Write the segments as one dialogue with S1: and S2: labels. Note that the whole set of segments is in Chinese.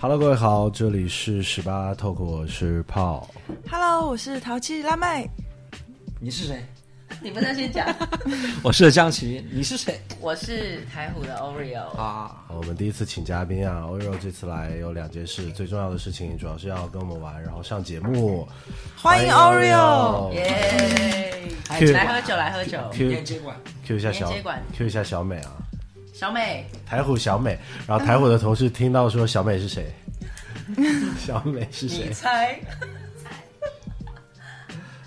S1: Hello，各位好，这里是十八 Talk，我是炮。
S2: Hello，我是淘气辣妹。
S3: 你是谁？
S4: 你不能先讲，
S3: 我是江奇云，你是谁
S4: 我是台虎的 Oreo。
S3: 啊？
S1: 我们第一次请嘉宾啊，Oreo 这次来有两件事，最重要的事情主要是要跟我们玩，然后上节目。
S2: 欢迎 Oreo。
S4: 耶、
S1: Q
S4: 来喝酒，来喝酒。
S1: Q
S3: 接管
S1: Q 一下小
S4: 连接管
S1: Q 一下小美啊，
S4: 小美，
S1: 台虎小美。然后台虎的同事听到说小美是 谁，小美是谁
S4: 你？猜？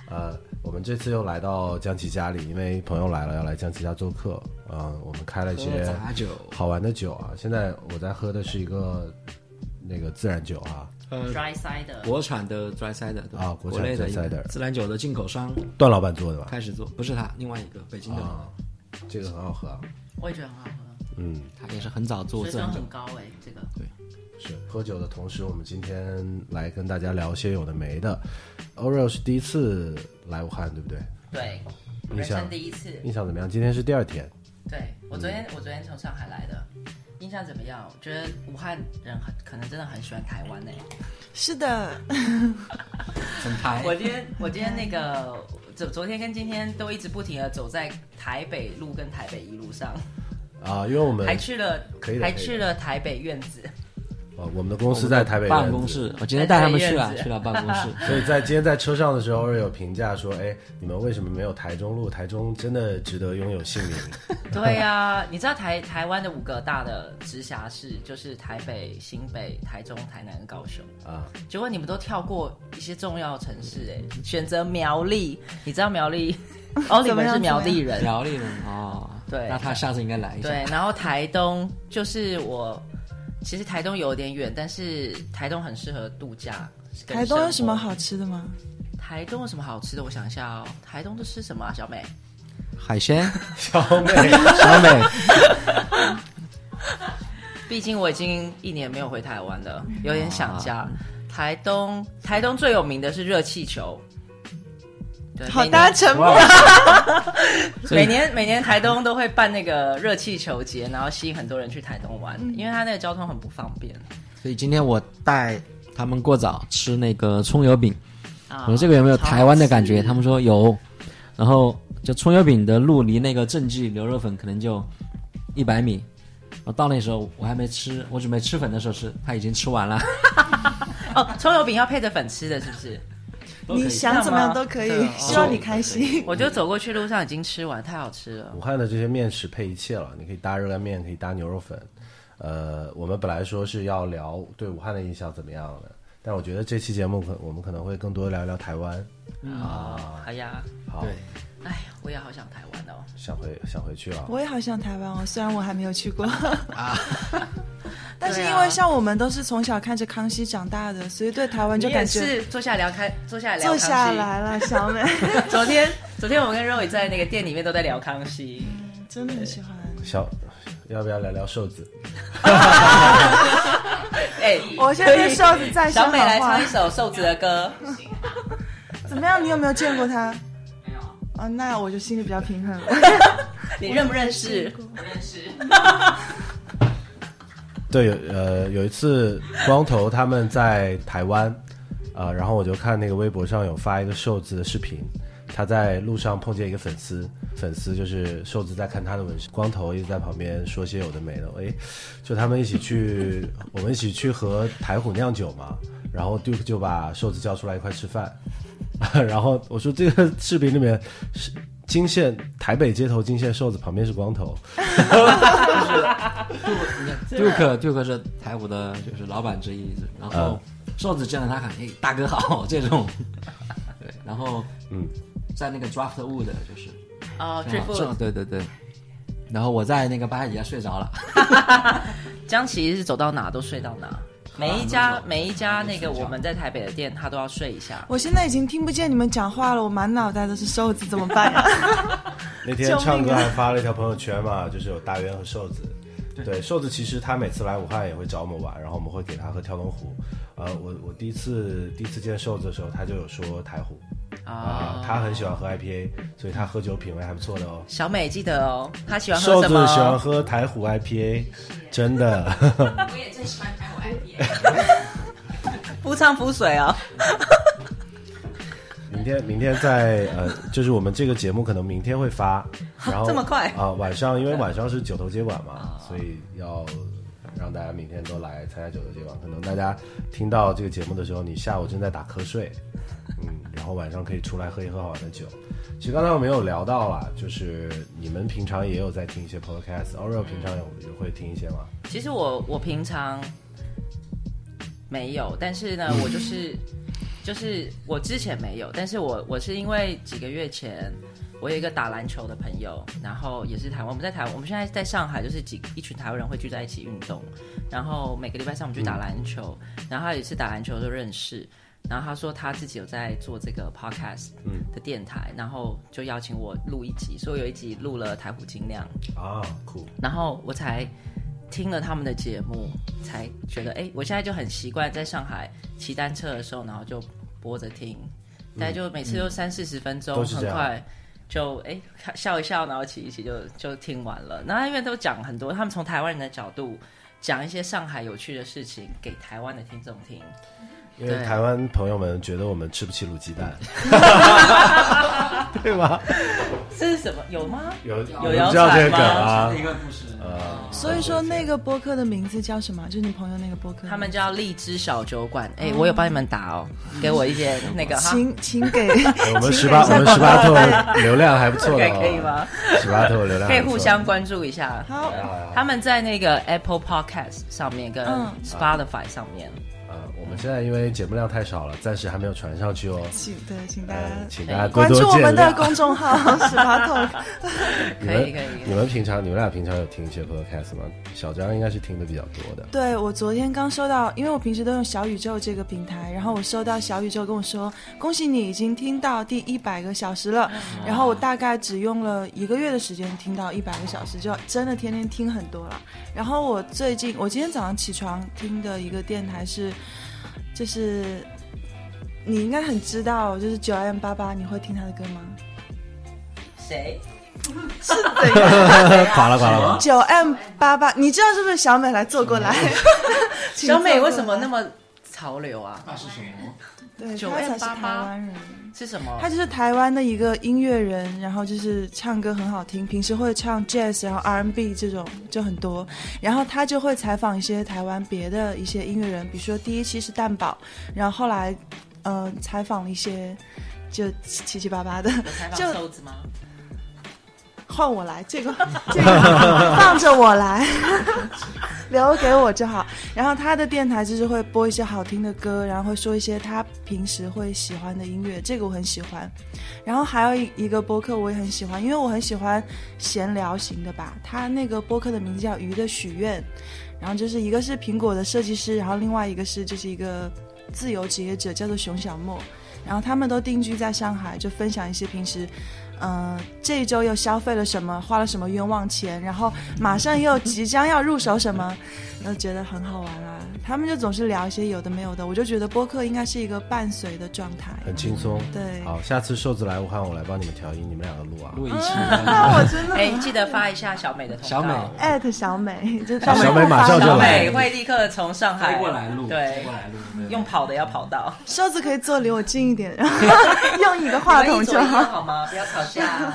S1: 呃，我们这次又来到江琪家里，因为朋友来了要来江琪家做客。嗯、我们开了一些
S3: 杂酒，
S1: 好玩的酒啊。现在我在喝的是一个那个自然酒啊，
S3: 呃，
S4: dry side 的
S3: 国产的 dry cider 对吧
S1: 啊国产
S3: 国内的
S1: dry
S3: 一个
S1: cider
S3: 自然酒的进口商
S1: 段老板做的吧？
S3: 开始做，不是他，另外一个北京的，
S1: 啊，这个很好喝啊。
S4: 我也觉得很好喝，
S1: 嗯，
S3: 他也是很早做
S4: 水
S3: 自
S4: 准
S3: 然酒
S4: 很，高哎、这个
S1: 是喝酒的同时，我们今天来跟大家聊些有的没的。Oreo 是第一次来武汉，对不对？
S4: 对，
S1: 你
S4: 人
S1: 想
S4: 生第一次。
S1: 印象怎么样？今天是第二天，
S4: 对我
S1: 嗯
S4: 昨天，我昨天从上海来的，印象怎么样？我觉得武汉人很可能真的很喜欢台湾哎、
S2: 是的，
S3: 很台
S4: 我今天，我今天那个。昨昨天跟今天都一直不停的走在台北路跟台北一路上，
S1: 啊，因为我们
S4: 还去了
S1: 可以的
S4: 还
S1: 可以的
S4: 去了台北院子，
S1: 呃我们的公司在台北
S3: 办
S1: 院
S3: 公
S1: 子。
S3: 室，我今天带他们去了
S4: 在，院子
S3: 去了办公室
S1: 所以在今天在车上的时候，有评价说：“哎，你们为什么没有台中路？台中真的值得拥有 姓名。
S4: 对呀、你知道台台湾的五个大的直辖市就是台北、新北、台中、台南、高雄。”
S1: 啊，
S4: 结果你们都跳过一些重要城市、哎，选择苗栗。你知道苗栗？ 哦，你
S2: 怎么
S4: 们
S2: 样
S4: 是苗栗人。
S3: 苗栗人哦，
S4: 对
S3: 那他下次应该来一下。
S4: 对，然后台东就是我，其实台东有点远，但是台东很适合度假。跟
S2: 台东有
S4: 生
S2: 什么
S4: 活？
S2: 好吃的吗？
S4: 台东有什么好吃的？我想一下哦，台东都吃什么啊？小美，
S3: 海鲜，
S1: 小美，
S3: 小美，
S4: 毕竟我已经一年没有回台湾了，
S2: 嗯
S4: 有点想
S2: 啊
S4: 家。台东，台东最有名的是热气球。对，
S2: 好
S4: 每
S2: 大
S4: 年
S2: 家沉默。
S3: 所以
S4: 每年每年台东都会办那个热气球节，然后吸引很多人去台东玩，
S2: 嗯
S4: 因为它那个交通很不方便
S3: 所以今天我带他们过早吃那个葱油饼，
S4: 啊
S3: 我说这个有没有台湾的感觉？他们说有，然后就葱油饼的路离那个正记牛肉粉可能就一百米。然后到那时候我还没吃，我准备吃粉的时候吃，他已经吃完了。
S4: 哦，葱油饼要配着粉吃的，是不是？
S2: 你想怎么样都可
S4: 对
S2: 以，
S4: 哦
S2: 希望你开心。
S4: 我就走过去路上已经吃完，太好吃了。
S1: 武汉的这些面食配一切了，你可以搭热干面，可以搭牛肉粉。呃，我们本来说是要聊对武汉的印象怎么样的，但我觉得这期节目可我们可能会更多聊一聊台湾。
S3: 嗯
S4: 哦，哎呀，
S1: 好，
S3: 对，
S4: 哎呀，我也好想台湾哦。
S1: 想回想回去了。啊
S2: 我也好想台湾哦，虽然我还没有去过。 但是
S4: 对啊
S2: 因为像我们都是从小看着康熙长大的，所以对啊台湾就
S4: 你也
S2: 感觉
S4: 是坐下来聊开，坐下来聊
S2: 坐
S4: 康熙
S2: 下。来了。小美
S4: 昨天昨天我们跟 Roy 在那个店里面都在聊 康熙，
S2: 真的很喜欢。
S1: 小，要不要聊聊瘦子？
S4: 哎，
S2: 我现在对瘦子再说
S4: 小美来
S2: 好话
S4: 唱一首瘦子的 歌。
S2: 怎么样？你有没有见过他？哦，那我就心里比较平衡了。
S4: 你认不认识？
S1: 对，有呃有一次光头他们在台湾，啊、然后我就看那个微博上有发一个瘦子的视频，他在路上碰见一个粉丝，粉丝就是瘦子在看他的纹身，光头一直在旁边说些有的没的，诶，就他们一起去，我们一起去和台虎酿酒嘛，然后 Duke 就把瘦子叫出来一块吃饭， 然后我说这个视频里面是。金县台北街头金县瘦子旁边是光头，
S3: Duke Duke 是啊台虎的，就是老板之一，然
S1: 嗯
S3: 后瘦子见到他喊：“哎，大哥好！”这 种，对，然后
S1: 嗯，
S3: 在那个 Draft Wood 就是
S4: 哦，
S3: 正
S4: 最
S3: 好
S4: 富
S3: 正对对对，然后我在那个吧台底下睡着了，
S4: 江琪是走到哪都睡到哪，每一
S3: 那
S4: 家
S3: 种
S4: 每一家那个
S3: 睡觉
S4: 我们在台北的店，他都要睡一下。
S2: 我现在已经听不见你们讲话了，我满脑袋都是瘦子，怎么办呀？
S1: 那天唱歌还发了一条朋友圈嘛，就是有大渊和瘦子。对，瘦子其实他每次来武汉也会找我们玩，然后我们会给他喝跳龙虎。呃，我我第一次第一次见瘦子的时候，他就有说台虎啊、
S4: 啊，
S1: 他很喜欢喝 IPA，所以他喝酒品味还不错的哦。
S4: 小美记得哦，她喜欢喝
S1: 瘦
S4: 什
S1: 子
S4: 么？
S1: 喜欢喝台虎 IPA，真的。
S5: 我也最喜欢台湾
S4: 夫唱夫随啊。
S1: 明天，明天在呃，就是我们这个节目可能明天会 发，然后
S4: 这么快哦
S1: 啊、晚上因为晚上是九头接管嘛，所以要让大家明天都来参加九头接管。可能大家听到这个节目的时候，你下午正在打瞌睡，嗯，然后晚上可以出来喝一喝好玩的酒。其实刚才我们有聊到了，就是你们平常也有在听一些
S4: 嗯
S1: podcast，Oreo 平常有有会听一些吗？
S4: 其实我我平常没有，但是呢，我就是就是我之前没有，但是我我是因为几个月前。我有一个打篮球的朋友，然后也是台湾，我们在台湾，我们现在在上海，就是几一群台湾人会聚在一起运动，然后每个礼拜三我们去打篮球，然后他也是打篮球就认识，然后他说他自己有在做这个 podcast 的电台，然后就邀请我录一集，所以有一集录了台虎精酿，
S1: 啊，酷，
S4: 然后我才听了他们的节目，才觉得哎，诶我现在就很习惯在上海骑单车的时候，然后就播着听，大概就每次就三四十分钟，
S1: 嗯都是这
S4: 很
S1: 样
S4: 快就哎笑一笑，然后骑一骑就就听完了。然后因为都讲很多，他们从台湾人的角度讲一些上海有趣的事情给台湾的听众听，
S1: 因为
S4: 对
S1: 台湾朋友们觉得我们吃不起卤鸡 蛋，对吧？
S4: 这是什么有吗？
S1: 有
S4: 有
S1: 有人
S4: 摇
S1: 知道这
S4: 伞
S1: 个梗
S4: 吗
S1: 啊
S3: 一？个故事，
S1: 呃，
S2: 所以说那个播客的名字叫什么？就是你朋友那个播客的名字。
S4: 他们叫荔枝小酒馆，哎、
S1: 嗯
S4: 我有帮你们打哦，给我一些那个哈，
S2: 请请给
S1: 啊哎呃我们
S2: 请
S1: 十
S2: 给
S1: 八
S2: 一
S1: 我
S2: 下
S1: 们
S2: 广
S1: 十八
S2: 告费
S1: 透 流量还不错的、
S4: 可以
S1: 哦，
S4: 可以吗？
S1: 十八透流量
S4: 可以
S1: 还不错
S4: 互相关注一下。
S2: 好，
S4: 他们在那个 Apple Podcast 上面跟
S2: 嗯
S4: Spotify 上面，
S1: 呃，我们现在因为节目量太少了，暂时还没有传上去哦。
S2: 请对，请大
S1: 呃，
S2: 家
S1: 请大家多
S2: 关
S1: 多
S2: 注我
S1: 见
S2: 们的
S1: 谅。
S2: 公众号“十八透
S1: 你
S4: 可以
S1: 们
S4: 可以
S1: 你们平常你们俩平常有听一些 podcast 吗？小张应该是听的比较多的”。。
S2: 对我昨天刚收到，因为我平时都用小宇宙这个平台，然后我收到小宇宙跟我说：“恭喜你已经听到第一百个小时了。”然后我大概只用了一个月的时间听到一百个小时，就真的天天听很多了。然后我最近，我今天早上起床听的一个电台是，就是你应该很知道，就是九 M 八八，你会听他的歌吗？
S4: 谁？
S1: 垮了垮了垮了。
S2: 九 M 八八，你知道是不是小美来坐过来？ 请
S4: 小美
S2: 坐过
S4: 为
S2: 来
S4: 什么那么潮流啊？
S3: 那是什么？
S2: 对？她
S4: 9M88
S2: 才是台湾人，
S4: 是什么
S2: 她？就是台湾的一个音乐人，然后就是唱歌很好听，平时会唱 jazz，然后 R&B 这种就很多。然后她就会采访一些台湾别的一些音乐人，比如说第一期是蛋堡，然后后来呃采访了一些就七七八八的，
S4: 有采
S2: 就
S4: 访瘦子吗？
S2: 换我来，这个这个放着我来， 留给我就好。然后他的电台就是会播一些好听的歌，然后会说一些他平时会喜欢的音乐，这个我很喜欢。然后还有一一个播客我也很喜欢，因为我很喜欢闲聊型的吧。他那个播客的名字叫《鱼的许愿》，然后就是一个是苹果的设计师，然后另外一个是就是一个自由职业者，叫做熊小莫。然后他们都定居在上海，就分享一些平时嗯，这一周又消费了什么，花了什么冤枉钱，然后马上又即将要入手什么，然后觉得很好玩啊。他们就总是聊一些有的没有的，我就觉得播客应该是一个伴随的状态。
S1: 很轻松。
S2: 对
S1: 好，下次瘦子来武汉，我来帮你们调音，你们两个录啊。
S3: 录一 期，
S2: 那我真的
S4: 哎，记得发一下小美的通告
S3: 小美
S2: 艾特小 美，就
S1: 小美马上就
S4: 小
S1: 来
S4: 美会立刻从上海
S3: 飞过来录，飞
S4: 对
S3: 过，来录，
S4: 用跑的要跑到。
S2: 瘦子可以坐离我近一点，然 后用一个话
S4: 你们
S2: 筒
S4: 一左
S2: 就
S4: 一右
S2: 好。
S4: 好吗？不要吵架。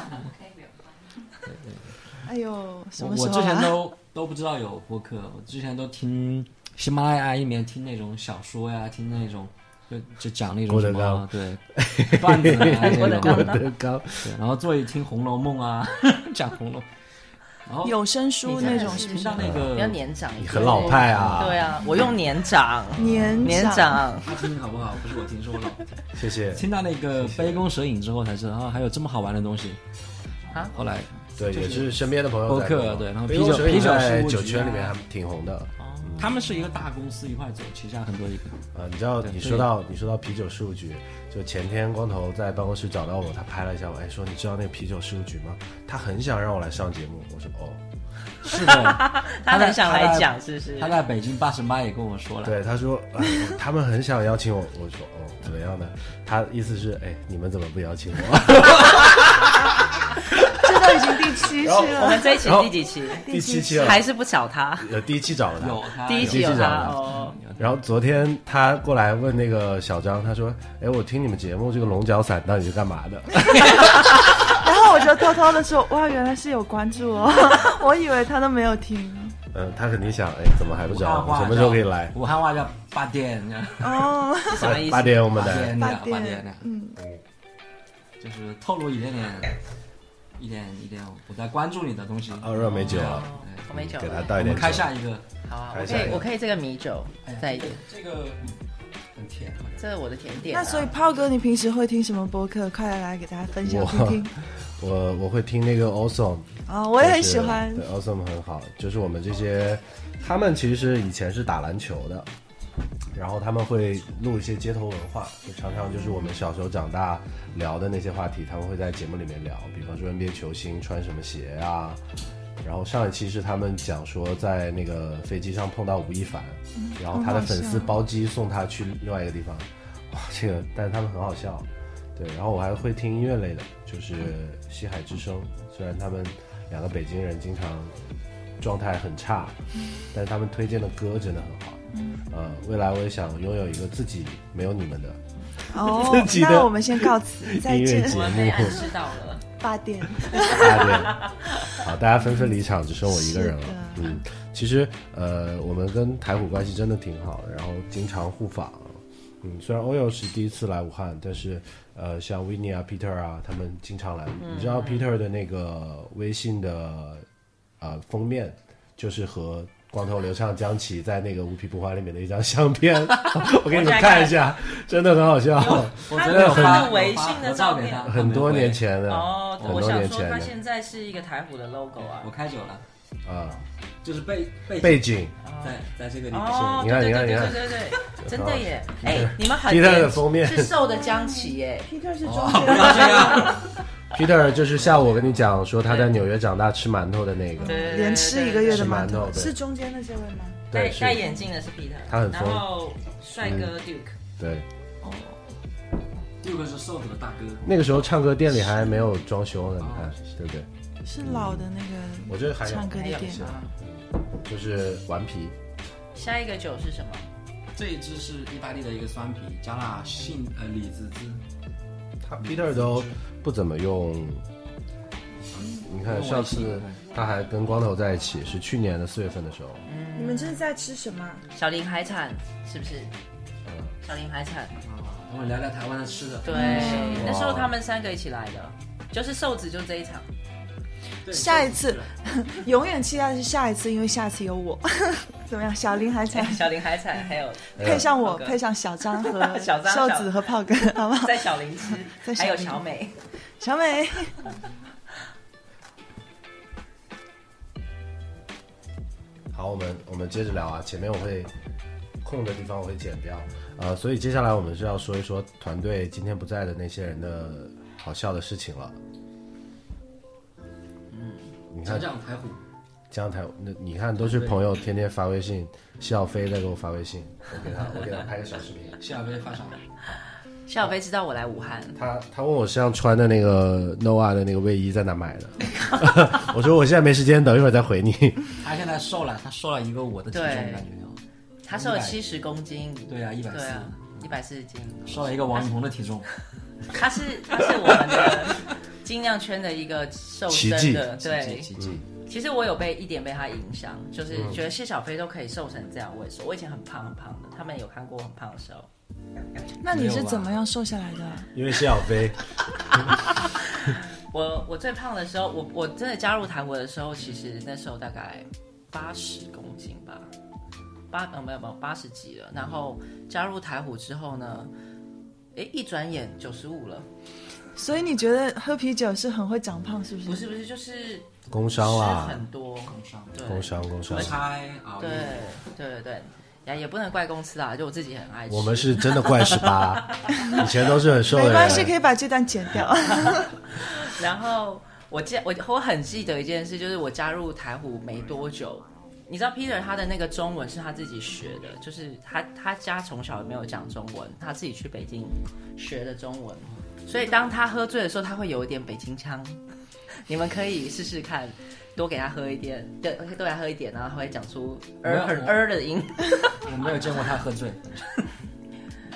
S2: 哎呦，什
S3: 我
S2: 么
S3: 我
S2: 时
S3: 之
S2: 候
S3: 前
S2: 啊？
S3: 都都不知道有播客，我之前都听喜马拉雅一面听那种小说呀，听那种就就讲那种
S1: 郭德
S3: 什么
S1: 纲
S3: 对 段子啊
S4: 郭
S3: 这种
S4: 德纲，
S1: 德纲，
S3: 对然后座椅听《红楼梦》啊， 讲《红楼》，然后哎
S2: 有声书那种是不
S3: 听
S2: 是
S3: 到？那
S4: 比较
S3: 个
S4: 年长
S1: 你
S4: 一点，
S1: 很老派啊。
S4: 对，啊，我用年长，
S2: 嗯年
S4: 年长，啊
S3: 他听好不好？不是我听，是我老婆听。
S1: 谢谢。
S3: 听到那个杯弓蛇影之后才知道，啊，还有这么好玩的东西。
S4: 啊
S3: 后来
S1: 对，
S3: 就是
S1: 也是身边的朋友在
S3: 播
S1: 录
S3: 客
S1: 啊。
S3: 对然后
S1: 因为
S3: 啤
S1: 我
S3: 酒
S1: 觉得你
S3: 啤酒
S1: 在
S3: 事务局
S1: 酒
S3: 啊
S1: 圈里面还挺红的。
S3: 他们是一个大公司一块走，旗下很多一个。
S1: 啊，你知道，你说到你说到啤酒事务局，就前天光头在办公室找到我，他拍了一下我，哎，说你知道那个啤酒事务局吗？他很想让我来上节目，我说哦，
S3: 是的，
S4: 他很想来
S3: 他在
S4: 讲，是不是
S3: 他？在北京八神八也跟我说了，
S1: 对，他说、哎他们很想邀请我，我说哦，怎么 样呢？他意思是，哎，你们怎么不邀请我？
S2: 真的都已经第七期
S4: 我
S2: 了
S4: 们，这一期第几期？
S1: 第七期了，
S4: 还是不找他？
S1: 呃，第一期找了他，
S3: 他
S4: 第一期
S1: 有
S4: 有
S1: 记者
S4: 他
S1: 哦啊
S4: 哦，
S1: 然后昨天他过来问那个小张，他说：“哎，我听你们节目，这个龙角散到底是干嘛的
S2: 然后我就偷偷的说，哇，原来是有关注 哦，我以为他都没有听。？”
S1: 嗯，他肯定想，哎，怎么还不找
S3: 武汉
S1: 我？
S3: 话
S1: 什么时候可以来？
S3: 武汉话叫八点，
S2: 哦，
S4: 是什
S1: 八
S4: 么意
S1: 八
S4: 思？
S1: 点我们
S3: 八
S1: 来。
S3: 点，
S2: 八
S3: 八点
S2: 点，，嗯，
S3: 就是透露一点点，一点一点我在关注你的东西。
S1: 啊，热美酒啊，
S4: 我没酒
S1: 给他
S4: 了，
S1: 倒一
S3: 我
S1: 点
S3: 们
S1: 酒。
S3: 开下一个，哎
S4: 好啊，
S1: 开
S4: 我
S1: 下
S4: 可
S1: 一
S4: 以，
S1: 个哎
S4: 我可以这个米酒再一点，
S3: 这个很甜，
S4: 这是我的甜点啊。
S2: 那所以炮哥，你平时会听什么播客？快来来给大家分享
S1: 我
S2: 听听。
S1: 我我会听那个 Awesome，
S2: 哦，我也很喜欢
S1: 就。是对 Awesome 很好，就是我们这些，他们其实是以前是打篮球的，然后他们会录一些街头文化，就常常就是我们小时候长大聊的那些话题，他们会在节目里面聊，比方说 NBA 球星穿什么鞋啊。然后上一期是他们讲说在那个飞机上碰到吴亦凡，
S2: 嗯
S1: 然后他的粉丝包机送他去另外一个地方，哇，这个但是他们很好笑，对。然后我还会听音乐类的，就是西海之声，虽然他们两个北京人经常状态很差，
S2: 嗯
S1: 但是他们推荐的歌真的很好。呃，未来我也想拥有一个自己没有你们的
S2: 哦
S1: 自己，的
S2: 那我们先告辞，再
S1: 音乐
S2: 见
S1: 节。
S4: 我们被暗示到 了，
S2: 八点，
S1: 啊，对，好，大家纷纷离场，只剩我一个人了
S2: 是的。
S1: 嗯，其实呃，我们跟台虎关系真的挺好的，然后经常互访。嗯，虽然 Oil 是第一次来武汉，但是呃，像 w i n n i e 啊、Peter 啊，他们经常来。你
S4: 嗯
S1: 知道 Peter 的那个微信的呃封面，就是和光头刘畅、江奇在那个《无皮不欢》里面的一张相片， 我给你们看一下，真的很好笑。
S3: 我觉得有
S4: 他
S3: 发
S4: 有微信的照片
S1: 很多年，前的，
S4: 哦，
S1: 啊很
S4: 我
S1: 多
S4: 想
S1: 年
S4: 说
S1: 前
S4: 他
S1: 的
S4: 现在是一个台虎的 logo 啊
S3: 我，开酒了，
S1: 啊，
S3: 就是背背
S1: 背景。
S3: 在在这个里面，
S4: 哦，
S1: 你看
S4: 对对
S1: 你看
S4: 对对对 对对，真的耶！哎，你们很
S1: Peter 的
S4: 年
S1: 封面
S4: 是瘦的江奇耶，
S2: Peter 是
S3: 哦
S2: 中
S3: 不要这样，
S1: Peter 就是下午我跟你讲说他在纽约长大吃馒头的那个，
S4: 对对对，
S2: 连吃一个月
S1: 吃
S2: 的
S1: 馒
S2: 馒
S1: 头
S2: 头，
S1: 对
S2: 是中间那些位吗？
S4: 戴
S1: 对，是
S4: 戴眼镜的是 Peter，
S1: 他很疯嗯
S4: 然后帅哥 Duke，
S1: 对，
S3: 六个是瘦子的大哥，
S1: 那个时候唱歌店里还没有装修呢，你看
S3: 哦
S1: 对不对？
S2: 是老的那个
S1: 我觉得还有
S2: 唱歌
S4: 还
S2: 的
S4: 有
S2: 店
S4: 什么？
S1: 就是顽皮，
S4: 下一个酒是什么？
S3: 这一支是意大利的一个酸啤，加了杏呃李子汁，
S1: 他 Peter 都不怎么用。你看上
S3: 啊
S1: 次他还跟光头在一起，是去年的四月份的时候，
S2: 你们这是在吃什么？
S4: 小林海产是不是？
S1: 嗯，
S4: 小林海产，
S3: 啊，我们聊聊台湾的吃的，
S4: 对，
S1: 嗯
S4: 那时候他们三个一起来的，就是瘦子就这一场，
S3: 对
S2: 下一次 永远期待的是下一次，因为下次有我。 怎么样？小林还才
S4: 小林海产还有
S1: 哎
S2: 配上我，
S4: 哎炮哥
S2: 配上小张和
S4: 小张
S2: 瘦
S4: 小
S2: 子和炮哥，好不好？
S4: 在小林吃，
S2: 在小林
S4: 还有小美，
S2: 小 美，
S1: 好，我们我们接着聊啊，前面我会空的地方我会剪掉，呃，所以接下来我们是要说一说团队今天不在的那些人的好笑的事情了。嗯，你
S3: 讲
S1: 看
S3: 讲台虎，
S1: 江台，那你看都是朋友天天发微信，谢小飞在给我发微信，我给他我给他拍个小视频，
S3: 谢小飞发啥？
S4: 谢小飞知道我来武汉，
S1: 他他问我身上穿的那个 Nova 的那个卫衣在哪买的，我说我现在没时间，等一会儿再回你。
S3: 他现在瘦了，他瘦了一个我的体重，
S4: 对
S3: 感觉哦
S4: 他瘦了
S3: 100
S4: 七十公斤，
S3: 对啊，一百
S4: 对
S3: 四，
S4: 啊，一百四十斤，
S3: 瘦了一个王力宏的体重，
S4: 他是他是我们的精酿圈的一个瘦身的，对。
S3: 几斤？
S1: 嗯
S4: 其实我有被一点被他影响，就是
S3: 嗯
S4: 觉得谢小飞都可以瘦成这样，我也瘦。我以前很胖很胖的，他们有看过我很胖的时候，
S2: 那你
S4: 啊
S2: 是怎么样瘦下来的？
S1: 因为谢小飞，
S4: 我我最胖的时候，我我真的加入台国的时候，其实那时候大概八十公斤吧，八呃没有没有八十几了。然后加入台虎之后呢，诶，一转眼九十五了，
S2: 所以你觉得喝啤酒是很会长胖，是不是？
S4: 不是不是就是
S1: 工
S4: 吃
S1: 伤啦，
S4: 很多，对
S1: 工伤工伤
S3: 出，差啊，
S4: 对对对对，也也不能怪公司啊，就我自己很爱吃。
S1: 我们是真的怪十八，以前都是很瘦的
S2: 没
S1: 人，
S2: 关系，可以把这段剪 掉。
S4: 然后我记我我很记得一件事，就是我加入台虎没多久，你知道 Peter 他的那个中文是他自己学的，就是他他家从小也没有讲中文，他自己去北京学的中文，所以当他喝醉的时候，他会有一点北京腔。你们可以试试看，多给他喝一点，对，多给他喝一点，然后他会讲出
S3: 没有
S4: 呃很呃的音，
S3: 我没有见过他喝醉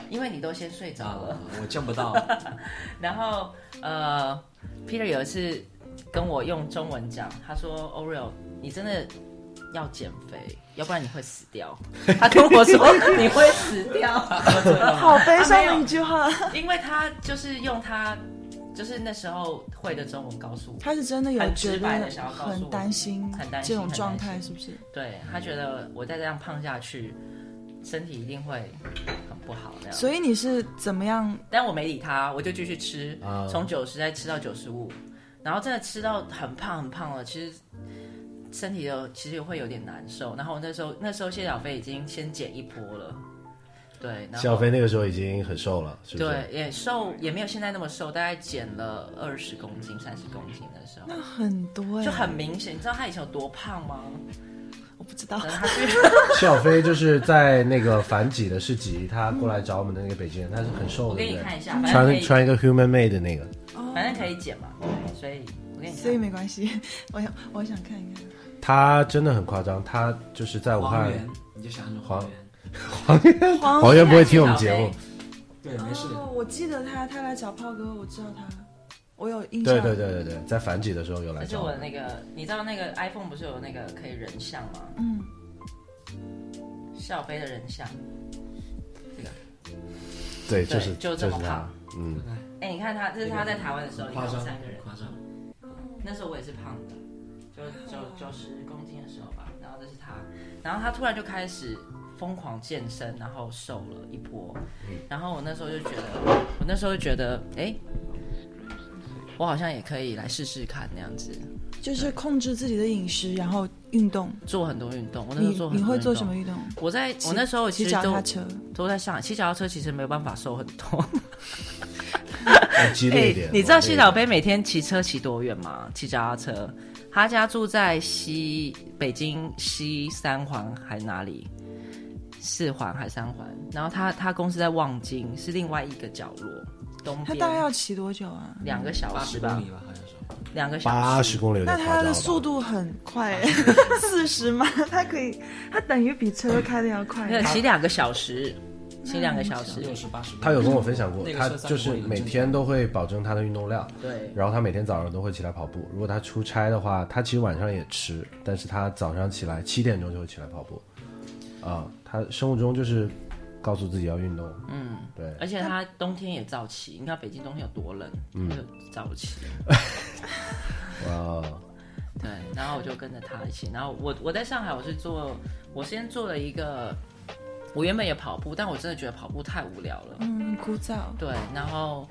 S4: 因为你都先睡着
S3: 啊
S4: 了。，
S3: 我见不到。
S4: 然后呃，Peter 有一次跟我用中文讲，他说 Oreo，你真的要减肥，要不然你会死掉。 他跟我说你会死掉，
S2: 好悲伤
S4: 啊没
S2: 的
S4: 有
S2: 一句话。
S4: 因为他就是用他就是那时候会的中文告诉我，
S2: 他是真的有觉得很担心
S4: 很担心
S2: 这种状态，是不是？
S4: 对他觉得我再这样胖下去，身体一定会很不好那样。
S2: 所以你是怎么样？
S4: 但我没理他，我就继续吃
S1: 啊，
S4: 从九十再吃到九十五，然后真的吃到很胖很胖了，其实身体有其实会有点难受。然后那时候那时候谢小飞已经先减一波了，对，然后
S1: 小飞那个时候已经很瘦了，是不是？
S4: 对也瘦也没有现在那么瘦，大概减了二十公斤三十公斤的时候。
S2: 那很多哎、
S4: 就很明显，你知道他以前有多胖吗？
S2: 我不知道
S4: 然，后他 去
S1: 谢小飞就是在那个反几的市集，他过来找我们的那个北京人，他是很瘦
S4: 我
S1: 的，
S4: 给
S1: 对
S4: 你
S1: 不对
S4: 看一下，反正可
S1: 穿
S4: 以，
S1: 穿一个 human made 的那个，
S4: 反正可以减嘛，对，所以我给你
S2: 哦所以
S4: 看，
S2: 没关系。 我想，我想看一看。
S1: 他真的很夸张，他就是在武
S3: 黄
S1: 汉，
S3: 源，你就想成黄源。
S2: 黄
S1: 黄源不会听我们节目，
S3: 对，没事。
S2: 哦，我记得他，他来找炮哥，我知道他，我有印象。
S1: 对对对对对，在反几的时候有来
S4: 这是
S1: 找
S4: 我
S1: 们
S4: 的那个，你知道那个 iPhone 不是有那个可以人像吗？
S2: 嗯，
S4: 笑飞的人像，
S1: 对，
S4: 对
S1: 就是
S4: 就这
S1: 是
S4: 么
S1: 他
S4: 胖，
S1: 嗯，
S4: 哎、你看他，这是他在台湾的时候，你
S3: 夸
S4: 看
S3: 张
S4: 我们三个人，，
S3: 夸张。
S4: 那时候我也是胖的，就九九十公斤的时候吧，然后这是他，然后他突然就开始疯狂健身，然后瘦了一波，
S3: 嗯
S4: 然后我那时候就觉得，我那时候就觉得，哎、我好像也可以来试试看那样子，
S2: 就是控制自己的饮食，然后运动。
S4: 做很多运动。我那时
S2: 你
S4: 候做很多
S2: 你会
S4: 运
S2: 做
S4: 动
S2: 什么？运动？
S4: 我在我那时候其
S2: 骑
S4: 实
S2: 脚
S4: 都
S2: 踏车。
S4: 都在上海骑脚踏车，其实没有办法瘦很多。
S1: 要激烈一点。
S4: 哎
S1: 哦
S4: 你知道
S1: 往
S4: 谢
S1: 那
S4: 小
S1: 个
S4: 飞每天骑车骑多远吗？骑脚踏车，他家住在西北京西三环还是哪里？四环还是三环？然后他他公司在望京，是另外一个角落，东
S2: 他
S4: 边
S2: 大概要骑多久啊？
S4: 两个小
S3: 八
S4: 时
S3: 十
S4: 吧
S3: 公，里吧，好像是。
S4: 两个小时。
S1: 八十公里有点
S2: 那
S1: 夸张
S2: 他
S1: 了吧啊
S2: 的速度很快、 四十吗？ 他可以，他等于比车开的要快。
S4: 对，骑两个小时，骑两个小时。
S3: 六十八十。
S1: 他有跟我分享过
S3: 那，个
S1: 他
S3: 车三十
S1: 就是
S3: 公里很
S1: 每
S3: 正
S1: 天都会保证他的运动量，
S4: 对，
S1: 然后他每天早上都会起来跑步。如果他出差的话，他其实晚上也吃，但是他早上起来七点钟就会起来跑步。啊、他生物钟就是告诉自己要运动。嗯，对，
S4: 而且他冬天也早起，你看北京冬天有多冷，
S1: 嗯
S4: 他就早起。
S2: 嗯
S1: 哇，
S4: 对，然后我就跟着他一起。然后我我在上海，我是做，我先做了一个，我原本也跑步，但我真的觉得跑步太无聊了。
S2: 嗯，很枯燥。
S4: 对，然后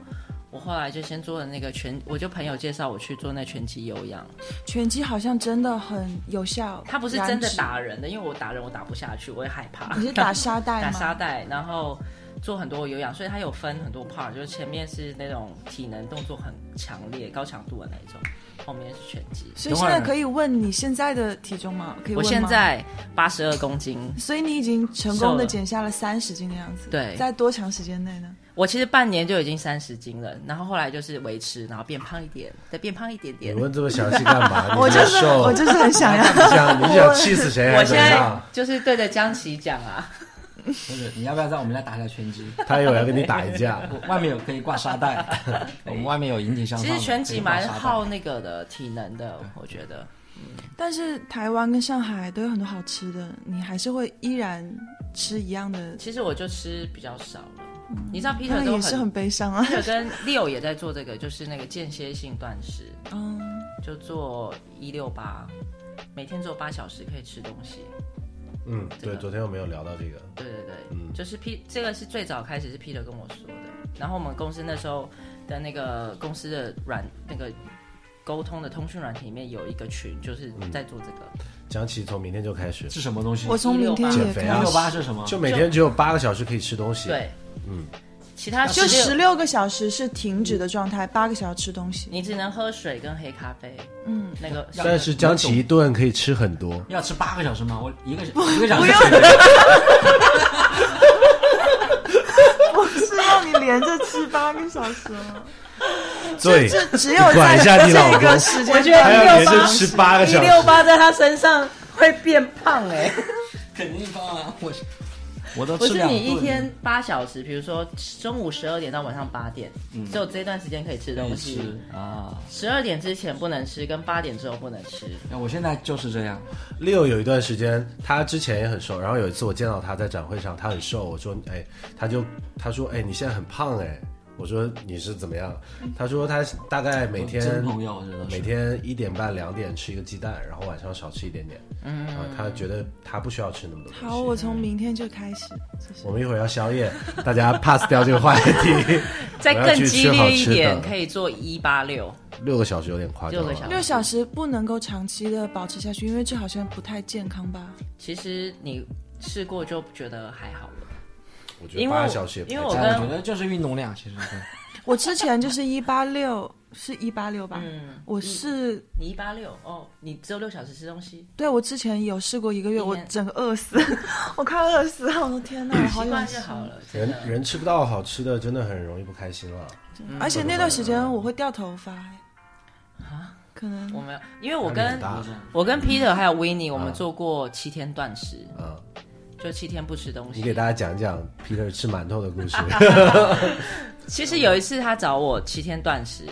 S4: 我后来就先做了那个拳，我就朋友介绍我去做那拳击有氧，
S2: 拳击好像真的很有效。
S4: 他不是真的
S2: 燃脂，
S4: 打人的，因为我打人我打不下去，我也害怕。
S2: 你是打沙袋
S4: 打
S2: 吗？
S4: 沙袋，然后做很多有氧，所以它有分很多 part，就是前面是那种体能动作很强烈、高强度的那一种，后面是拳击。
S2: 所以现在可以问你现在的体重吗？可以
S4: 我
S2: 问吗
S4: 现，在八十二公斤，
S2: 所以你已经成功
S4: 瘦了
S2: 的减下了三十斤的样子。
S4: 对
S2: 在多长时间内呢？
S4: 我其实半年就已经三十斤了，然后后来就是维持，然后变胖一点，再变胖一点
S1: 你
S4: 点。
S1: 问这么详细干嘛？
S2: 我
S1: 你
S2: 就
S1: 这么
S2: 是
S1: 瘦
S2: 我就是很想要。
S1: 你想你想气死谁还啊
S4: 我
S1: 是怎
S4: 现
S1: 么
S4: 在
S1: 样？
S4: 就是对着江琪讲 啊，
S3: 不是，你要不要在我们家打一下拳击？
S1: 他有要跟你打一 架，
S3: 我外面有可以挂 沙袋，我们外面有引体向上
S4: 其
S3: 的。
S4: 实拳击蛮
S3: 可以挂沙袋
S4: 耗那个的体能的，我觉得。
S2: 但是台湾跟上海都有很多好吃的，你还是会依然吃一样的。
S4: 其实我就吃比较少了，你知道
S2: 那
S4: Peter 都
S2: 也是很
S4: 很
S2: 悲伤 啊。
S4: ，Peter 跟 Leo 也在做这个，就是那个间歇性断食，
S2: 嗯，
S4: 就做一六八，每天做八小时可以吃东西。
S1: 嗯，
S4: 这
S1: 对，
S4: 个
S1: 昨天我们有聊到这个，
S4: 对对对，
S1: 嗯
S4: 就是 P 这个是最早开始是 Peter 跟我说的，然后我们公司那时候的那个公司的软那个沟通的通讯软体里面有一个群，就是
S1: 嗯
S4: 在做这个，
S1: 江琪从明天就开始，
S3: 是什么东西？
S2: 我从明天
S4: 168
S2: 也
S1: 减肥
S2: 开
S1: 啊
S3: 幺六
S2: 始，
S3: 八是什么？
S1: 就每天只有八个小时可以吃东西。，
S4: 对，
S1: 嗯，
S4: 其他
S2: 就
S4: 16
S2: 十六个小时是停止的状态，八个小时吃东西。
S4: 你只能喝水跟黑咖啡，
S2: 嗯，
S4: 那个
S3: 要
S1: 但是江琪一顿可以吃很多。
S3: 要吃八个小时吗？我一个小一个小时。
S2: 是让你连着吃八个小时吗？
S1: 对，
S2: 这只有在
S1: 管一下你老
S2: 这
S1: 公
S2: 个时
S4: 我
S2: 间
S4: 觉得
S1: 还
S2: 段，
S1: 要
S4: 一
S1: 连
S4: 六八
S1: 着吃八个
S4: 一
S1: 小
S4: 六
S1: 时，
S4: 八在他身上会变胖哎、
S3: 肯定胖啊！我我都
S4: 不
S3: 吃
S4: 是
S3: 两
S4: 你一
S3: 顿
S4: 天八小时，比如说中午十二点到晚上八点，
S1: 嗯
S4: 只有这段时间可以吃
S3: 可以
S4: 东
S3: 吃
S4: 西。
S3: 啊！
S4: 十二点之前不能吃，跟八点之后不能吃。
S3: 那我现在就是这样，
S1: 六有一段时间，他之前也很瘦，然后有一次我见到他在展会上，他很瘦，我说，哎，他就他说，哎，你现在很胖哎，我说你是怎么样？他说他大概每天
S3: 真朋友，我觉得
S1: 每
S3: 是
S1: 天一点半两点吃一个鸡蛋，然后晚上少吃一点点，嗯，啊，他觉得他不需要吃那么多
S2: 好，
S1: 东
S2: 我
S1: 西。
S2: 从明天就开始，就是
S1: 我们一会儿要宵夜，大家 pass 掉这个话题。
S4: 再
S1: 我要
S4: 更
S1: 去
S4: 激
S1: 吃好
S4: 烈一
S1: 吃
S4: 点，
S1: 的
S4: 可以做一八六。
S1: 六个小时有点夸张啊，
S4: 六个小时
S2: 六小时不能够长期的保持下去，因为这好像不太健康吧？
S4: 其实你试过就觉得还好了。
S1: 我觉得
S4: 因为
S1: 八
S4: 我
S1: 个小时也不
S4: 因为
S1: 太
S4: 我
S1: 长
S3: 哎
S4: 跟
S3: 我觉得就是运动量，其实 对
S2: 我之前就是一八六， 是一八六吧？
S4: 嗯，
S2: 我是
S4: 你一八六哦，你只有六小时吃东西，
S2: 对我之前有试过一个月，
S4: 一
S2: 我
S4: 年嗯
S2: 整个饿死， 我快饿死了！我的天哪，我好想
S4: 习惯就
S2: 吃。
S4: 好了。真
S1: 人
S4: 的，
S1: 人吃不到好吃的，真的很容易不开心了。
S2: 而且那段时间我会掉头发，哎
S4: 嗯
S2: 可能
S4: 我们因为我
S1: 压力很
S4: 跟
S1: 大
S4: 我跟 Peter 还有 w i n n i e 我
S1: 啊
S4: 们做过七天断食，
S1: 啊，
S4: 就七天不吃东
S1: 你
S4: 西
S1: 给。大家讲一讲 Peter 吃馒头的 故事。
S4: 其实有一次他找我七天断食，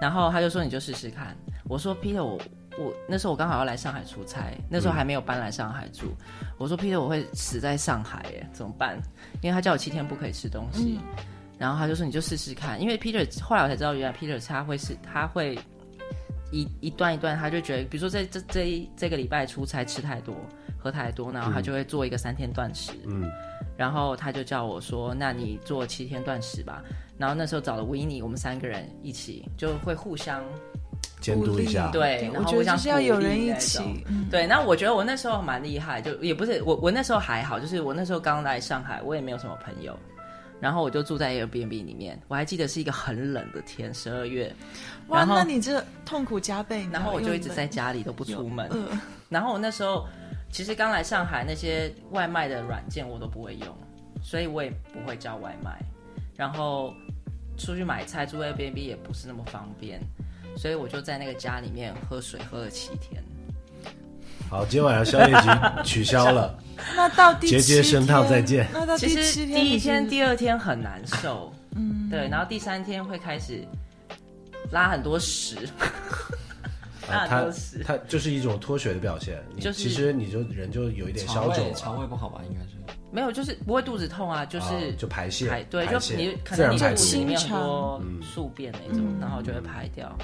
S4: 然后他就说你就试试看。我说 Peter，我我那时候我刚好要来上海出差，那时候还没有搬来上海住。我说 Peter，我会死在上海耶，怎么办？因为他叫我七天不可以吃东西，然后他就说你就试试看。因为 Peter 后来我才知道，原来 Peter 他会是他会一一段一段，他就觉得，比如说这这这一这个礼拜出差吃太多。喝太多，然后他就会做一个三天断食，
S1: 嗯，
S4: 然后他就叫我说：“那你做七天断食吧。”然后那时候找了维尼，我们三个人一起就会互相
S1: 监督一下。
S4: 对
S2: 我
S4: 然后
S2: 觉得
S4: 互相
S2: 就是要有
S4: 鼓励
S2: 人一
S4: 那
S2: 起
S4: 种，
S2: 嗯
S4: 对。那我觉得我那时候蛮厉害，就也不是我我那时候还好，就是我那时候刚来上海，我也没有什么朋友，然后我就住在 Airbnb 里面，我还记得是一个很冷的天，十二月，
S2: 哇，
S4: 然后
S2: 那你这痛苦加倍。你知道呃
S4: 然后我就
S2: 又
S4: 一直
S2: 冷
S4: 在家里都不出门，
S2: 饿，
S4: 然后我那时候其实刚来上海，那些外卖的软件我都不会用，所以我也不会叫外卖。然后出去买菜住 Airbnb 也不是那么方便，所以我就在那个家里面喝水喝了七天。
S1: 好，今天晚上宵夜局取消了，
S2: 那到第
S1: 节
S2: 七
S1: 节
S2: 天，
S1: 升烫再见
S2: 那到
S4: 其
S2: 第
S4: 实
S2: 七天，
S4: 第一天、
S2: 你是
S4: 第二天很难受，嗯，对，然后第三天会开始拉很多屎，
S1: 啊、
S4: 那
S1: 他
S4: 都是
S1: 他就是一种脱水的表现。你
S4: 就是
S1: 其实你就人就有一点
S3: 肠
S1: 消肿啊
S3: 胃
S1: 了，
S3: 肠胃不好吧？应该是
S4: 没有，就是不会肚子痛啊，就是、
S1: 啊就排泄
S4: 排，对，
S1: 排
S4: 就
S1: 泄
S4: 你可
S1: 自
S4: 能
S1: 然
S4: 你
S1: 排
S4: 肚子
S1: 出
S4: 里
S2: 清。
S4: 面很多
S1: 嗯
S4: 宿便那种，然后就会排掉。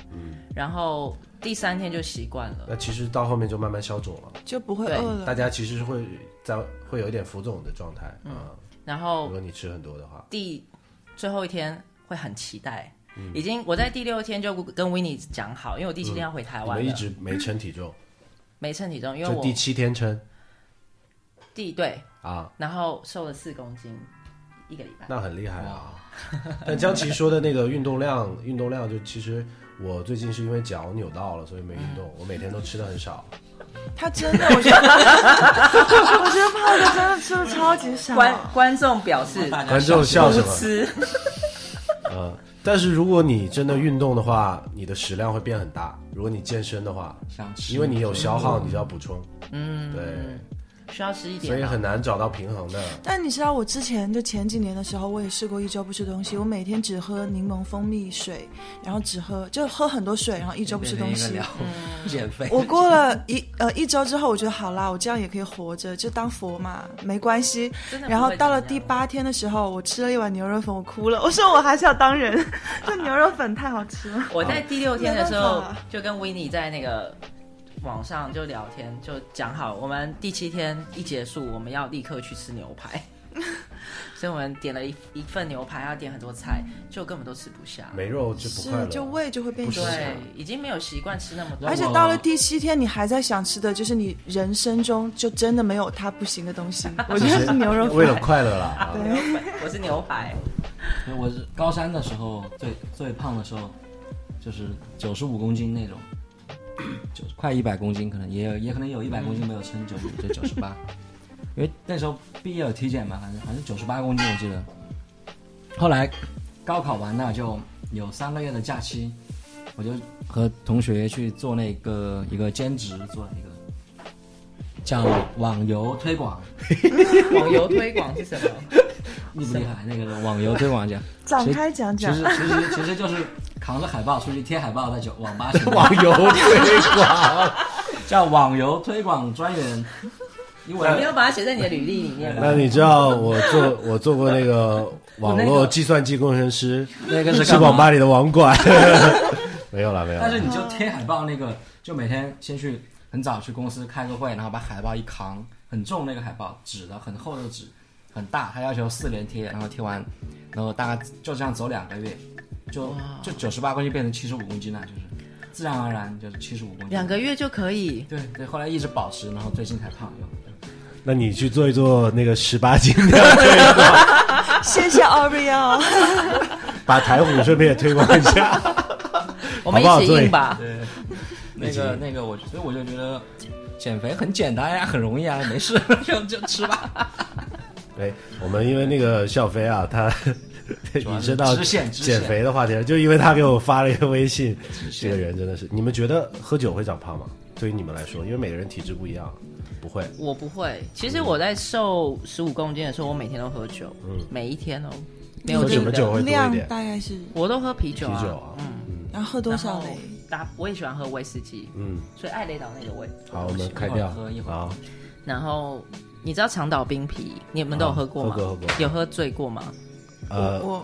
S4: 然后第三天就习惯了。
S1: 那其实到后面就慢慢消肿了，
S2: 就不会
S4: 对
S2: 饿
S1: 大
S2: 了。
S1: 家其实是会在会有一点浮肿的状态
S4: 嗯
S1: 啊。
S4: 然
S1: 如
S4: 后
S1: 果你吃很多的话，
S4: 第最后一天会很期待，
S1: 嗯
S4: 已经我在第六天就跟 w i n n i e 讲好，因为我第七天要回台
S1: 我
S4: 湾
S1: 们
S4: 了
S1: 一直没称体重，
S4: 没称体重，因为
S1: 就
S4: 我
S1: 第七天称
S4: 第对，
S1: 啊，
S4: 然后瘦了四公斤，一个礼拜。
S1: 那很厉害啊。 但江琪说的那个运动量，运动量就其实我最近是因为脚扭到了，所以没运
S4: 嗯
S1: 动，我每天都吃的很少。
S2: 他真的，我觉得，我觉得胖哥真的吃的超级少。
S4: 观观众表示
S1: 观众笑什
S4: 无
S1: 么？
S4: 知，
S1: 呃，但是如果你真的运动的话，你的食量会变很大。如果你健身的话，
S3: 想吃，
S1: 因为你有消耗，你就要补充，
S4: 嗯，
S1: 对，
S4: 需要吃一
S1: 所
S4: 点
S1: 以
S4: 啊。
S1: 很难找到平衡的。
S2: 但你知道，我之前就前几年的时候，我也试过一周不吃东西，我每天只喝柠檬蜂蜜水，然后只喝就喝很多水，然后一周不吃东
S3: 变成一
S2: 西
S3: 个。
S4: 嗯
S3: 聊减肥，
S2: 我过了一呃一周之后，我觉得好啦，我这样也可以活着，就当佛嘛，没关系
S4: 真。的不
S2: 然
S4: 会
S2: 后到了
S4: 怎么
S2: 第
S4: 样
S1: 啊
S2: 八天的时候，我吃了一碗牛肉粉，我哭了，我说我还是要当人， 这牛肉粉太好吃了。
S4: 我在第六天的时
S2: 没
S4: 候
S2: 办法
S4: 就跟维尼在那个网上就聊天，就讲好我们第七天一结束，我们要立刻去吃牛 排，所以我们点了一一份牛排，要点很多菜，就根本都吃不下。
S1: 没啊肉就不
S2: 是
S1: 快乐，，
S2: 就胃就会变
S1: 不
S2: 小
S1: 是。
S4: 对，已经没有习惯吃那么多，
S2: 而且到了第七天，你还在想吃的，就是你人生中就真的没有它不行的东 西。我觉得是牛肉
S1: 为
S2: 粉。
S1: 了快乐啦。啊
S4: 牛排我是牛排，
S3: 我是高三的时候最最胖的时候，就是九十五公斤那种，就是快一百公斤，可能也有也可能有一百公斤没有称九十五，就九十八。因为那时候毕业有体检嘛，反正反正九十八公斤我记得。后来高考完了就有三个月的假期，我就和同学去做那个一个兼职，做了一个叫网游推广，
S4: 网游推广是什 么？
S3: 厉不厉害？那个网游推广家，
S2: 展开讲
S3: 其
S2: 讲。
S3: 实其实其实就是扛着海报出去贴海报，在酒网吧
S1: 网游推广。
S3: 叫网游推广专员，因为
S4: 你没有把它写在你的履历里面吗？
S1: 那你知道我做我做过那个网
S3: 我那
S1: 络
S3: 个
S1: 计算机工程师，
S3: 那个是
S1: 是
S3: 干嘛
S1: 网吧里的网管。 没有了，没有
S3: 但
S1: 了
S3: 是。你就贴海报那个，就每天先去很早去公司开个会，然后把海报一扛，很重那个海报，纸的很厚的纸，很大，他要求四连贴，然后贴完，然后大概就这样走两个月，就就九十八公斤变成七十五公斤了，就是自然而然就是七十五公斤。
S4: 两个月就可以，
S3: 对对，后来一直保持，然后最近才胖又。
S1: 那你去做一做那个十八斤的，
S2: 谢啊谢 Oreo，
S1: 把台虎顺便也推广一下。
S4: 我们一
S1: 好不好
S4: 起
S1: 做
S4: 印吧。
S3: 对，那个那个我，所以我就觉得减肥很简单呀，很容易啊，没事 就就吃吧。
S1: 对，哎我们因为那个笑飞啊， 他引申到
S3: 支线支线
S1: 减肥的话题了，就因为他给我发了一个微信，这
S3: 线
S1: 个人真的是，你们觉得喝酒会长胖吗？对于你们来说，因为每个人体质不一样，不会。
S4: 我不会，其实我在瘦十五公斤的时候，我每天都喝酒，
S1: 嗯
S4: 每一天哦， 没有
S1: 喝什
S4: 停
S1: 么酒
S4: 的，
S1: 会多一
S2: 量
S1: 点？
S2: 大概是，
S4: 我都喝啤酒啊，
S1: 啤酒啊
S4: 嗯，
S2: 然后喝多少嘞？？
S4: 打我也喜欢喝威士忌，
S1: 嗯，
S4: 所以艾雷岛那个味。
S1: 好，我们开掉
S3: 一会儿喝一。会儿
S1: 好，
S4: 然后你知道长岛冰啤，你们都有喝过吗？
S1: 啊喝过喝过
S4: 有喝醉过吗？
S1: 呃，
S2: 我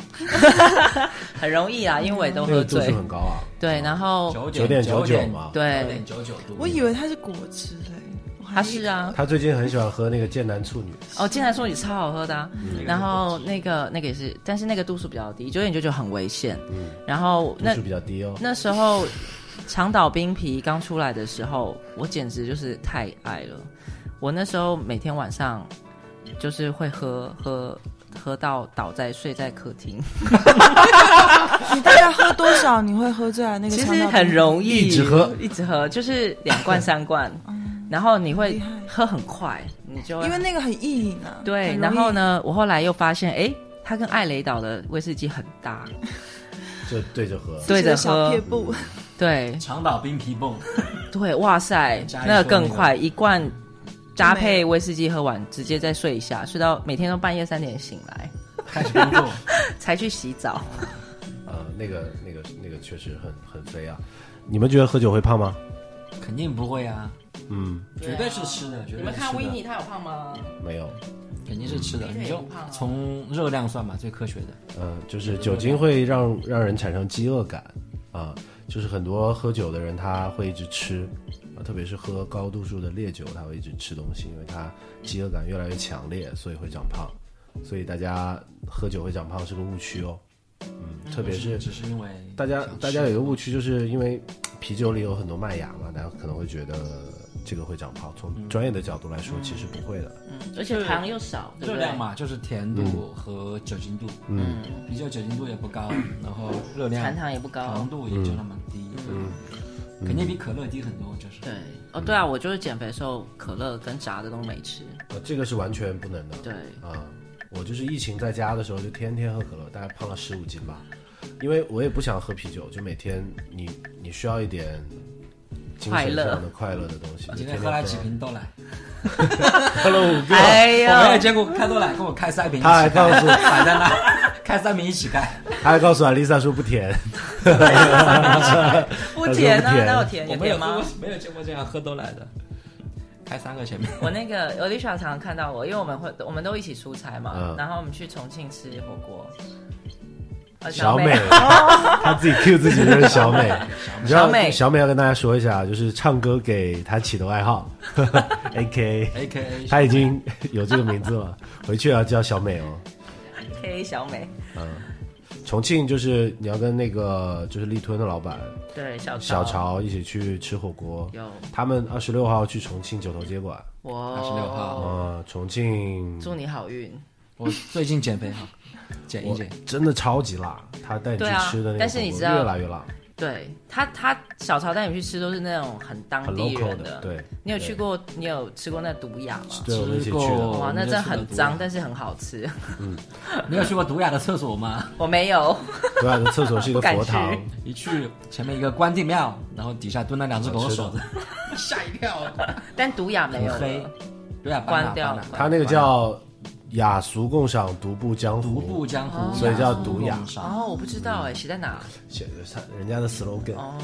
S4: 很容易
S2: 嗯
S4: 啊，因为我也都
S1: 那
S4: 喝
S1: 个度
S4: 醉
S1: 数。很高 啊，
S4: 对，然后
S1: 九点九九嘛。
S3: 九
S4: 哦对
S3: 点，九九度。
S2: 我以为它是果汁嘞，我还
S4: 它是啊，
S1: 他最近很喜欢喝那个剑南处女，
S4: 哦，进来说你超好喝的、啊，然后那个那个也是，但是那个度数比较低，九点九九很危险。
S1: 嗯
S4: 然后
S1: 度
S4: 那
S1: 数比较低哦。
S4: 那时候长岛冰皮刚出来的时候，我简直就是太爱了。我那时候每天晚上就是会喝喝喝到倒在睡在客厅，
S2: 你大概喝多少你会喝醉啊？那个
S4: 其
S2: 肠
S4: 实
S2: 道
S4: 很
S2: 病
S4: 容易，
S1: 一直喝
S4: 一直喝，就是两罐三罐，然后你
S2: 厉
S4: 会
S2: 害
S4: 喝很快，你就
S2: 嗯
S4: 会
S2: 因为那个很易饮啊。
S4: 对，
S2: 很容易
S4: 然后？呢，我后来又发现，哎，它跟艾雷岛的威士忌很搭，
S1: 就对着喝。
S4: 对着
S2: 小
S4: 喝
S2: 撇，步，
S4: 对
S3: 长岛冰皮泵，
S4: 对，哇塞，
S3: 加一
S4: 那个
S3: 说
S4: 更
S3: 那个
S4: 快，一罐搭配威士忌喝完，直接再睡一下，睡到每天都半夜三点醒来，
S3: 开始工作，
S4: 才去洗澡。
S1: 呃，那个那个那个确实很很肥啊。你们觉得喝酒会胖吗？
S3: 肯定不会啊，
S1: 嗯，
S3: 绝对是吃的，绝对是吃的嗯
S4: 他有胖吗？
S1: 没有。
S3: 肯定是吃的，
S4: 嗯
S3: 你就从热量算吧，最科学的。
S1: 嗯、就是酒精会让让人产生饥饿感啊、就是很多喝酒的人他会一直吃啊，特别是喝高度数的烈酒，他会一直吃东西，因为他饥饿感越来越强烈，所以会长胖。所以大家喝酒会长胖是个误区哦，嗯，特别是
S3: 只是因为
S1: 大家
S3: 想吃
S1: 大家有一个误区，就是因为啤酒里有很多麦芽嘛，大家可能会觉得这个会长胖。从专业的角度来说，其实不会的。
S4: 嗯，而且糖又少，
S3: 热量？嘛，就是甜度和酒精度，
S1: 嗯，
S3: 啤酒酒精度也不高，然后热
S4: 含
S3: 量
S4: 糖也不高
S3: 糖。度也就那么低，
S1: 嗯
S3: 对肯定比可乐低很多，就是
S4: 对，哦，对啊，我就是减肥的时候，可乐跟炸的都没吃。
S1: 呃这个是完全不能的。
S4: 对，
S1: 啊，我就是疫情在家的时候就天天喝可乐，大概胖了十五斤吧。因为我也不想喝啤酒，就每天你你需要一点精
S4: 快
S1: 神
S4: 乐
S1: 上的快乐的东西。就天
S3: 今天
S1: 天
S3: 喝了几瓶豆奶，
S1: 喝了五个，
S4: 哎
S3: 我没有
S4: 呀，
S3: 见过开豆奶跟我开三瓶一起
S1: 他还
S3: 开，
S1: 告 诉
S3: 摆在那，开三瓶一起开，
S1: 他还告诉阿丽萨说不甜，
S4: 不甜啊，
S1: 不甜
S4: 哪有甜？
S3: 我
S4: 有
S3: 没有喝
S4: 甜吗
S3: 过？，没有见过这样喝豆奶的，开三个前面。
S4: 我那个 Alicia 常常看到我，因为我们会我们都一起出差嘛，
S1: 嗯
S4: 然后我们去重庆吃火锅。呃
S1: 小美，她自己 Q 自己就是小美。你知道
S4: 小美
S1: 小美要跟大家说一下，就是唱歌给她起的外号，A K，
S3: A K A
S1: 她已经有这个名字了，回去要叫小美哦。
S4: K 小美，
S1: 重庆就是你要跟那个就是丽吞的老板
S4: 对小潮
S1: 小潮一起去吃火锅，
S4: 有
S1: 他们二十六号去重庆九头接管，
S4: 我
S3: 26号
S1: 呃，重庆
S4: 祝你好运。
S3: 我最近减肥哈，减一
S1: 我
S3: 减。
S1: 真的超级辣，他带你
S4: 对
S1: 去
S4: 啊
S1: 吃的那个
S4: 但是你
S1: 火锅
S4: 知道
S1: 越来越辣，
S4: 对他，他小潮带你去吃都是那种很当
S1: 很
S4: 地
S1: local
S4: 人
S1: 的，对
S4: 你有去过？你有吃过那毒雅吗？
S1: 对，我们一起去
S3: 吃
S1: 的
S3: 过。
S4: 哇，那真的很脏，
S3: 没
S4: 但是很好吃。
S3: 你有去过毒雅的厕所吗？
S4: 我没有，
S1: 对啊，厕所是一个
S4: 不敢
S1: 佛堂
S4: 去，
S3: 一去前面一个关帝庙，然后底下蹲了两只狗
S1: 好
S3: 狗
S1: 哦吃的
S3: 守着， 吓一跳，
S4: 但毒雅没有
S3: 很黑
S4: 了。。
S3: 对啊，
S4: 哎关掉
S3: 了。
S1: 它那个叫雅俗共赏，独步江
S3: 独
S1: 湖。
S3: 步江湖，
S1: 所以叫独雅
S3: 雅俗共赏。
S4: 哦，我不知
S1: 嗯
S4: 道哎，写在哪？
S1: 写的是人家的 slogan。
S4: 哦，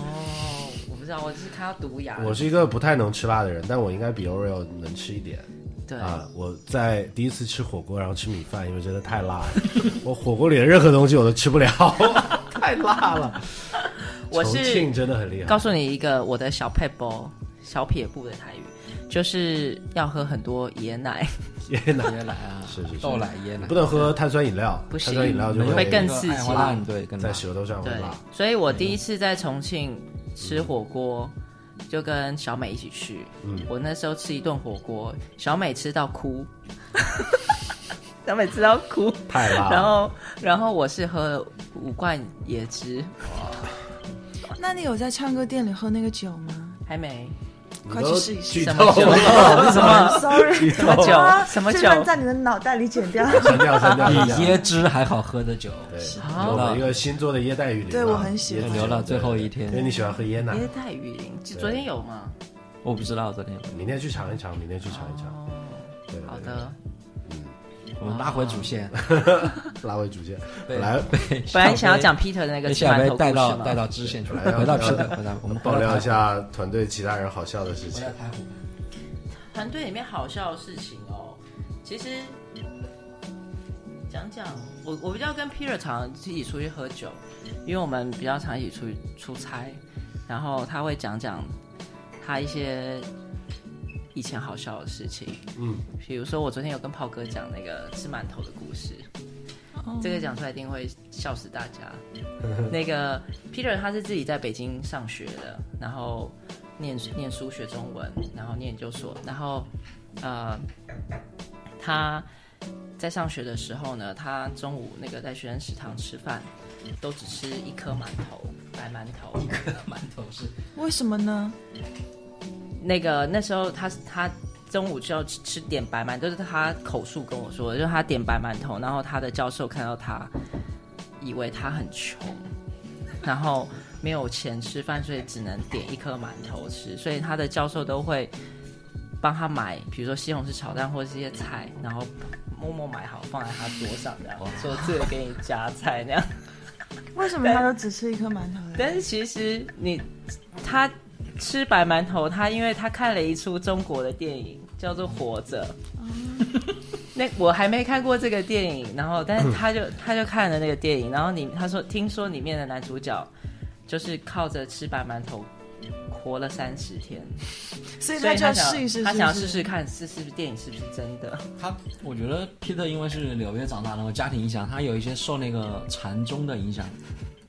S4: 我不知道，我是看到毒雅。
S1: 我是一个不太能吃辣的人，但我应该比 Oreo 能吃一点
S4: 对，
S1: 啊！我在第一次吃火锅，然后吃米饭，因为真的太辣了， 我火锅里的任何东西我都吃 不了，太辣了。
S4: 我
S1: 重
S4: 是
S1: 庆真的很厉害
S4: 告，诉你一个我的小配包，小撇步的台语，就是要喝很多椰奶，
S1: 椰奶
S3: 椰奶啊，
S1: 是是是
S3: 豆奶椰奶
S1: 不，能喝碳酸饮料，
S4: 不行
S1: 碳酸饮料就哎
S4: 会更刺激
S3: 爱花烂对，更辣
S1: 在舌头上会
S4: 对
S1: 辣。，
S4: 所以我第一次在重庆吃火锅，就跟小美一起去。我那时候吃一顿火锅，小美吃到哭，小美吃到哭，
S1: 太辣了
S4: 然后然后我是喝了五罐椰汁，
S2: 那你有在唱歌店里喝那个酒吗？
S4: 还没
S1: 你
S2: 快
S1: 都
S2: 去试一试
S1: 剧
S4: 什
S1: 透
S4: 么酒，什么
S2: Sorry，
S1: 什么
S4: 哦 酒
S2: 啊
S4: 什么酒
S2: 这段在你的脑袋里剪掉。
S1: 删掉删掉
S3: 比
S1: 删掉。
S3: 椰汁还好喝的酒，
S1: 对，
S2: 是
S1: 有我们一个新做的椰带雨林啊，
S2: 对我很喜欢
S1: 椰子
S3: 留到最后一
S1: 因为
S3: 天。
S1: 哎你喜欢喝椰奶。
S4: 椰带雨林，就昨天有吗？
S3: 我不知道昨天有没
S1: 明天去尝一尝，明天去尝一尝。
S4: 哦，
S1: 对对对
S4: 好的。
S3: 有，我们拉回主线。
S1: 拉回主线，
S3: 对
S1: 啊本来
S3: 被
S4: 本来想要
S3: 小
S4: 讲 Peter 的那
S3: 飞
S4: 个
S3: 被
S4: 吃
S3: 小
S4: 馒
S3: 飞
S4: 头故
S3: 带
S4: 事
S3: 到
S4: 嘛
S3: 带到支线去了，
S1: 本来要
S3: 回到 Peter，回到我们
S1: 爆料一
S3: 回
S1: 下团队其他人好笑的事情
S3: 到。台湖，
S4: 团队里面好笑的事情哦，其实讲讲我，我比较跟 Peter 常一起出去喝酒，因为我们比较常一起出去出差，然后他会讲讲他一些以前好笑的事情，
S1: 嗯，
S4: 比如说我昨天有跟炮哥讲那个吃馒头的故事，这个讲出来一定会笑死大家。那个 Peter 他是自己在北京上学的，然后念念书学中文，然后念研究所，然后呃，他在上学的时候呢，他中午那个在学生食堂吃饭，都只吃一颗馒头，白馒头。
S3: 一颗馒头是
S2: 为什么呢？
S4: 那个那时候他他中午就要吃吃点白馒，就是他口述跟我说的，就是他点白馒头，然后他的教授看到他，以为他很穷，然后没有钱吃饭，所以只能点一颗馒头吃，所以他的教授都会帮他买，比如说西红柿炒蛋或者是一些菜，然后默默买好放在他桌上，这样说哦这个给你夹菜那样。
S2: 为什么他都只吃一颗馒头嘞？
S4: 但是其实你他吃白馒头，他因为他看了一出中国的电影叫做《活着》，
S2: 哦
S4: 那我还没看过这个电影，然后但是他就他就看了那个电影，然后你他说听说里面的男主角就是靠着吃白馒头。活了三十天，
S2: 所以
S4: 所
S2: 他
S4: 以
S2: 就要
S4: 想
S2: 试一试，
S4: 他
S2: 是
S4: 想要
S2: 不是
S4: 试试看，是是不是电影是不是真的？
S3: 他，我觉得 Peter 因为是纽约长大，然后家庭影响，他有一些受那个禅宗的影响，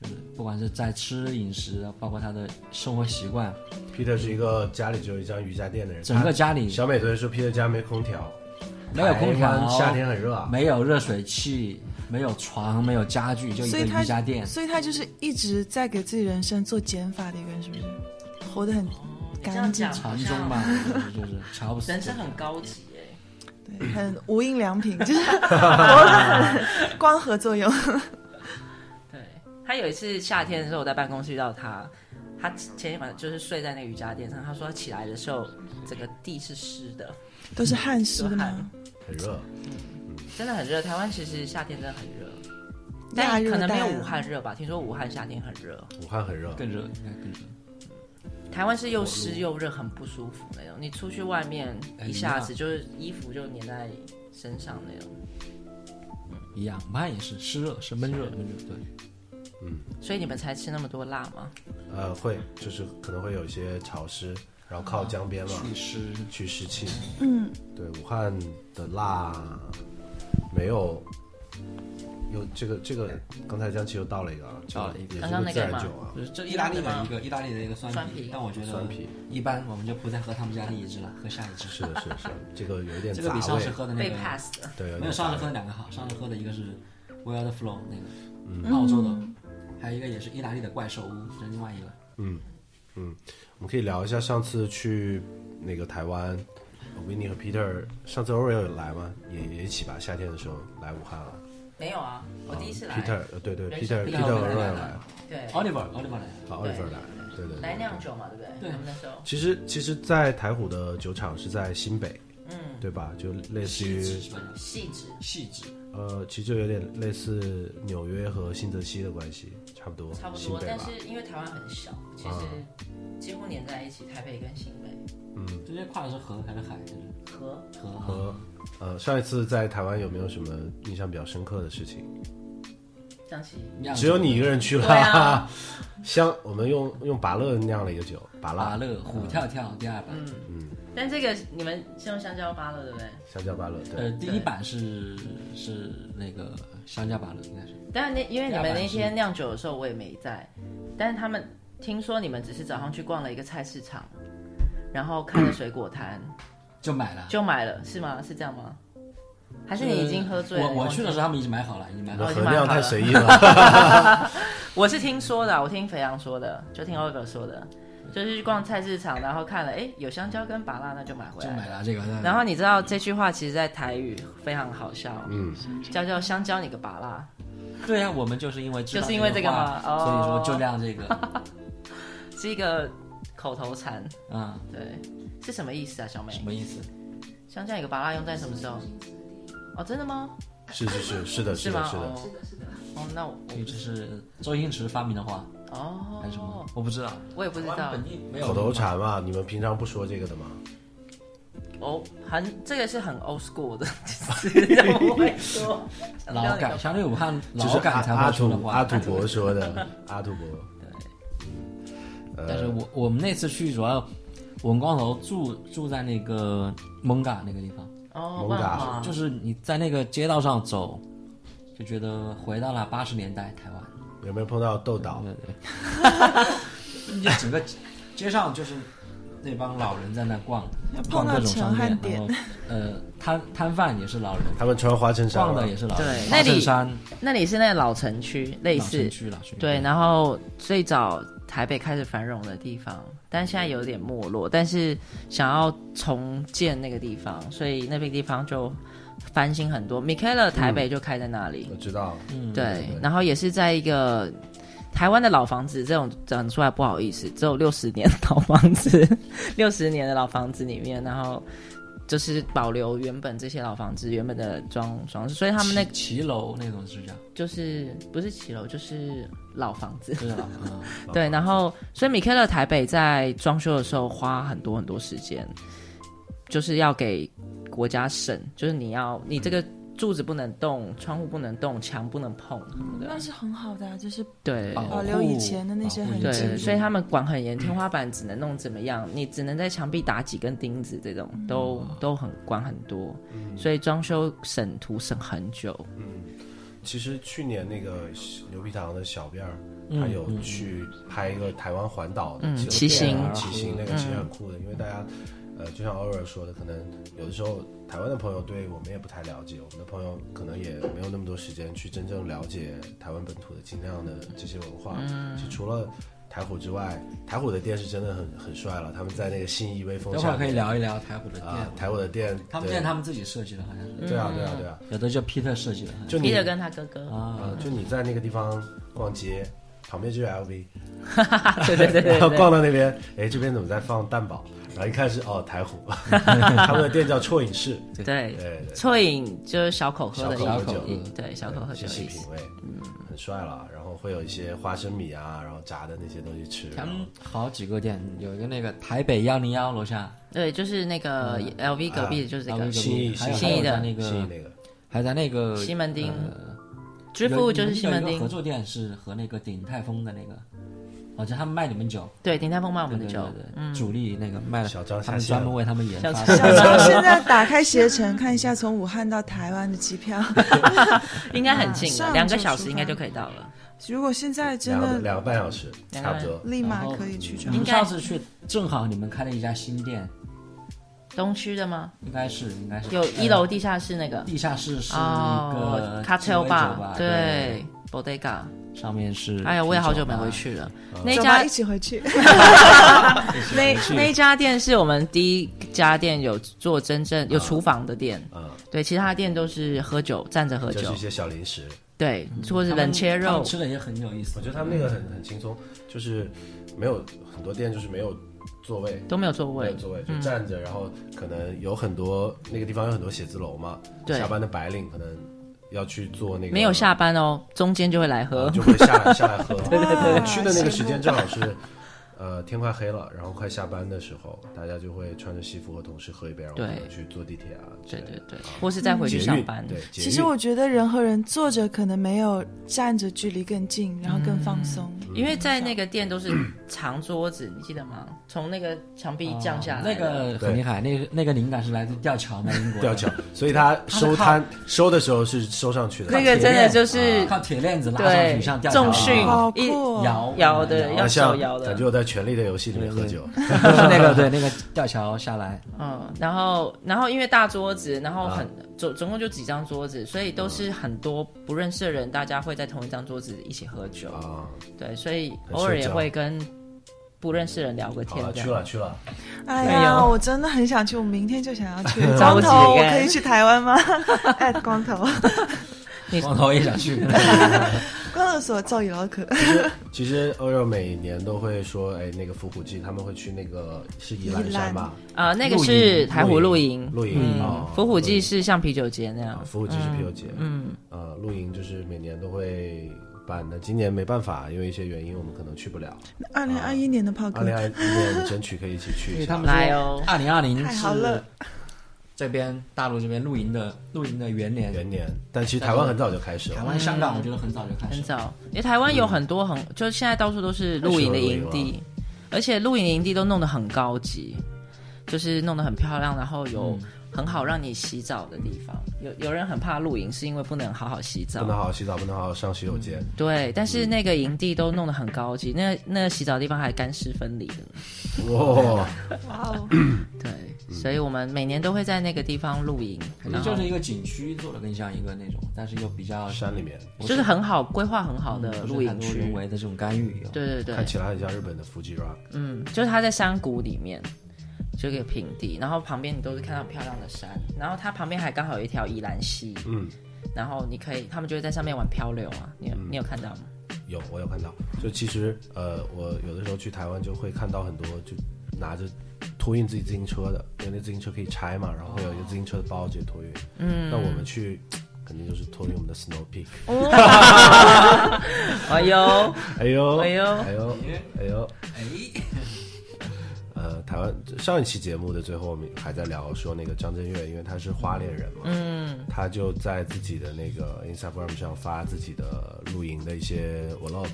S3: 就是不管是在吃饮食，包括他的生活习惯，
S1: Peter 是一个家里只有一张瑜伽垫的人，
S3: 整个家里
S1: 他小美昨天说 Peter 家没空调，
S3: 没有空
S1: 台湾
S3: 调，
S1: 夏天很热啊。
S3: 没有热水器，没有床，没有家具，就一
S2: 所
S3: 个
S2: 以他
S3: 瑜伽垫。
S2: 所以他就是一直在给自己人生做减法的一个人，是不是？
S4: 嗯
S2: 活得很
S4: 这样
S2: 干净
S4: 讲，
S3: 禅宗嘛，就是乔布斯
S4: 人生很高级哎、
S2: 对，很无印良 品，就是活得很光合作用。
S4: 对他有一次夏天的时候，我在办公室遇到他，他前一晚就是睡在那个瑜伽垫上，他说他起来的时候整个地是湿的，
S2: 都是汗湿的
S4: 流
S2: 吗
S4: 汗？
S1: 很热，
S4: 真的很热。台湾其实夏天真的很热，
S2: 亚
S4: 但
S2: 热
S4: 可能没
S2: 带
S4: 有
S2: 啊
S4: 武汉热吧？听说武汉夏天很热，
S1: 武汉很热，
S3: 更热，应该更热。
S4: 台湾是又湿又热，很不舒服那种。你出去外面
S3: 哎
S4: 一下
S3: 你
S4: 子就是衣服就粘在身上那种，
S3: 一样，武汉也是湿热，是闷热，闷热。对，
S4: 所以你们才吃那么多辣吗？
S1: 嗯呃，会就是可能会有一些潮湿，然后靠江边嘛，
S3: 祛湿。
S1: 去湿气。
S2: 嗯，
S1: 对，武汉的辣没有。有这个这个，刚才江琪又倒了一个啊，这个
S3: 倒了一个
S1: 也
S4: 刚
S1: 是
S4: 刚
S1: 个
S4: 那
S1: 自
S4: 个
S1: 然
S4: 吗
S1: 酒啊，
S3: 就是这意大利的一个意大利的一个酸
S4: 酸
S3: 啤
S4: 啤，
S3: 但我觉得
S1: 酸啤
S3: 一般我们就不再喝他们家的一支了，喝下一支。
S1: 是的，是的，是 的，这个有一点
S3: 这
S1: 杂
S3: 个比上
S1: 味
S3: 次，喝的那
S4: 被
S3: 个
S4: pass 的，
S1: 对，有
S3: 没有
S1: 点
S3: 上
S1: 杂味
S3: 次嗯喝的两个好，上次喝的一个是 Wild Flow 那个，澳洲的，还有一个也是意大利的怪兽屋，这是另外一个。
S1: 嗯我们可以聊一下上次去那个台湾呃，Winnie 和 Peter 上次 Oreo 有来吗？也也一起吧，夏天的时候来武汉了。
S4: 没有啊，我第一次来。
S3: 哦
S1: Peter 呃对对
S4: 人
S1: ，Peter
S4: 生
S1: Peter
S4: 地道
S1: Oreo
S4: 的
S1: 来
S4: 人
S1: 了，
S4: 对，
S3: Oliver Oliver 来了，
S1: 好
S4: 对
S1: Oliver 来，对对
S4: 来
S1: 对。
S4: 酿酒嘛，对不对？
S3: 对
S4: 他们那时候，
S1: 其实其实，在台虎的酒厂是在新北，
S4: 嗯，
S1: 对吧？就类似
S3: 细致
S1: 于
S3: 是吧？
S4: 细致。
S3: 细致，
S1: 呃，其实就有点类似纽约和新泽西的关系，差不多，
S4: 差不
S1: 新
S4: 多，
S1: 北
S4: 但
S1: 吧。
S4: 是因为台湾很小，其实几乎连在一起，台北跟新北
S1: 嗯，
S3: 中间跨的是河还是海？就是
S4: 和
S3: 河啊。
S1: 和呃上一次在台湾有没有什么印象比较深刻的事情？
S4: 江西。
S3: 酿酒
S1: 只有你一个人去了，
S4: 对啊
S1: 香，我们用用芭乐酿了一个嗯酒，芭
S3: 芭
S1: 乐，
S3: 乐虎跳跳第二版，
S4: 嗯但这个你们是用香蕉芭乐对不对？
S1: 香蕉芭乐，
S3: 呃
S1: 对，，
S3: 第一版是是那个香蕉芭乐，应该是。
S4: 但那因为你们那
S3: 亚板
S4: 天酿酒的时候我也没在，但是他们听说你们只是早上去逛了一个菜市场，然后看了水果摊、
S3: 就买了。
S4: 就买了，是吗？是这样吗？还是你已经喝醉了？
S3: 我我去的时候
S4: 候，
S3: 他们已经买好了，已经买
S1: 你
S3: 好
S1: 们
S4: 哦
S3: 了。
S1: 合
S4: 就蛮
S1: 酿
S4: 好
S1: 太
S4: 的
S1: 随意了，
S4: 我是听说的啊，我听肥羊说的，就听 Oliver 说的，就是去逛菜市场，然后看了，哎，有香蕉跟芭乐，那就买回
S3: 就
S4: 来了。
S3: 买了这个，呃
S4: 然后你知道这句话其实，在台语非常好笑，
S1: 嗯，
S4: 叫叫香蕉你个芭乐，
S3: 对啊呀、我们就是因为知道
S4: 就是因为这个嘛
S3: 话所以
S4: 哦
S3: 说就亮这个，
S4: 是一个口头禅，
S3: 啊、
S4: 对，是什么意思啊，小
S3: 什
S4: 美？
S3: 么意思？
S4: 香蕉你个芭乐用在什么时候？哦，真的吗？
S1: 是是是是 的是
S4: 吗？
S1: 的是的，
S4: 哦，哦，那我
S3: 对，这是周星驰发明的话
S4: 哦，
S3: 还是什么？我不知道，
S4: 我也不知
S3: 台湾
S4: 道
S3: 本地没有
S1: 口头禅嘛，你们平常不说这个的吗？
S4: 哦，很这个是很 old school 的， 就是我会说
S3: 老改，相对武汉
S1: 就是
S3: 老
S1: 阿
S3: 改才
S1: 阿
S3: 会说的
S1: 土阿
S3: 话。
S1: 土伯说的， 阿土伯，嗯呃
S3: 但是我我们那次去主要，我们光头住住在那个蒙嘎那个地方，
S4: 哦，
S1: 蒙
S4: 万
S1: 嘎
S4: 华
S3: 就是你在那个街道上走，就觉得回到了八十年代台湾。
S1: 有没有碰到豆导？
S3: 对 对，你整个街上就是那帮老人在那逛，
S2: 碰
S3: 逛
S2: 到
S3: 各种商
S2: 陈汉
S3: 店，
S2: 典
S3: 然后呃摊摊贩也是老人，
S1: 他们穿花衬衫
S3: 逛
S1: 吗
S3: 的也是老人，
S4: 对
S3: 花
S4: 那里
S3: 衬衫
S4: 那里是那老城区，类
S3: 老
S4: 似
S3: 城区老城区
S4: 嗯对，然后最早台北开始繁荣的地方，但现在有点没落，但是想要重建那个地方，所以那边地方就翻新很多。米开勒台北就开在那里，
S1: 我知道，
S4: 嗯
S3: 嗯
S4: 对，然后也是在一个。台湾的老房子，这种讲出来不好意思，只有六十年的老房子， 六十年的老房子里面，然后就是保留原本这些老房子原本的装装饰，所以他们那
S3: 骑骑楼那种是这样，
S4: 就是不是骑楼，就是老房子。
S3: 就是老 嗯
S4: 对，然后所以米开勒台北在装修的时候花很多很多时间，就是要给国家审，就是你要你这个柱子不能动，窗户不能动，墙不能碰什么的
S2: 那。是很好的啊， 就是
S4: 对
S1: 哦
S3: 保护
S2: 保留以前的那些
S3: 保护
S2: 痕
S3: 以前
S2: 迹
S4: 对，
S3: 的
S4: 所以他们管很严，天花板只能弄怎么
S1: 嗯
S4: 样，你只能在墙壁打几根钉子，这种都都很管很多，
S1: 嗯
S4: 所以装修审图审很久。
S1: 其实去年那个牛皮糖的小辫儿，
S3: 嗯
S1: 他有去拍一个台湾环岛的
S4: 嗯
S1: 纪录片
S4: 骑行
S1: 骑行那个
S4: 嗯
S1: 其实很酷的，因为大家，呃，就像偶尔说的，可能有的时候台湾的朋友对我们也不太了解，我们的朋友可能也没有那么多时间去真正了解台湾本土的尽量的这些文化。
S4: 嗯
S1: 其实除了台虎之外，台虎的店是真的很很帅了，他们在那个信义威风
S3: 等会
S1: 下
S3: 儿可以
S1: 面
S3: 聊一聊台虎的
S1: 啊
S3: 店，，
S1: 台虎的店，
S3: 他们
S1: 对
S3: 店他们嗯自己设计的，好像是
S1: 对啊对啊对啊，
S3: 有的就 Peter 设计的，好像
S1: 就你
S4: 彼得跟他哥哥，
S1: 啊
S3: 啊，，
S1: 就你在那个地方逛街，旁边就是 LV，
S4: 对对对 对
S1: 然后
S4: 对，
S1: 逛到那边，哎，这边怎么在放蛋堡？然后一看是哦台 虎，他们的店叫啜饮室，
S4: 对
S1: 对，对，
S4: 错饮就是小口喝的意思，
S1: 小口喝
S4: 嗯对，小口喝
S1: 细
S4: 酒的
S1: 细
S4: 意思
S1: 品。味，很帅了。然后会有一些花生米啊，然后炸的那些东西吃。
S3: 他
S1: 然后
S3: 们好几个店，有一个那个台北幺零幺楼下，
S4: 对，就是那个
S3: 嗯
S4: LV 隔壁，就是这
S3: 然后
S4: 个
S3: 那个
S1: 信义
S3: 还有
S4: 信义的
S3: 还有在那
S1: 信义
S3: 个
S1: 那个
S3: 还在那个
S4: 西门町
S3: 呃
S4: 支付，就是西门
S3: 有一个合
S4: 町。
S3: 作店是和那个鼎泰丰的那个，好像他们卖你们酒，
S4: 对，鼎泰丰卖我们的
S3: 对
S4: 酒嗯
S3: 对，对对主力那个卖了，
S1: 小张
S3: 他
S1: 下
S3: 们
S1: 线
S3: 专门
S1: 了，
S3: 为他们研发
S4: 小
S2: 小
S3: 的。
S2: 张现在打开携程看一下从武汉到台湾的机 票，
S4: 应该很近
S2: 啊上
S4: 的，两个
S2: 就
S4: 小
S2: 出
S4: 时应该
S2: 发
S4: 就可以到了。
S2: 如果现在真
S1: 两个
S2: 的
S1: 两个半小时
S4: 两
S1: 差
S4: 个半
S1: 不多。
S2: 立马可以去就
S3: 你
S2: 好
S3: 们
S4: 应。该
S3: 上次去，正好你们开了一家新店，
S4: 东区的吗？
S3: 应该是应该是
S4: 有一楼地下室那个
S3: 呃地下室是一
S4: 哦
S3: 个
S4: ，Cocktail
S3: 鸡尾酒吧，
S4: 对，Bodega，
S3: 上面是
S4: 哎呀，我也好久没
S3: 啤酒吧
S4: 回。去了。
S2: 那
S4: 那家
S2: 一起回去，
S4: 那那家店是我们第一家店有做真正有厨房的
S3: 啊
S4: 店，
S1: 嗯，
S4: 对，其他店都是喝酒站着喝
S1: 就是
S4: 酒
S1: 一，些小零食。
S4: 对，或是
S3: 嗯他们
S4: 冷切
S3: 他们
S4: 肉，
S3: 吃的也很有意思
S1: 我觉得他们那个很很轻松，就是没有很多店就是没有座位，
S4: 都没有座
S1: 没有
S4: 位，
S1: 座位就站着，然后可能有很多那个地方有很多写字楼嘛，
S4: 对
S1: 下班的白领可能要去做那个，
S4: 没有下班哦，中间就会来
S1: 呃
S4: 喝。
S1: 就会下来下 来喝。对
S2: 对对
S1: 我去的那个时间正好是。呃，天快黑了，然后快下班的时候，大家就会穿着西服和同事喝一杯，然后
S4: 对
S1: 可能去坐地铁啊之
S4: 对
S1: 类的，
S4: 对对，或是再回去
S1: 嗯捷
S4: 上
S1: 运
S4: 班。
S1: 对，捷
S2: 其实
S1: 运
S2: 我觉得人和人坐着可能没有站着距离更近，然后更放松。
S4: 嗯因为在那个店都是长桌子，你记得吗？从那个墙壁降下
S3: 哦
S4: 来
S1: 啊
S4: 的、
S3: 那个很厉害，那个那个灵感是来自吊桥嘛，英国
S1: 吊 桥，所以他收摊收的时候是收上去的，
S4: 那个真的就是、
S3: 啊靠铁链子拉上
S4: 对
S3: 去，像吊桥
S4: 重
S3: 一
S4: 训
S3: 样
S2: 好
S4: 一
S2: 酷哦
S3: 摇
S4: 摇的
S1: 好
S4: 要手
S1: 像
S4: 摇的
S1: 感觉我在《权力的游戏》里面喝酒，
S3: 就是那个对那个吊桥下来，
S4: 嗯，然后然后因为大桌
S1: 嗯
S4: 子，然后很
S1: 啊
S4: 总、总共就几张桌子，所以都是很多不认识的人，大家会在同一张桌子一起喝酒。
S1: 啊，
S4: 对，所以
S1: 很
S4: 偶尔
S1: 社
S4: 也
S1: 交
S4: 会跟不认识的人聊个
S1: 好
S4: 天
S1: 了，
S4: 这
S1: 啊去
S4: 样。
S1: 了去了，
S2: 哎
S4: 嗯没
S2: 呀，
S4: 有
S2: 我真的很想去，我明天就想要 去。光
S4: 找我
S2: 头，
S4: 几
S2: 我
S4: 个
S2: 可以去台 湾吗？艾特光头，
S4: 你
S3: 光头也想 去，
S2: 光头说造谣可。
S1: 其实其实欧肉每年都会说，哎，那个伏虎记他们会去那个是宜兰山吧？
S4: 啊、那个是台湖露营，
S1: 露营
S4: 嗯
S1: 哦，
S4: 伏虎记是像啤酒节那
S1: 啊
S4: 样，，
S1: 伏虎记是啤酒节，
S4: 嗯，
S1: 呃，露营就是每年都会办的，今年没办法，因为一些原因我们可能去不了。
S2: 二零二一年的炮
S1: 二
S2: 哥
S1: 零，二一年争取可以一起去
S3: 因
S1: 一
S3: 为
S1: 下
S3: 他，们
S4: 来
S3: 说
S4: 哦，
S3: 二零二零
S2: 太好
S3: 是
S2: 了
S3: 这边大陆这边露营的露营的元年，
S1: 元年，但其实台湾很早就开始
S3: 台
S1: 了，
S3: 湾、香港我觉得很早就开
S4: 很
S3: 始，
S4: 早。因为台湾有很多很，就是现在到处都是露营的
S1: 太
S4: 营
S1: 适合露营
S4: 地，而且露营营地都弄得很高级，就是弄得很漂亮，然后有
S3: 嗯
S4: 很好让你洗澡的地方。有有人很怕露营，是因为不能好好洗
S1: 不能
S4: 澡。
S1: 好好洗澡，不能好好上洗手 间，
S4: 对，
S3: 嗯
S4: 但是那个营地都弄得很高级，那那洗澡地方还干湿分离的呢。
S1: 哇，
S2: 哇哦，
S4: 对，所以我们每年都会在那个地方露营，
S3: 嗯可
S4: 然
S3: 能
S4: 后
S3: 就是一个景区做的更像一个那种，但是又比较
S1: 山里面
S3: 不
S4: 就是很好规划很好的
S3: 嗯不是
S4: 露营
S3: 很多人
S4: 区。
S3: 为的这种干预，有
S4: 对对对
S1: 看，起来很像日本的 Fuji Rock。
S4: 嗯，就是它在山谷里面，就一个平地，然后旁边你都是看到漂亮的山，然后它旁边还刚好有一条宜兰溪，
S1: 嗯，
S4: 然后你可以，他们就会在上面玩漂流啊，你有、你有看到吗？
S1: 有我有看到，就其实呃，我有的时候去台湾就会看到很多就拿着托运自己自行车的，因为那自行车可以拆嘛，然后会有一个自行车的包直接托运。嗯，那我们去肯定就是托运我们的 Snow Peak。
S4: 哎 呦，
S1: 哎呦，哎
S4: 哎呦
S1: 呦，哎呦， 呃，台湾上一期节目的最后，我们还在聊说那个张震岳，因为他是花莲人嘛，嗯，他就在自己的那个 Instagram 上发自己的露营的一些 vlog，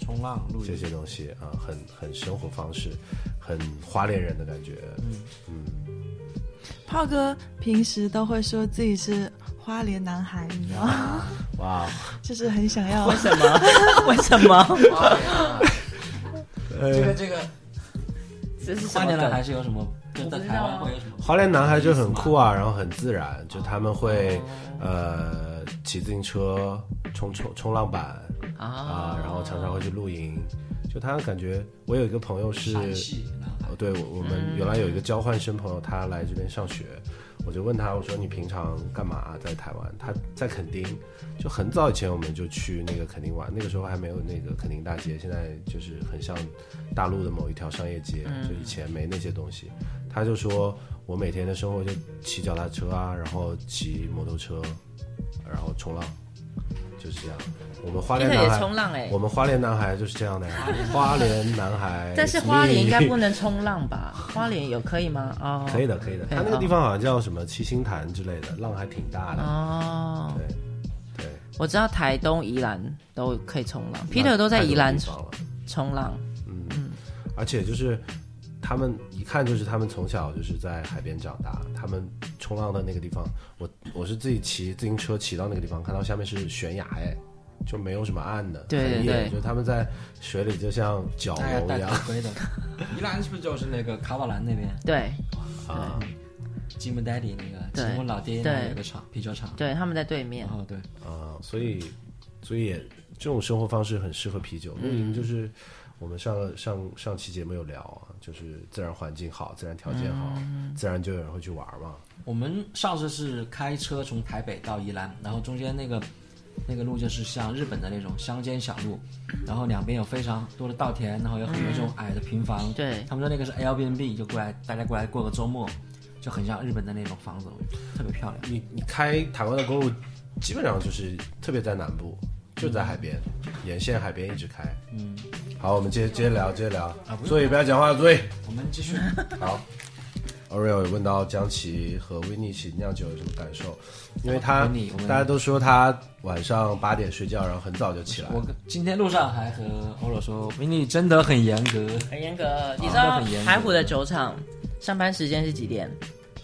S3: 冲浪露
S1: 这
S3: 营
S1: 些东西啊，很很生活方式，很花莲人的感觉。
S3: 嗯
S1: 嗯
S2: 炮哥平时都会说自己是花莲男孩，你知道 吗？
S1: 哇，
S3: 哦
S2: 就是很想要
S4: 为什么？ 为什么？
S3: 这
S1: 呃
S3: 个这个
S4: 这是什
S3: 花
S4: 么
S3: 莲人还
S4: 梗？
S3: 是有什么？就在台
S4: 啊
S3: 湾会有什么？
S1: 花莲男孩就很酷啊，然后很自然，就他们
S3: 哦
S1: 会呃骑自行车、冲冲冲浪板啊
S3: 哦
S4: 啊，
S1: 然后常常会去露营。就他感觉，我有一个朋友是，
S3: 陕西男孩
S1: 哦，对我我
S4: 嗯
S1: 们原来有一个交换生朋友，他来这边上学，我就问他，我说你平常干嘛啊在台湾？他在垦丁，就很早以前我们就去那个垦丁玩，那个时候还没有那个垦丁大街，现在就是很像大陆的某一条商业街，就以前没那些东西。他就说我每天的生活就骑脚踏车啊，然后骑摩托车，然后冲浪，就是这样。我们花莲
S4: Peter
S1: 男
S4: 也
S1: 孩
S4: 冲浪哎、
S1: 我们花莲男孩就是这样的呀，花莲男孩。
S4: 但是花莲应该不
S1: 能。
S4: 能冲浪吧？花莲有可以吗？哦，
S1: 可以的，可以的。
S4: 可以
S1: 他那个地方好像叫什么七星潭之类的，浪还挺大的。
S4: 哦，
S1: 对对，
S4: 我知道台东、宜兰都可以冲浪
S1: 那
S4: ，Peter 都在
S1: 太多
S4: 宜兰
S1: 地方了，
S4: 冲浪。
S1: 而且就是他们一看就是他们从小就是在海边长大，他们冲浪的那个地方，我我是自己骑自行车骑到那个地方，看到下面是悬崖哎。就没有什么岸的，
S4: 对对
S1: 很野
S4: 对
S1: 就他们在水里就像绞
S3: 哎
S1: 牛
S3: 大家带
S1: 一
S3: 头
S1: 样
S3: 盔的。宜兰是不是就是那个卡瓦兰那边
S4: 对
S1: 啊，
S3: 吉姆 Daddy 那个
S4: 对
S3: 吉姆老爹那
S4: 对
S3: 有个厂啤酒厂？
S1: 哦
S3: 哦
S4: 对，他们在对面
S3: 然。后对，
S1: 啊，所以所以也这种生活方式很适合啤酒。露营就是我们上了上上期节目有聊啊，就是自然环境好，自然条件好，自然就有人会去玩嘛。
S3: 我们上次是开车从台北到宜兰，然后中间那个那个路就是像日本的那种乡间小路，然后两边有非常多的稻田，然后有很多这种矮的平房。
S4: 嗯对
S3: 他们说那个是 Airbnb，就过来大家过来过个周末，就很像日本的那种房子，我觉得特别漂亮。
S1: 你你开台湾的公路，基本上就是特别在南部，就在海边，沿线海边一直开。嗯，好，我们接接着聊，接着聊。所以不要讲话，所以
S3: 我们继续，
S1: 好。Oreo 也问到江琪和维尼一起酿酒有什么感受，因为他
S3: 维尼维尼
S1: 大家都说他晚上八点睡觉，然后很早就起来。
S3: 我今天路上还和欧罗说，维尼真的很严格，
S4: 很严格。你知道
S3: 啊很严格
S4: 海虎的酒厂上班时间是几点？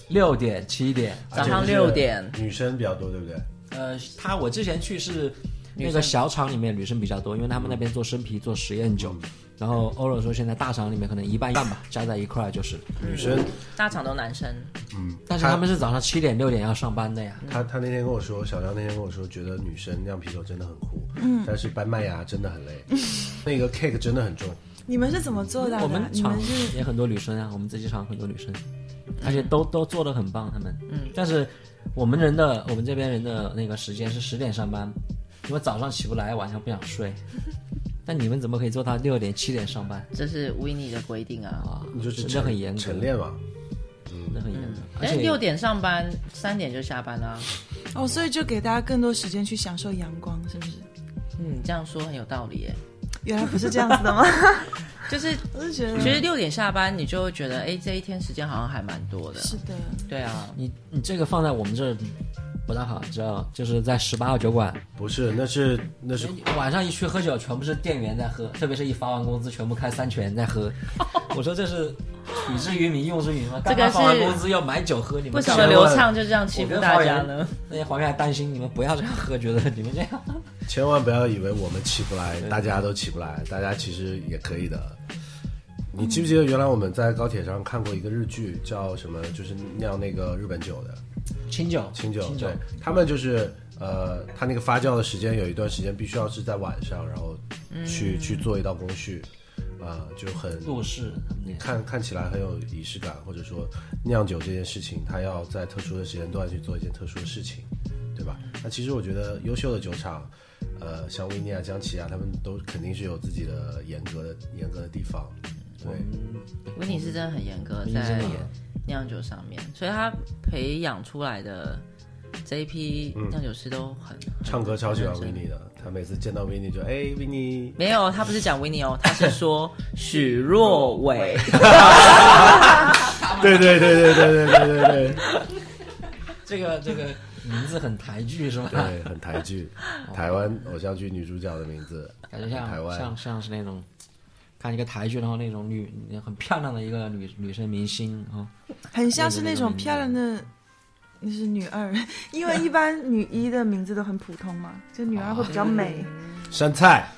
S3: 六点七点。
S1: 而且
S4: 早上
S1: 就是
S4: 6点
S1: 女生比较多，对不对？
S3: 呃，他我之前去是那个小厂里面女生比较多，因为他们那边做生啤、做实验酒。
S1: 嗯
S3: 然后欧罗说，现在大厂里面可能一半一半吧，加在一块儿就是。
S1: 女生，
S4: 大厂都男生，
S1: 嗯，
S3: 但是他们是早上七点六点要上班的呀。
S1: 他他那天跟我说，小张那天跟我说，觉得女生酿啤酒真的很酷，嗯，但是搬麦芽真的很累，那个 cake 真的很重，
S2: 你们是怎么做到的？啊
S3: 我们
S2: 你
S3: 厂
S2: 们是
S3: 也很多女生啊，我们自己厂很多女生，
S1: 嗯
S3: 而且都都做的很棒，他们。嗯。但是我们人的我们这边人的那个时间是十点上班，因为早上起不来，晚上不想睡。但你们怎么可以做到六点七点上班
S4: 这是 w i n n 的规定啊。
S3: 啊？
S1: 你就是
S3: 真的很严格，
S1: 晨练嘛，
S3: 真的很严格。而
S4: 哎，
S3: 且
S4: 六点上班，三点就下班啊啦、
S2: 哦，所以就给大家更多时间去享受阳光，是不是？
S4: 嗯，你这样说很有道理耶。
S2: 原来不是这样子 的吗？
S4: 就是
S3: 嗯
S2: 我是觉得
S4: 其实六点下班，你就会觉得，哎，这一天时间好像还蛮多的。
S2: 是的，
S4: 对啊，
S3: 你你这个放在我们这儿不大好，你知道，就是在十八号酒馆，
S1: 不是，那是那是
S3: 晚上一去喝酒，全部是店员在喝，特别是一发完工资，全部开三全在喝。 我说这是取之于民，用之于民吗？
S4: 这个
S3: 刚刚发完
S4: 是
S3: 工资要买酒喝，你们
S4: 为什
S3: 干
S4: 么
S3: 嘛
S1: 留
S4: 流畅就这样欺
S3: 我
S4: 负
S3: 跟
S4: 大
S3: 黄
S4: 家
S3: 源
S4: 呢？
S3: 那些黄源还担心你们不要这样喝，觉得你们这样。
S1: 千万不要以为我们起不来，大家都起不来，大家其实也可以的。你记不记得原来我们在高铁上看过一个日剧，叫什么？就是酿那个日本酒的
S3: 清酒，
S1: 清酒，
S3: 清酒
S1: 对，他们就是呃，他那个发酵的时间有一段时间必须要是在晚上，然后
S3: 嗯
S1: 去、去做一道工序，啊、就很
S3: 入室他们那个。
S1: 看看起来很有仪式感，或者说酿酒这件事情，它要在特殊的时间段去做一件特殊的事情，对吧？那其实我觉得优秀的酒厂，呃，像维尼啊、江奇啊，他们都肯定是有自己的严格的严格的地方，对，
S3: 嗯
S4: 维尼是真的很严格，
S3: 维尼真
S4: 在
S3: 的严
S4: 酿酒上面，所以他培养出来的这一批酿酒师都很、很
S1: 唱歌超喜欢维。
S4: 很认真
S1: 尼的，他每次见到维尼就哎维尼，
S4: 没有，他不是讲维尼 哦，他是说许若伟。
S1: 对对对对对对对对对，
S3: 这个这个名字很台剧是吧？
S1: 对，很台剧，台湾偶像剧女主角的名字，
S3: 感觉像
S1: 台湾
S3: 像像是那种看一个台剧，然后那种女很漂亮的一个女女生明星啊、
S2: 很像是那种漂亮的，那是女二，因为一般女一的名字都很普通嘛，就女二会比较美。
S1: 山菜，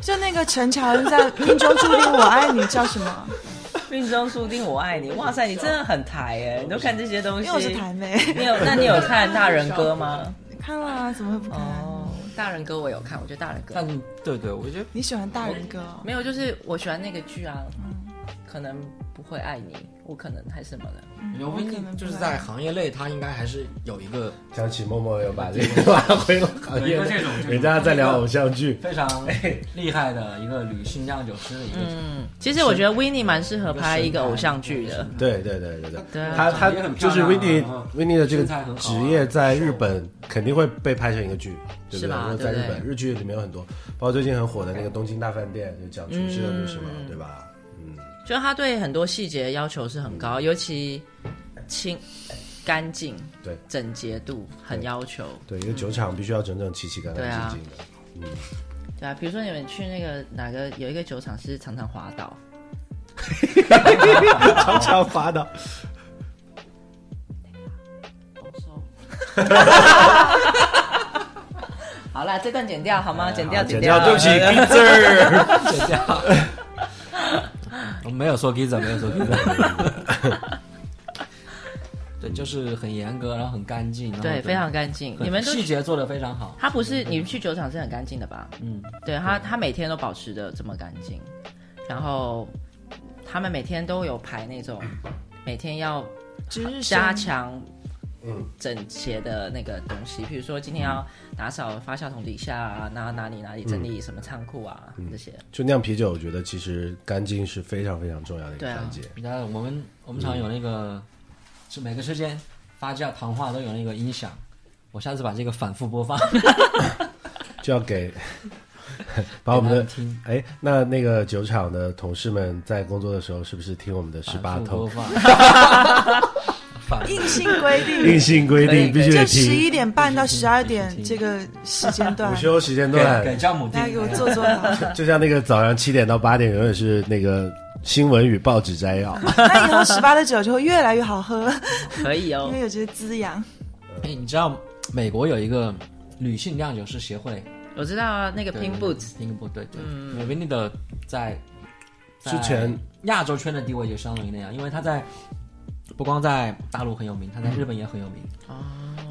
S2: 就那个陈乔恩在《命中注定我爱你》叫什么？
S4: 命中注定我爱你，哇塞，你真的很台 哎，你都看这些东
S2: 因
S4: 西。
S2: 为我是台妹，
S4: 你有？那你 有看《大人哥》吗？
S2: 看了啊，怎么会不看？
S4: 哦，《大人哥》我有看，我觉得《大人哥》
S3: 但对对，我觉得
S2: 你喜欢大人哥、哦？
S4: 没有，就是我喜欢那个剧啊，可能不会爱你，我可能太什么了。
S3: 刘
S2: 嗯我可能
S3: 斌
S2: 不
S3: 就是
S2: 爱
S3: 在行业内，他应该还是有一个
S1: 江奇默默又把这个拉回了行业
S3: 对就这种这，种
S1: 人家在聊偶像剧。
S3: 非常 厉害的一个女性酿酒师的一个。
S4: 嗯，其实我觉得 w i n n i e 蛮适合拍一个偶像剧的。
S1: 对对对对对，
S4: 对啊
S1: 他他
S3: 长得也很
S1: 就是
S3: 漂亮啊
S1: v i n n
S3: 然后
S1: v i n n 的这个
S3: 身材很好
S1: 职
S3: 啊
S1: 业在日本肯定会被拍成一个剧，对不
S4: 是
S1: 对？
S4: 吧
S1: 或者在
S4: 对
S1: 日
S4: 不对
S1: 本日剧里面有很多，包括最近很火的那个《东京大饭店》，就讲厨师的故事
S4: 嗯
S1: 嘛，对吧？
S4: 就他对很多细节要求是很高，尤其清、干净、
S1: 对
S4: 整洁度很要求。
S1: 对，因为酒厂必须要整整齐齐、干
S4: 对
S1: 干
S4: 啊
S1: 净 净的。
S4: 对啊，比如说你们去那个哪个有一个酒厂是常常滑倒，
S1: 常常发的，
S4: 好啦，这段剪掉好吗？ 剪
S1: 好
S4: 掉，
S1: 啊剪
S4: 掉，
S1: 掉，对不起，逼字 儿。
S3: 剪掉。 我没有说 Giza，没有说 Giza。对，就就是很严格，然后很干净，然后
S4: 对，非常干净。
S3: 很
S4: 你们都
S3: 细节做得非常好。
S4: 他不是你们去酒厂是很干净的吧？
S3: 嗯，
S4: 对他，他每天都保持的这么干净，然后他们每天都有排那种每天要
S2: 值日生
S4: 加强
S1: 嗯
S4: 整洁的那个东西，比如说今天要打扫发酵桶底下啊，然后哪里哪里整理什么仓库啊、这些。
S1: 就酿啤酒，我觉得其实干净是非常非常重要的一个
S4: 对啊
S1: 环节。
S3: 你看我们我们厂有那个，是每个车间发酵糖化都有那个音响，我下次把这个反复播放。
S1: 就要给把我们的
S3: 给他们听
S1: 哎，那那个酒厂的同事们在工作的时候，是不是听我们的十八
S3: 反复播
S1: 通？
S3: 放。 反
S2: 硬性规
S1: 硬
S2: 定，
S1: 性规定必须得
S2: 就十一
S1: 听。
S2: 点半到十二
S3: 必须
S2: 点
S3: 听
S2: 这个时间段
S1: 午，休时间
S3: 给给
S1: 段，
S3: 酵母
S2: 大
S4: 哎
S2: 家给我
S3: 听。
S2: 做做好。
S1: 就像那个早上七点到八点，永远是那个新闻与报纸摘要。
S3: 哦
S2: 那以后十八的酒就会越来越好喝，
S4: 可以
S2: 因
S4: 哦
S2: 为，有这些滋养。
S3: 哎，你知道美国有一个女性酿酒师协会
S4: 我知道啊，那个
S3: 对
S4: Pink Boots，嗯
S3: 拼布对对，因为 Vinny 的在
S1: 之前
S3: 在亚洲圈的地位就相当于那样，因为他在不光在大陆很有名，他在日本也很有名。
S1: 嗯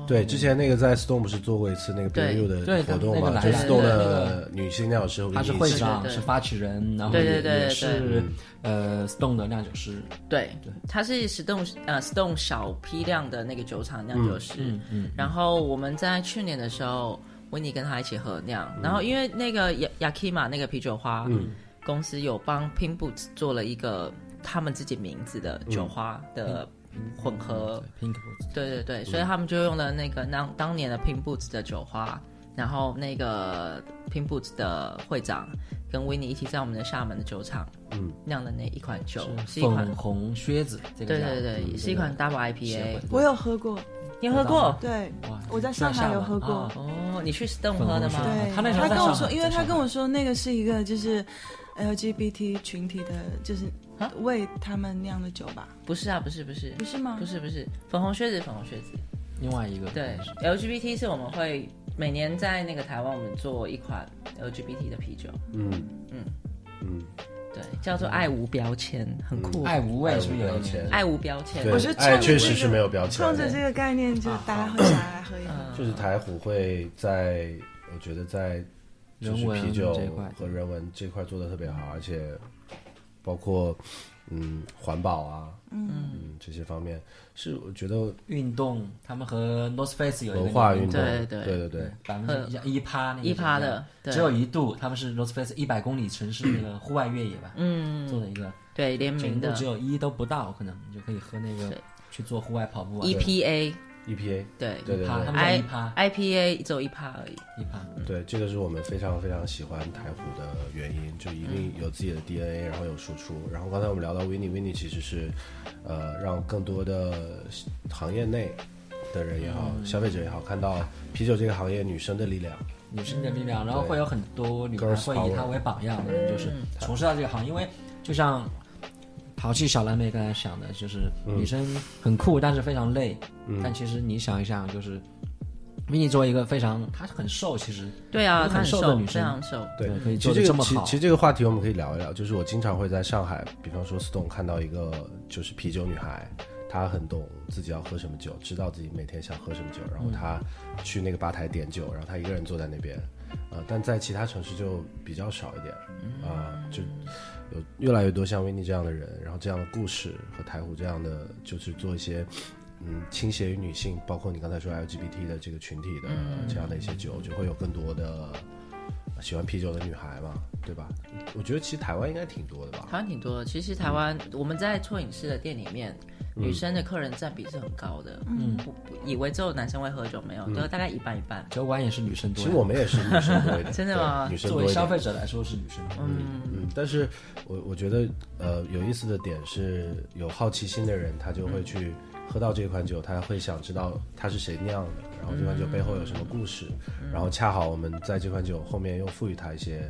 S1: 对，之前那个在 Stone 不是做过一次那个 b
S4: 对
S1: i u 的
S3: 对
S1: 活动
S3: 那
S1: 嘛？
S3: 个
S1: 就
S4: 来了
S1: Stone
S3: 那
S1: 的女性酿酒师
S3: 他是
S1: 会
S3: 会
S1: 议
S3: 长，
S4: 对对对
S3: 是发起人，然后
S4: 对对
S3: 也
S4: 对对
S3: 也
S4: 对
S3: 是呃 Stone 的酿酒师。
S4: 对
S3: 对，
S4: 他是 Stone 呃 Stone 小批量的那个酒厂酿酒师。
S3: 嗯嗯，
S4: 然后我们在去年的时候，维尼跟他一起合酿。
S3: 嗯
S4: 然后因为那个 Ya- Yakima 那个啤酒花、公司有帮 Pin Boots 做了一个他们自己名字的酒花的混合，
S3: Pink Boots
S4: 对对对，所以他们就用了那个当当年的 Pin Boots 的酒花，然后那个 Pin Boots 的会长跟维尼一起在我们的厦门的酒厂，嗯，酿的那一款酒是一款
S3: 粉。红靴子，这个
S4: 对
S3: 叫
S4: 对
S3: 嗯
S4: 对，是一款 double
S3: 协
S4: IPA，
S3: 会
S2: 我有喝过，
S4: 你喝过？
S2: 对
S3: 哇，
S2: 我在上海有喝过。
S3: 啊
S4: 哦，你去 Stone 喝的吗？
S3: 粉红
S2: 对，
S3: 啊他那时候在
S2: 跟我
S3: 上
S2: 说，
S3: 海
S2: 因为
S3: 在
S2: 他
S3: 上
S2: 跟
S3: 海
S2: 我说那个是一个就是 LGBT 群体的，就是
S4: 啊
S2: 为他们酿的酒吧，
S4: 不是啊，不是不是
S2: 不是吗
S4: 不？是不是，粉红靴子粉红靴子。
S3: 另外一个
S4: 对，LGBT 是我们会每年在那个台湾我们做一款 LGBT 的啤酒，
S1: 嗯
S4: 对，叫做爱无标签，很酷。
S3: 爱无畏是不是有一
S1: 爱无畏
S3: 年？
S4: 爱无标签，
S1: 对
S2: 我觉得
S1: 哎
S2: 冲着
S1: 确实
S2: 这
S1: 是
S2: 个
S1: 没有标签
S2: 冲
S1: 的
S2: 着这个概念，
S3: 啊
S2: 就是大家会想来喝一喝。
S1: 就是台虎会在，我觉得在就是
S3: 人文
S1: 啤酒
S3: 这一块
S1: 和人文这块做的特别好，而且包括嗯环保啊，嗯这些方面是我觉得
S3: 运动，他们和 North Face 有一个
S1: 文化运动，
S4: 对
S1: 对
S4: 对
S1: 对
S3: 百分之一趴那个
S4: 一趴的
S3: 酒
S4: 对
S3: 只有一度，他们是 North Face 一百公里城市那个户外越野吧，嗯，做的一个
S4: 对联名
S3: 纯度
S4: 的
S3: 只有一都不到，可能你就可以喝那个去做户外跑步啊，
S4: EPA，
S1: EPA
S4: E 对
S1: 对对
S3: 趴，他
S1: 对
S3: 们叫一
S4: I
S3: 趴
S4: IPA 只有一趴而已。
S3: 一趴，
S1: 对，这个是我们非常非常喜欢台虎的原因，就一定有自己的 DNA，然后有输出。然后刚才我们聊到 w i n n i w i n n i 其实是呃让更多的行业内的人也好，消费者也好，看到啤酒这个行业女生的力量。
S3: 女生的力量，然后会有很多女孩
S1: Girls
S3: 会以她
S1: power
S3: 为榜样
S5: 嗯
S3: 的人，就是从事到这个行业，因为就像淘气小蓝莓刚才想的，就是
S1: 嗯
S3: 女生很酷，但是非常累，但其实你想一想，就是 mini 作为一个非常她很瘦，其实
S4: 对啊，
S3: 很
S4: 她很
S3: 瘦
S4: 瘦
S3: 的女生
S4: 非常瘦。
S1: 对，
S3: 可以
S1: 其
S3: 做
S1: 实
S3: 的
S1: 这
S3: 这
S1: 个
S3: 么
S1: 其
S3: 好
S1: 其实这个话题我们可以聊一聊，就是我经常会在上海，比方说 Stone 看到一个就是啤酒女孩，她很懂自己要喝什么酒，知道自己每天想喝什么酒，然
S3: 嗯
S1: 后她去那个吧台点酒，然后她一个人坐在那边，呃，但在其他城市就比较少一点，啊、就有越来越多像维尼这样的人，然后这样的故事和台虎这样的，就是做一些。嗯，倾斜于女性，包括你刚才说 LGBT 的这个群体的嗯这样的一些酒，就会有更多的呃喜欢啤酒的女孩嘛，对吧？我觉得其实台湾应该挺多的吧。
S4: 台湾挺多的，其实台湾、我们在做影视的店里面，女生的客人占比是很高的。嗯，不不以为只有男生会喝酒，没有，都大概一半一半。
S3: 酒馆也是女生
S1: 其
S3: 多
S1: 实
S3: 的。
S1: 我们也是女生多一 点，
S4: 真的
S1: 对
S4: 吗
S1: 女生
S3: 作
S1: 多
S3: 为
S1: 一
S3: 消
S1: 点。
S3: 费者来说是女生多，嗯，
S1: 嗯，但是我我觉得呃有意思的点是有好奇心的人，他就会去喝到这款酒，他会想知道它是谁酿的，然后这款酒背后有什么故事，然后恰好我们在这款酒后面又赋予它一些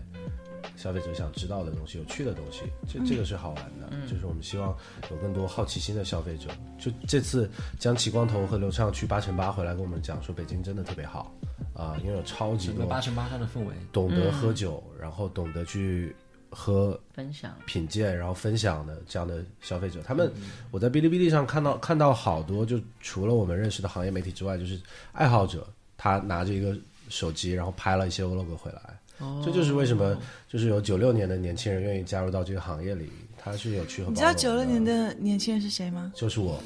S1: 消费者想知道的东西、有趣的东西，这这个是好玩的，就是我们希望有更多好奇心的消费者。就这次江奇光头和刘畅去八乘八回来跟我们讲说，北京真的特别好啊、因为有超级
S3: 整个
S1: 多
S3: 八乘八上的氛围，
S1: 懂得喝酒，然后懂得去和
S4: 分享，
S1: 品鉴，然后分享的这样的消费者。他们，我在哔哩哔哩上看到看到好多，就除了我们认识的行业媒体之外，就是爱好者，他拿着一个手机，然后拍了一些 vlog 回来。这就是为什么，就是有九六年的年轻人愿意加入到这个行业里，他是有趣和
S2: 你知
S1: 包
S2: 道
S1: 容
S2: 九六年的年轻人是谁吗？
S1: 就是我，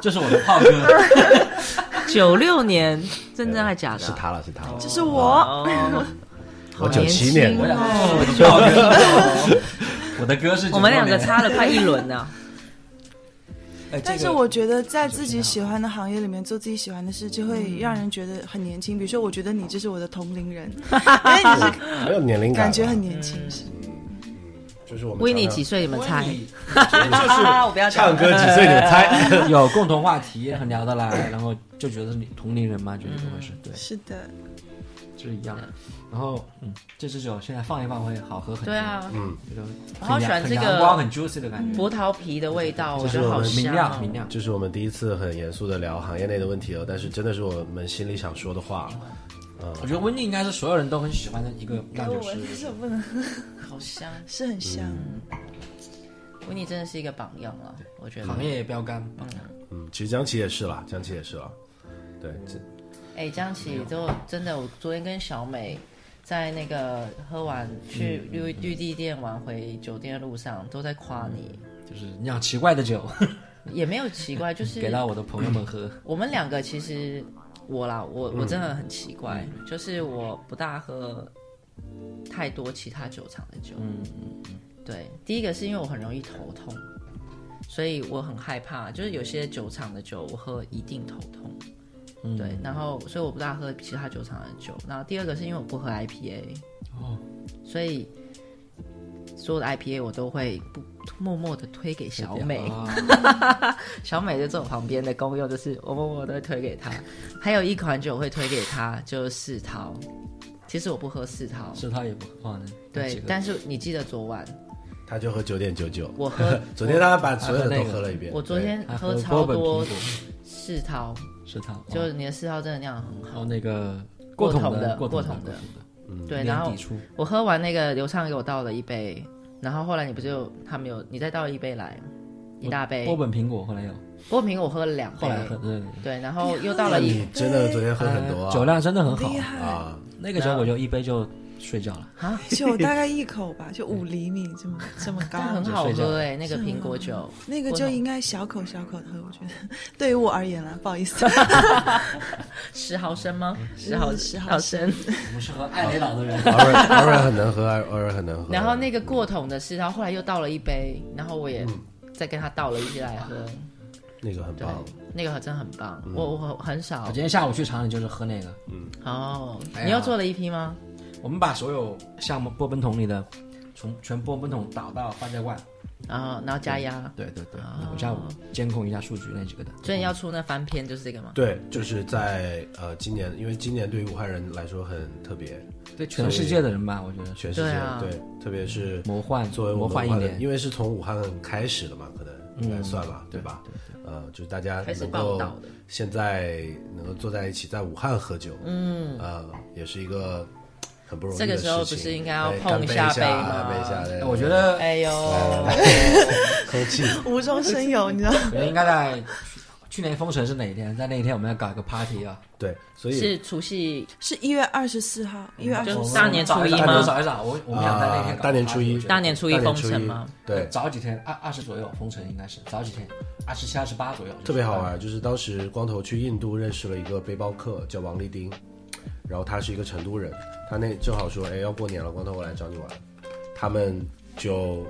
S3: 这是我的 炮哥，
S5: 哦九六年，真的还假
S4: 啊
S5: 的？
S1: 是 他了，是他了，
S2: 这是
S3: 啊
S2: 我，
S5: 哦，
S1: 我
S5: 好
S1: 九
S5: 年
S1: 七
S5: 轻
S1: 年
S3: 我
S1: 的，
S3: 俩都是我的炮哥。我的歌是
S5: 我们两个
S3: 96年，
S5: 差了快一轮呢。
S3: 哎
S2: 但是
S3: 这个
S2: 我觉得在自己喜欢的行业里面做自己喜欢的事，就会让人觉得很年轻。比如说，我觉得你就是我的同龄 人，因为你是
S1: 没有年龄感吧，啊
S2: 感觉很年
S3: 嗯
S2: 轻，是
S1: 就是我们
S5: 维尼
S1: 常常
S5: 几岁？你们猜？
S4: 啊，我不要讲
S1: 唱歌几岁得猜，
S3: 有共同话题，很聊得来，然后就觉得是你同龄人嘛，觉得都会是对，
S2: 是的，
S3: 就是一样的。然后，嗯，这支酒现在放一放会好喝很多。
S4: 对，啊，
S1: 嗯，
S3: 觉得很
S4: 我好喜欢
S3: 阳
S4: 这个
S3: 很阳光、很 juicy 的感觉，
S4: 葡萄皮的味道，我
S1: 这是
S4: 觉得
S1: 我
S4: 好
S1: 们
S3: 明
S4: 香
S3: 亮
S4: 哦
S3: 明。亮。
S1: 这是我们第一次很严肃的聊行业内的问题了，但是真的是我们心里想说的话。
S3: 我觉得温妮应该是所有人都很喜欢的一个酿
S2: 我
S3: 酒
S2: 闻
S3: 师。
S2: 是不能，
S4: 好香。
S2: 是很香。
S3: 嗯
S4: 维尼真的是一个榜样啊，我觉得。
S3: 行业标杆，
S1: 嗯，其实江琪也是啦，江琪也是啦。对，这
S4: 哎，江琪，就真的，我昨天跟小美在那个喝完
S3: 嗯
S4: 去绿绿地店玩回酒店的路上，都在夸你，
S3: 就是酿奇怪的酒，
S4: 也没有奇怪，就是
S3: 嗯给到我的朋友们喝。
S4: 我们两个其实我啦，我我真的很奇怪，就是我不大喝太多其他酒厂的酒。嗯对，第一个是因为我很容易头痛，所以我很害怕，就是有些酒厂的酒我喝一定头痛。
S3: 嗯
S4: 对，然后所以我不大喝其他酒厂的酒。然后第二个是因为我不喝 IPA，
S3: 哦，
S4: 所以所有的 IPA 我都会不默默的推哦给小美。
S3: 啊
S4: 小美就坐我旁边的功用，就是我默默都会推给她。还有一款酒我会推给她，就是世涛。其实我不喝世涛，
S3: 是他也不哦放的。
S4: 对，但是你记得昨晚
S1: 他就喝九点九九。，
S4: 我喝
S1: 昨天他把所有的都喝了一遍。
S4: 我昨天
S3: 还
S4: 喝
S3: 波
S4: 超
S3: 本
S4: 多
S3: 苹果
S4: 世涛，
S3: 是他，哦
S4: 就是你的世涛真的酿得很好。
S3: 然后那个
S4: 过
S3: 桶
S4: 桶的
S3: 过
S4: 过
S3: 桶
S4: 桶的
S3: 过
S4: 对，
S3: 桶的
S4: 然
S3: 年
S4: 后
S3: 底出
S4: 我喝完那个刘畅给我倒了一杯，然后后来你不就他没有，你再倒一杯来，一大杯。
S3: 波本苹果，后来有，
S4: 波平我喝了两
S3: 后
S4: 杯，
S3: 来喝对对
S4: 对，然后又倒了一
S1: 你真的昨天喝很多啊？
S3: 对，嗯哎酒量真的很好
S2: 厉害，
S1: 啊，
S3: 那个酒我就一杯就睡觉了，
S4: 啊，
S2: 就大概一口 吧，就五厘米这么这么高，
S4: 但很好喝哎、那个苹果酒，
S2: 那个就应该小口小口的喝，我觉得对于我而言啦，不好意 思，
S4: 十毫升吗？十毫
S2: 十
S4: 十
S2: 毫
S4: 毫升。
S3: 我们是喝艾雷岛的 人。
S1: 奥瑞奥瑞很能喝，奥瑞很能喝。
S4: 然后那个过桶的是，然后后来又倒了一杯，然后我也
S1: 嗯
S4: 再跟他倒了一些来喝。
S1: 那个很
S4: 对
S1: 棒，，
S4: 那个真的很棒，
S1: 嗯
S4: 我我很少
S3: 我今天下午去厂里就是喝那个，
S4: 哦
S3: 哎。呀
S4: 你又做了一批吗？
S3: 我们把所有项目波本桶里的，从全波本桶倒到发酵罐，
S4: 然后哦然后加压，
S3: 对对啊对，我下午监控一下数据那几个的，
S4: 所以你要出那翻篇就是这个吗？
S1: 对，就是在呃今年，因为今年对于武汉人来说很特别，
S3: 对全世界的人吧，我觉得
S1: 全世界
S4: 对啊
S1: 对，特别是
S3: 魔幻
S1: 作为我
S3: 魔
S1: 们
S3: 幻一
S1: 武汉的
S3: 点，
S1: 因为是从武汉开始的嘛，可能应该算吧，对吧？呃，就是大家
S4: 开始
S1: 能
S4: 报
S1: 够
S4: 道的
S1: 现在能够坐在一起在武汉喝酒，嗯，呃，也是一个很不容易的
S4: 这
S1: 事
S4: 个
S1: 情。
S4: 时候不是应该要
S1: 哎
S4: 碰
S1: 干
S4: 一
S1: 杯一
S4: 下
S1: 下
S4: 杯吗
S1: 干杯一下对
S3: 我觉得
S4: 哎呦，
S1: 空气
S2: 无中生有，你知道吗？
S3: 我觉得应该在去去年封城是哪一天？在那一天我们要搞一个 party 啊，
S1: 对，所以
S4: 是除夕
S2: 是一月二十四号，一月二十
S4: 就
S2: 四
S4: 是
S2: 号
S4: 大年初一吗
S3: 我找一找，我我们想在那天
S1: 啊
S3: 搞
S1: 大年初一
S3: party，
S4: 大年初一
S1: 大年
S4: 封
S1: 初一
S4: 城吗？
S1: 对，
S3: 早几天，二二十左右封城应该是早几天，二十七、二十八左右，
S1: 特别好。玩。就是当时光头去印度认识了一个背包客，叫王立丁，然后他是一个成都人，他那正好说，哎，要过年了，光头我来找你玩。他们就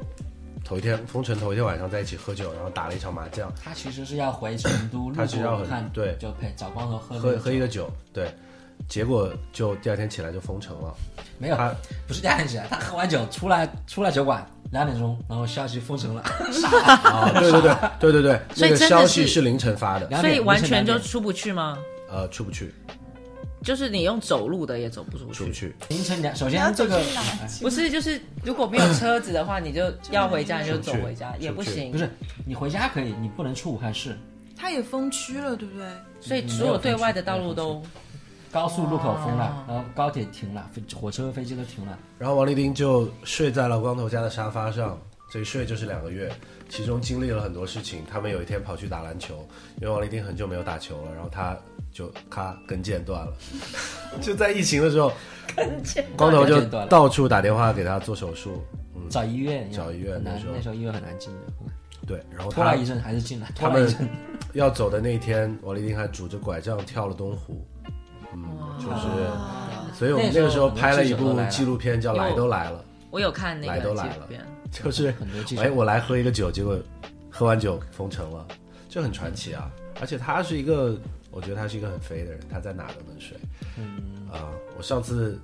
S1: 头一天封城头一天晚上在一起喝酒，然后打了一场麻将，
S3: 他其实是要回成都，
S1: 他是
S3: 路
S1: 要
S3: 过
S1: 很
S3: 武汉，
S1: 对
S3: 就陪找光头喝
S1: 喝
S3: 哦那
S1: 喝
S3: 酒
S1: 一个酒，对。结果就第二天起来就封城了，
S3: 没有
S1: 他，
S3: 不是第二天起来，啊他喝完酒出来出来酒馆两点钟，然后消息封城 了，
S1: 啊，对对对对对对，
S4: 所
S1: 那
S4: 以
S1: 个
S4: 真的
S1: 消息
S4: 是
S1: 是凌晨发的，
S3: 两
S4: 所
S3: 点
S4: 以完全就
S3: 凌晨
S4: 出不去吗？
S1: 呃，出不去，
S4: 就是你用走路的也走不出
S1: 出不
S4: 去。
S1: 去，
S3: 两点凌晨两，首先这个
S4: 哎
S3: 哎
S4: 不是，就是如果没有车子的话，你就要回家，你就
S1: 出
S4: 走
S1: 不去
S4: 回家也
S1: 出不
S4: 不
S1: 去
S4: 行
S3: 不。是你回家可以，你不能出武汉市，
S1: 嗯
S2: 它也封区了，对不对？
S4: 所以所有对外的道路都
S3: 高速路口封了，然后高铁停了，飞火车、飞机都停了。
S1: 然后王立丁就睡在了光头家的沙发上，这一睡就是两个月，其中经历了很多事情。他们有一天跑去打篮球，因为王立丁很久没有打球了，然后他就咔跟腱断了， 就在疫情的时候，光头就
S3: 跟腱断了
S1: 到处打电话给他做手术。嗯，
S3: 找医院，
S1: 找医院
S3: 很难
S1: 那时候
S3: 那时候医院很难进的，
S1: 对，然后
S3: 拖
S1: 他
S3: 拉一阵还是进来，
S1: 他
S3: 拖拉一
S1: 们
S3: 阵。
S1: 要走的那一天，王立丁还拄着拐杖跳了东湖。嗯，就是，所以我们那个时候拍了一部纪录片叫《来都来了
S4: 我有看那
S1: 来
S4: 个
S1: 都来
S4: 纪录
S1: 了
S4: 片，》，
S1: 就是
S3: 很多记者
S1: 哎，我来喝一个酒，结果喝完酒封城了，就很传奇啊。而且他是一个，我觉得他是一个很飞的人，他在哪都能睡。嗯啊、我上次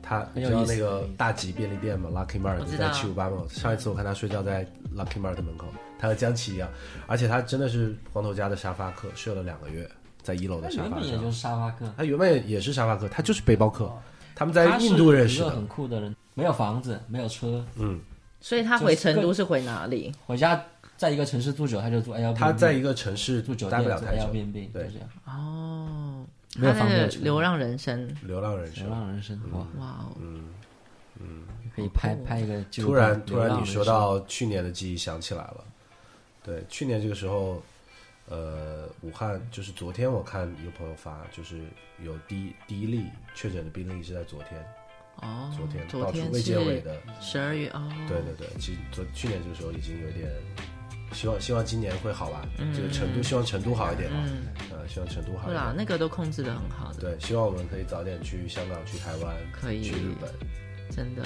S1: 他你
S3: 很有
S1: 知道
S3: 意思
S1: 那个大吉便利店嘛，Lucky Mart
S4: 我知
S1: 在
S4: 道
S1: 七五八嘛。上一次我看他睡觉在 Lucky Mart 门口，他和江琪一样，而且他真的是光头家的沙发客，睡了两个月，在一楼
S3: 他
S1: 的沙
S3: 原
S1: 发
S3: 本也就
S1: 上。
S3: 是沙发客，
S1: 他原本也是沙发客，他就是背包客。他们在
S3: 他是
S1: 印度认识
S3: 一个
S1: 的，
S3: 很酷的人，没有房子，没有车，
S1: 嗯，
S4: 所以他回成都是回哪里？
S3: 回家在一个城市住久，他就住 L B，
S1: 他在一个城市
S3: 住酒
S1: 待
S3: 店
S1: 不了
S3: 住
S1: 太
S3: L
S1: 久
S3: B，N B，就
S1: 对
S3: 这样，
S4: 哦，
S3: 没有
S4: 他
S3: 房没
S4: 的
S3: 有车
S4: 流浪人生，
S1: 流浪人生
S3: 流。浪人生，
S1: 嗯
S3: 哇，
S4: 哇哦，
S3: 可以拍拍一个纪录
S1: 突
S3: 片。
S1: 然，突
S3: 流
S1: 然
S3: 浪
S1: 你
S3: 人
S1: 说
S3: 生
S1: 到去年的记忆想起来了，对，去年这个时候，呃，武汉就是昨天我看一个朋友发，就是有第一第一例确诊的病例是在昨天，
S4: 哦，
S1: 昨天
S4: 昨
S1: 到处
S4: 天
S1: 卫健委
S4: 是
S1: 的，
S4: 十二月哦，
S1: 对对对，其实昨去年这个时候已经有点，希望希望今年会好吧，这个成都希望成都好一点，
S4: 嗯，啊
S1: 呃，希望成都好一
S4: 对啦，
S1: 点，
S4: 那个都控制的很好的，
S1: 对，希望我们可以早点去香港、去台湾、
S4: 可以
S1: 去日本，
S4: 真的。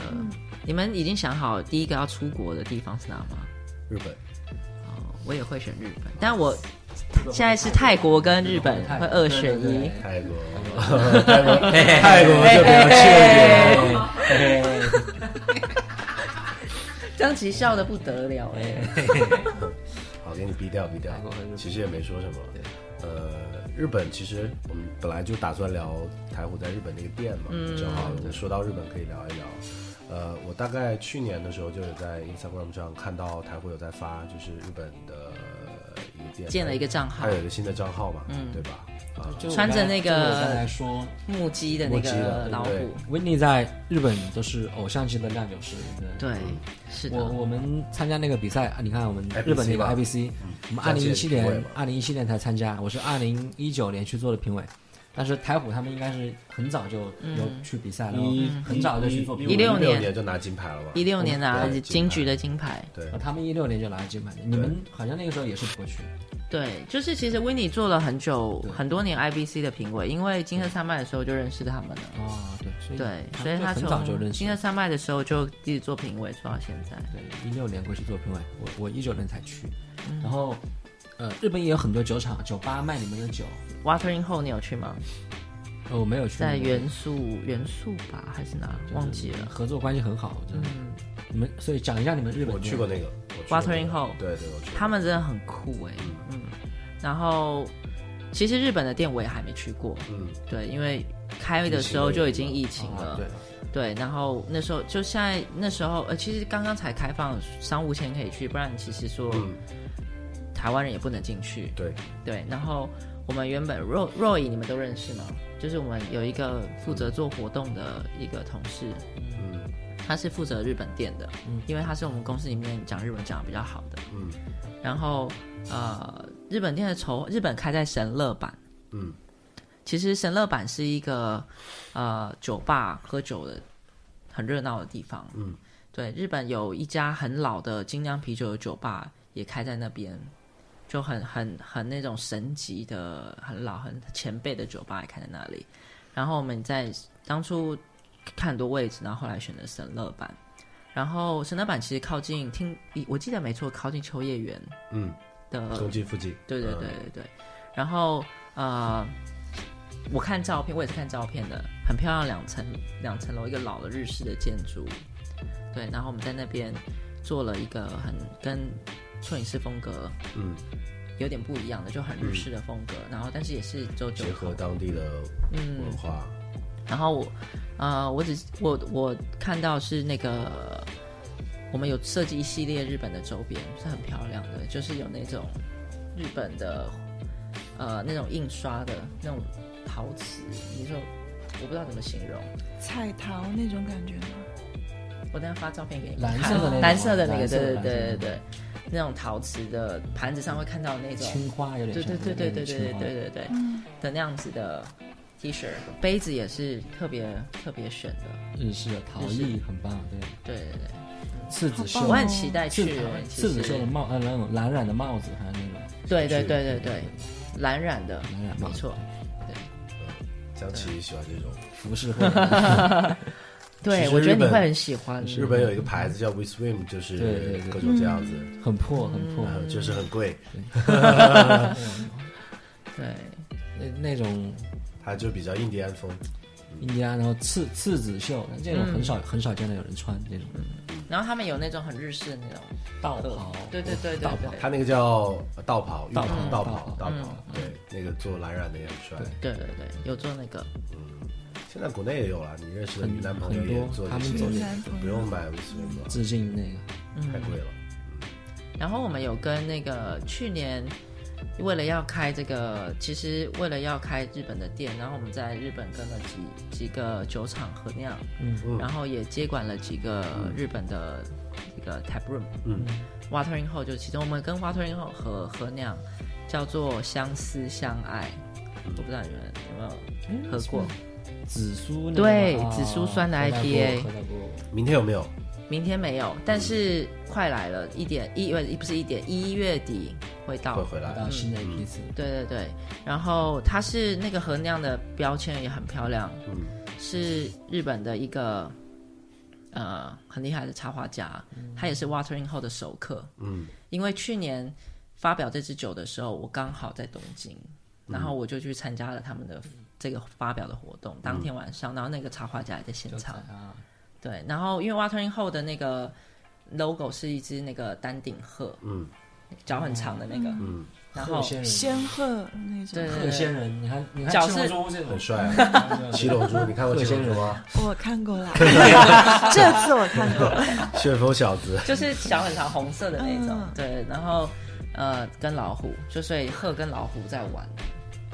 S4: 你们已经想好第一个要出国的地方是哪吗？
S1: 日本。
S4: 哦，我也会选日本，但我现在是泰国跟日本
S3: 泰
S4: 会
S3: 国
S4: 二选
S3: 对
S4: 一
S3: 对。对
S1: 泰国，泰国， 泰国就比较去一点了。
S3: 嘿嘿嘿
S4: 张琪笑的不得了哎，
S1: 好，给你逼掉，逼掉
S3: 泰国和日。本
S1: 其实也没说什么。呃，日本其实我们本来就打算聊台虎在日本那个店嘛，
S4: 嗯
S1: 正好我们说到日本可以聊一聊。呃，我大概去年的时候就有在 Instagram 上看到台虎有在发，就是日本的一个店
S4: 建了一个账号嗯
S1: 它有一个新的账号嘛，对吧？啊，
S3: 就我
S4: 穿着
S3: 刚才
S4: 那
S3: 就我刚
S4: 个
S3: 才说，
S4: 木屐的
S1: 木
S4: 那
S1: 屐的
S4: 个
S1: 对
S4: 老
S1: 对
S4: 虎，
S3: 维尼在日本都是偶像级的酿酒师，对不对
S4: 对，是
S3: 我
S4: 的，
S3: 我们参加那个比赛，啊你看我们
S1: IBC
S3: 日本那个
S1: 吧嗯
S3: IBC，我们二
S1: 上次
S3: 零
S1: 也
S3: 一
S1: 是
S3: 七
S1: 评委
S3: 年
S1: 嘛
S3: 二零一七年才参加，我是二零一九年去做的评委，但是台虎他们应该是很早就有去比赛，然后很早就去做评
S4: 嗯一
S3: 委，
S4: 六
S1: 六
S4: 年
S1: 就拿金牌了吧？
S4: 一六年拿
S1: 对
S4: 金桔的金牌，
S1: 对
S3: 然后啊他们一六年就拿了金牌，你们好像那个时候也是不过去，
S4: 对，就是其实 w i n n 做了很久很多年 IBC 的评委，因为金色山脉的时候就认识他们了。
S1: 嗯
S3: 哦，对，所以
S4: 对，
S3: 他
S4: 所以他
S3: 就很早就
S4: 从
S3: 认识
S4: 金色
S3: 了，
S4: 山脉的时候就一直做评委，做到现在。
S3: 对，一六年过去做评委，我我一九年才去，
S4: 嗯
S3: 然后呃，日本也有很多酒厂酒吧卖你们的酒，
S4: Watering Hole 你有去吗？
S3: 呃我没有去
S4: 在
S3: 那个
S4: 元素元素吧，还是哪？忘记了。嗯
S3: 合作关系很好，真的。你们所以讲一下你们日本
S1: 我去过那个我去过
S4: Watering
S1: 那个
S4: Hole
S1: 对对，我去过
S4: 他们真的很酷哎、嗯。然后，其实日本的店我也还没去过，
S1: 嗯
S4: 对，因为开的时候就已经疫情了，
S3: 啊
S1: 对
S4: 对然后那时候就现在那时候，呃，其实刚刚才开放商务签可以去，不然其实说、
S1: 嗯
S4: 台湾人也不能进去，
S1: 对，
S4: 对。然后我们原本 Roy Roy 你们都认识吗？就是我们有一个负责做活动的一个同事，
S1: 嗯
S4: 他是负责日本店的，因为他是我们公司里面讲日文讲的比较好的。
S1: 嗯
S4: 然后呃，日本店的筹，日本开在神乐坂。
S1: 嗯
S4: 其实神乐坂是一个呃酒吧喝酒的很热闹的地方。
S1: 嗯，
S4: 对，日本有一家很老的精酿啤酒的酒吧也开在那边，就很很很那种神级的、很老、很前辈的酒吧也开在那里。然后我们在当初看很多位置，然后后来选择神乐坂。然后神乐坂其实靠近听，我记得没错，靠近秋叶原
S1: 嗯，
S4: 的
S1: 中继附近，
S4: 对对对
S1: 嗯
S4: 对对。然后呃，我看照片，我也是看照片的，很漂亮，两层两层楼，一个老的日式的建筑。对，然后我们在那边做了一个很跟摄影师风格
S1: 嗯，
S4: 有点不一样的，就很日式的风格，然后但是也是走嗯酒
S1: 结
S4: 口
S1: 合当地的文化，
S4: 然后我，呃，我只我我看到是那个，我们有设计一系列日本的周边，是很漂亮的，就是有那种日本的，呃，那种印刷的那种陶瓷，你说我不知道怎么形容。
S2: 彩陶那种感觉吗？
S4: 我等下发照片给你
S3: 蓝
S4: 看。
S3: 色的那种
S4: 蓝色的那个，
S3: 蓝色
S4: 对
S3: 的
S4: 对
S3: 蓝色的
S4: 对对对，那种陶瓷的盘子上会看到那种，
S3: 青花有点
S4: 对
S3: 像
S4: 对对对对对对对对对
S2: 嗯，
S4: 的那样子的 T 恤，杯子也是特别特别选的。
S3: 日式的陶艺很棒，对，
S4: 对对对，
S3: 赤子
S2: 好
S3: 绣
S4: 啊我
S2: 棒哦
S4: 很期待
S3: 赤
S4: 去。其
S3: 赤子
S4: 实
S3: 绣的帽，呃，蓝蓝染的帽子，还有那个
S4: 对对对对对，蓝染的，
S3: 蓝染帽
S4: 没
S3: 子，
S4: 错。
S1: 江琪喜欢这种。
S3: 服饰会有
S1: 其
S4: 对，
S1: 实
S4: 我觉
S1: 日
S4: 得你
S1: 本
S4: 会很喜欢。
S1: 日本有一个牌子叫 We Swim，就是
S3: 嗯对对嗯对
S1: 各种这样子，
S3: 很破
S4: 嗯
S3: 很破，
S1: 呃就是很贵，
S4: 对，
S3: 那那种
S1: 它就比较印第安风。
S3: 印第安，然后赤赤子袖，这
S4: 嗯
S3: 种很少很少见到有人穿这种
S4: 然后他们有那种很日式的那种，
S3: 道袍，
S4: 对对对对
S3: 道袍
S4: 对
S1: 它那个叫道袍，浴袍
S3: 道袍
S1: 道
S3: 道
S1: 袍，
S3: 袍嗯
S1: 道袍，对，那个做蓝染的也很帅
S3: 对。
S4: 对对对，有做那个，
S1: 现在国内也有了，你认识的
S3: 很
S1: 女男朋友也做这
S3: 很多他们
S1: 些
S3: 做
S2: 这些，
S1: 不用买 We Swim 了，
S3: 致敬那个
S1: 太贵了。
S4: 然后我们有跟那个去年为了要开这个，其实为了要开日本的店，然后我们在日本跟了几几个酒厂合酿，
S1: 嗯
S4: 然后也接管了几个日本的这个 tap room，
S1: 嗯
S4: ，watering hole 就其中我们跟 watering hole 合合酿，叫做相思相爱，
S1: 嗯
S4: 我不知道你们有没有喝过。
S3: 紫苏那个
S4: 对
S3: 啊
S4: 紫苏酸的
S3: 喝到过
S4: IPA
S3: 喝到过
S1: 明天有没有？
S4: 明天没有，但是快来了，一点一月不是一点一月底会到
S1: 会。回
S3: 喝
S1: 来
S3: 到。新的一批次，
S4: 对对对，然后它是那个和酿的标签也很漂亮，
S1: 嗯，
S4: 是日本的一个呃很厉害的插画家，他也是 Watering Hole 的熟客。
S1: 嗯，
S4: 因为去年发表这支酒的时候，我刚好在东京，然后我就去参加了他们的这个发表的活动，当天晚上，然后那个插画家也在现
S3: 就
S4: 场。
S3: 啊，
S4: 对，然后因为 Watering Hole 的那个 logo 是一只那个丹顶鹤，
S1: 嗯，
S4: 脚很长的那个，
S1: 嗯，
S4: 然后
S3: 鹤仙人，
S2: 仙鹤那种
S4: 对。
S3: 鹤
S4: 对
S3: 仙
S4: 对，
S3: 人，你看你看
S4: 角
S3: 七龙
S4: 色
S3: 珠这种
S1: 很帅啊
S3: 啊
S1: 七龙珠，你看过七龙珠 吗？
S2: 我看 过啦， 这次我看过。
S1: 旋风小子，
S4: 就是小很长红色的那种，
S2: 嗯
S4: 对，然后呃跟老虎，就所以鹤跟老虎在玩，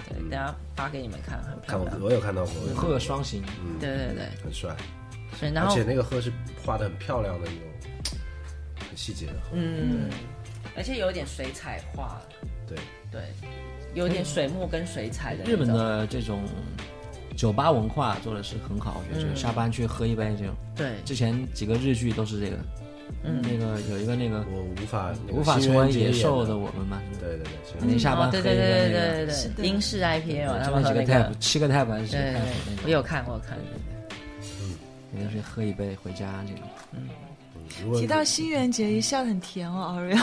S4: 对，等下发给你们看，很
S1: 看
S4: 漂
S1: 过
S4: 亮，
S1: 我有看到过，
S3: 鹤双形，
S1: 嗯
S4: 对对对，
S1: 很帅，
S4: 所以然
S1: 而
S4: 后
S1: 且那个鹤是画的很漂亮的那种，很细节的鹤。
S4: 嗯，而且有点水彩画，
S1: 对，
S4: 对，有点水墨跟水彩的那种
S3: 日本的这种酒吧文化做的是很好，我
S4: 嗯
S3: 觉得就是下班去喝一杯这种。
S4: 对
S3: 之前几个日剧都是这个，嗯，那个有一个那个
S1: 我无法那个
S3: 无法
S1: 新
S3: 成为
S1: 垣结
S3: 野兽
S1: 演
S3: 的
S1: 的，
S3: 我们嘛，
S1: 对对对，新垣
S3: 每天下
S4: 哦
S3: 班喝
S4: 对
S3: 一
S4: 对对
S3: 杯那
S4: 对
S3: 个，
S4: 对
S2: 的
S4: 对，英式 IPA 嘛，他
S3: 就
S4: 们
S3: 那
S4: 喝
S3: 几
S4: 那
S3: 个
S4: 个
S3: tap，七个 tap 还是几个
S4: 对
S3: tap
S4: 对，我
S3: 那个，
S4: 有看，我有 看。
S3: 每天去喝一杯回家这种。
S1: 如果
S2: 提到新垣结衣，笑得很甜哦，Oreo。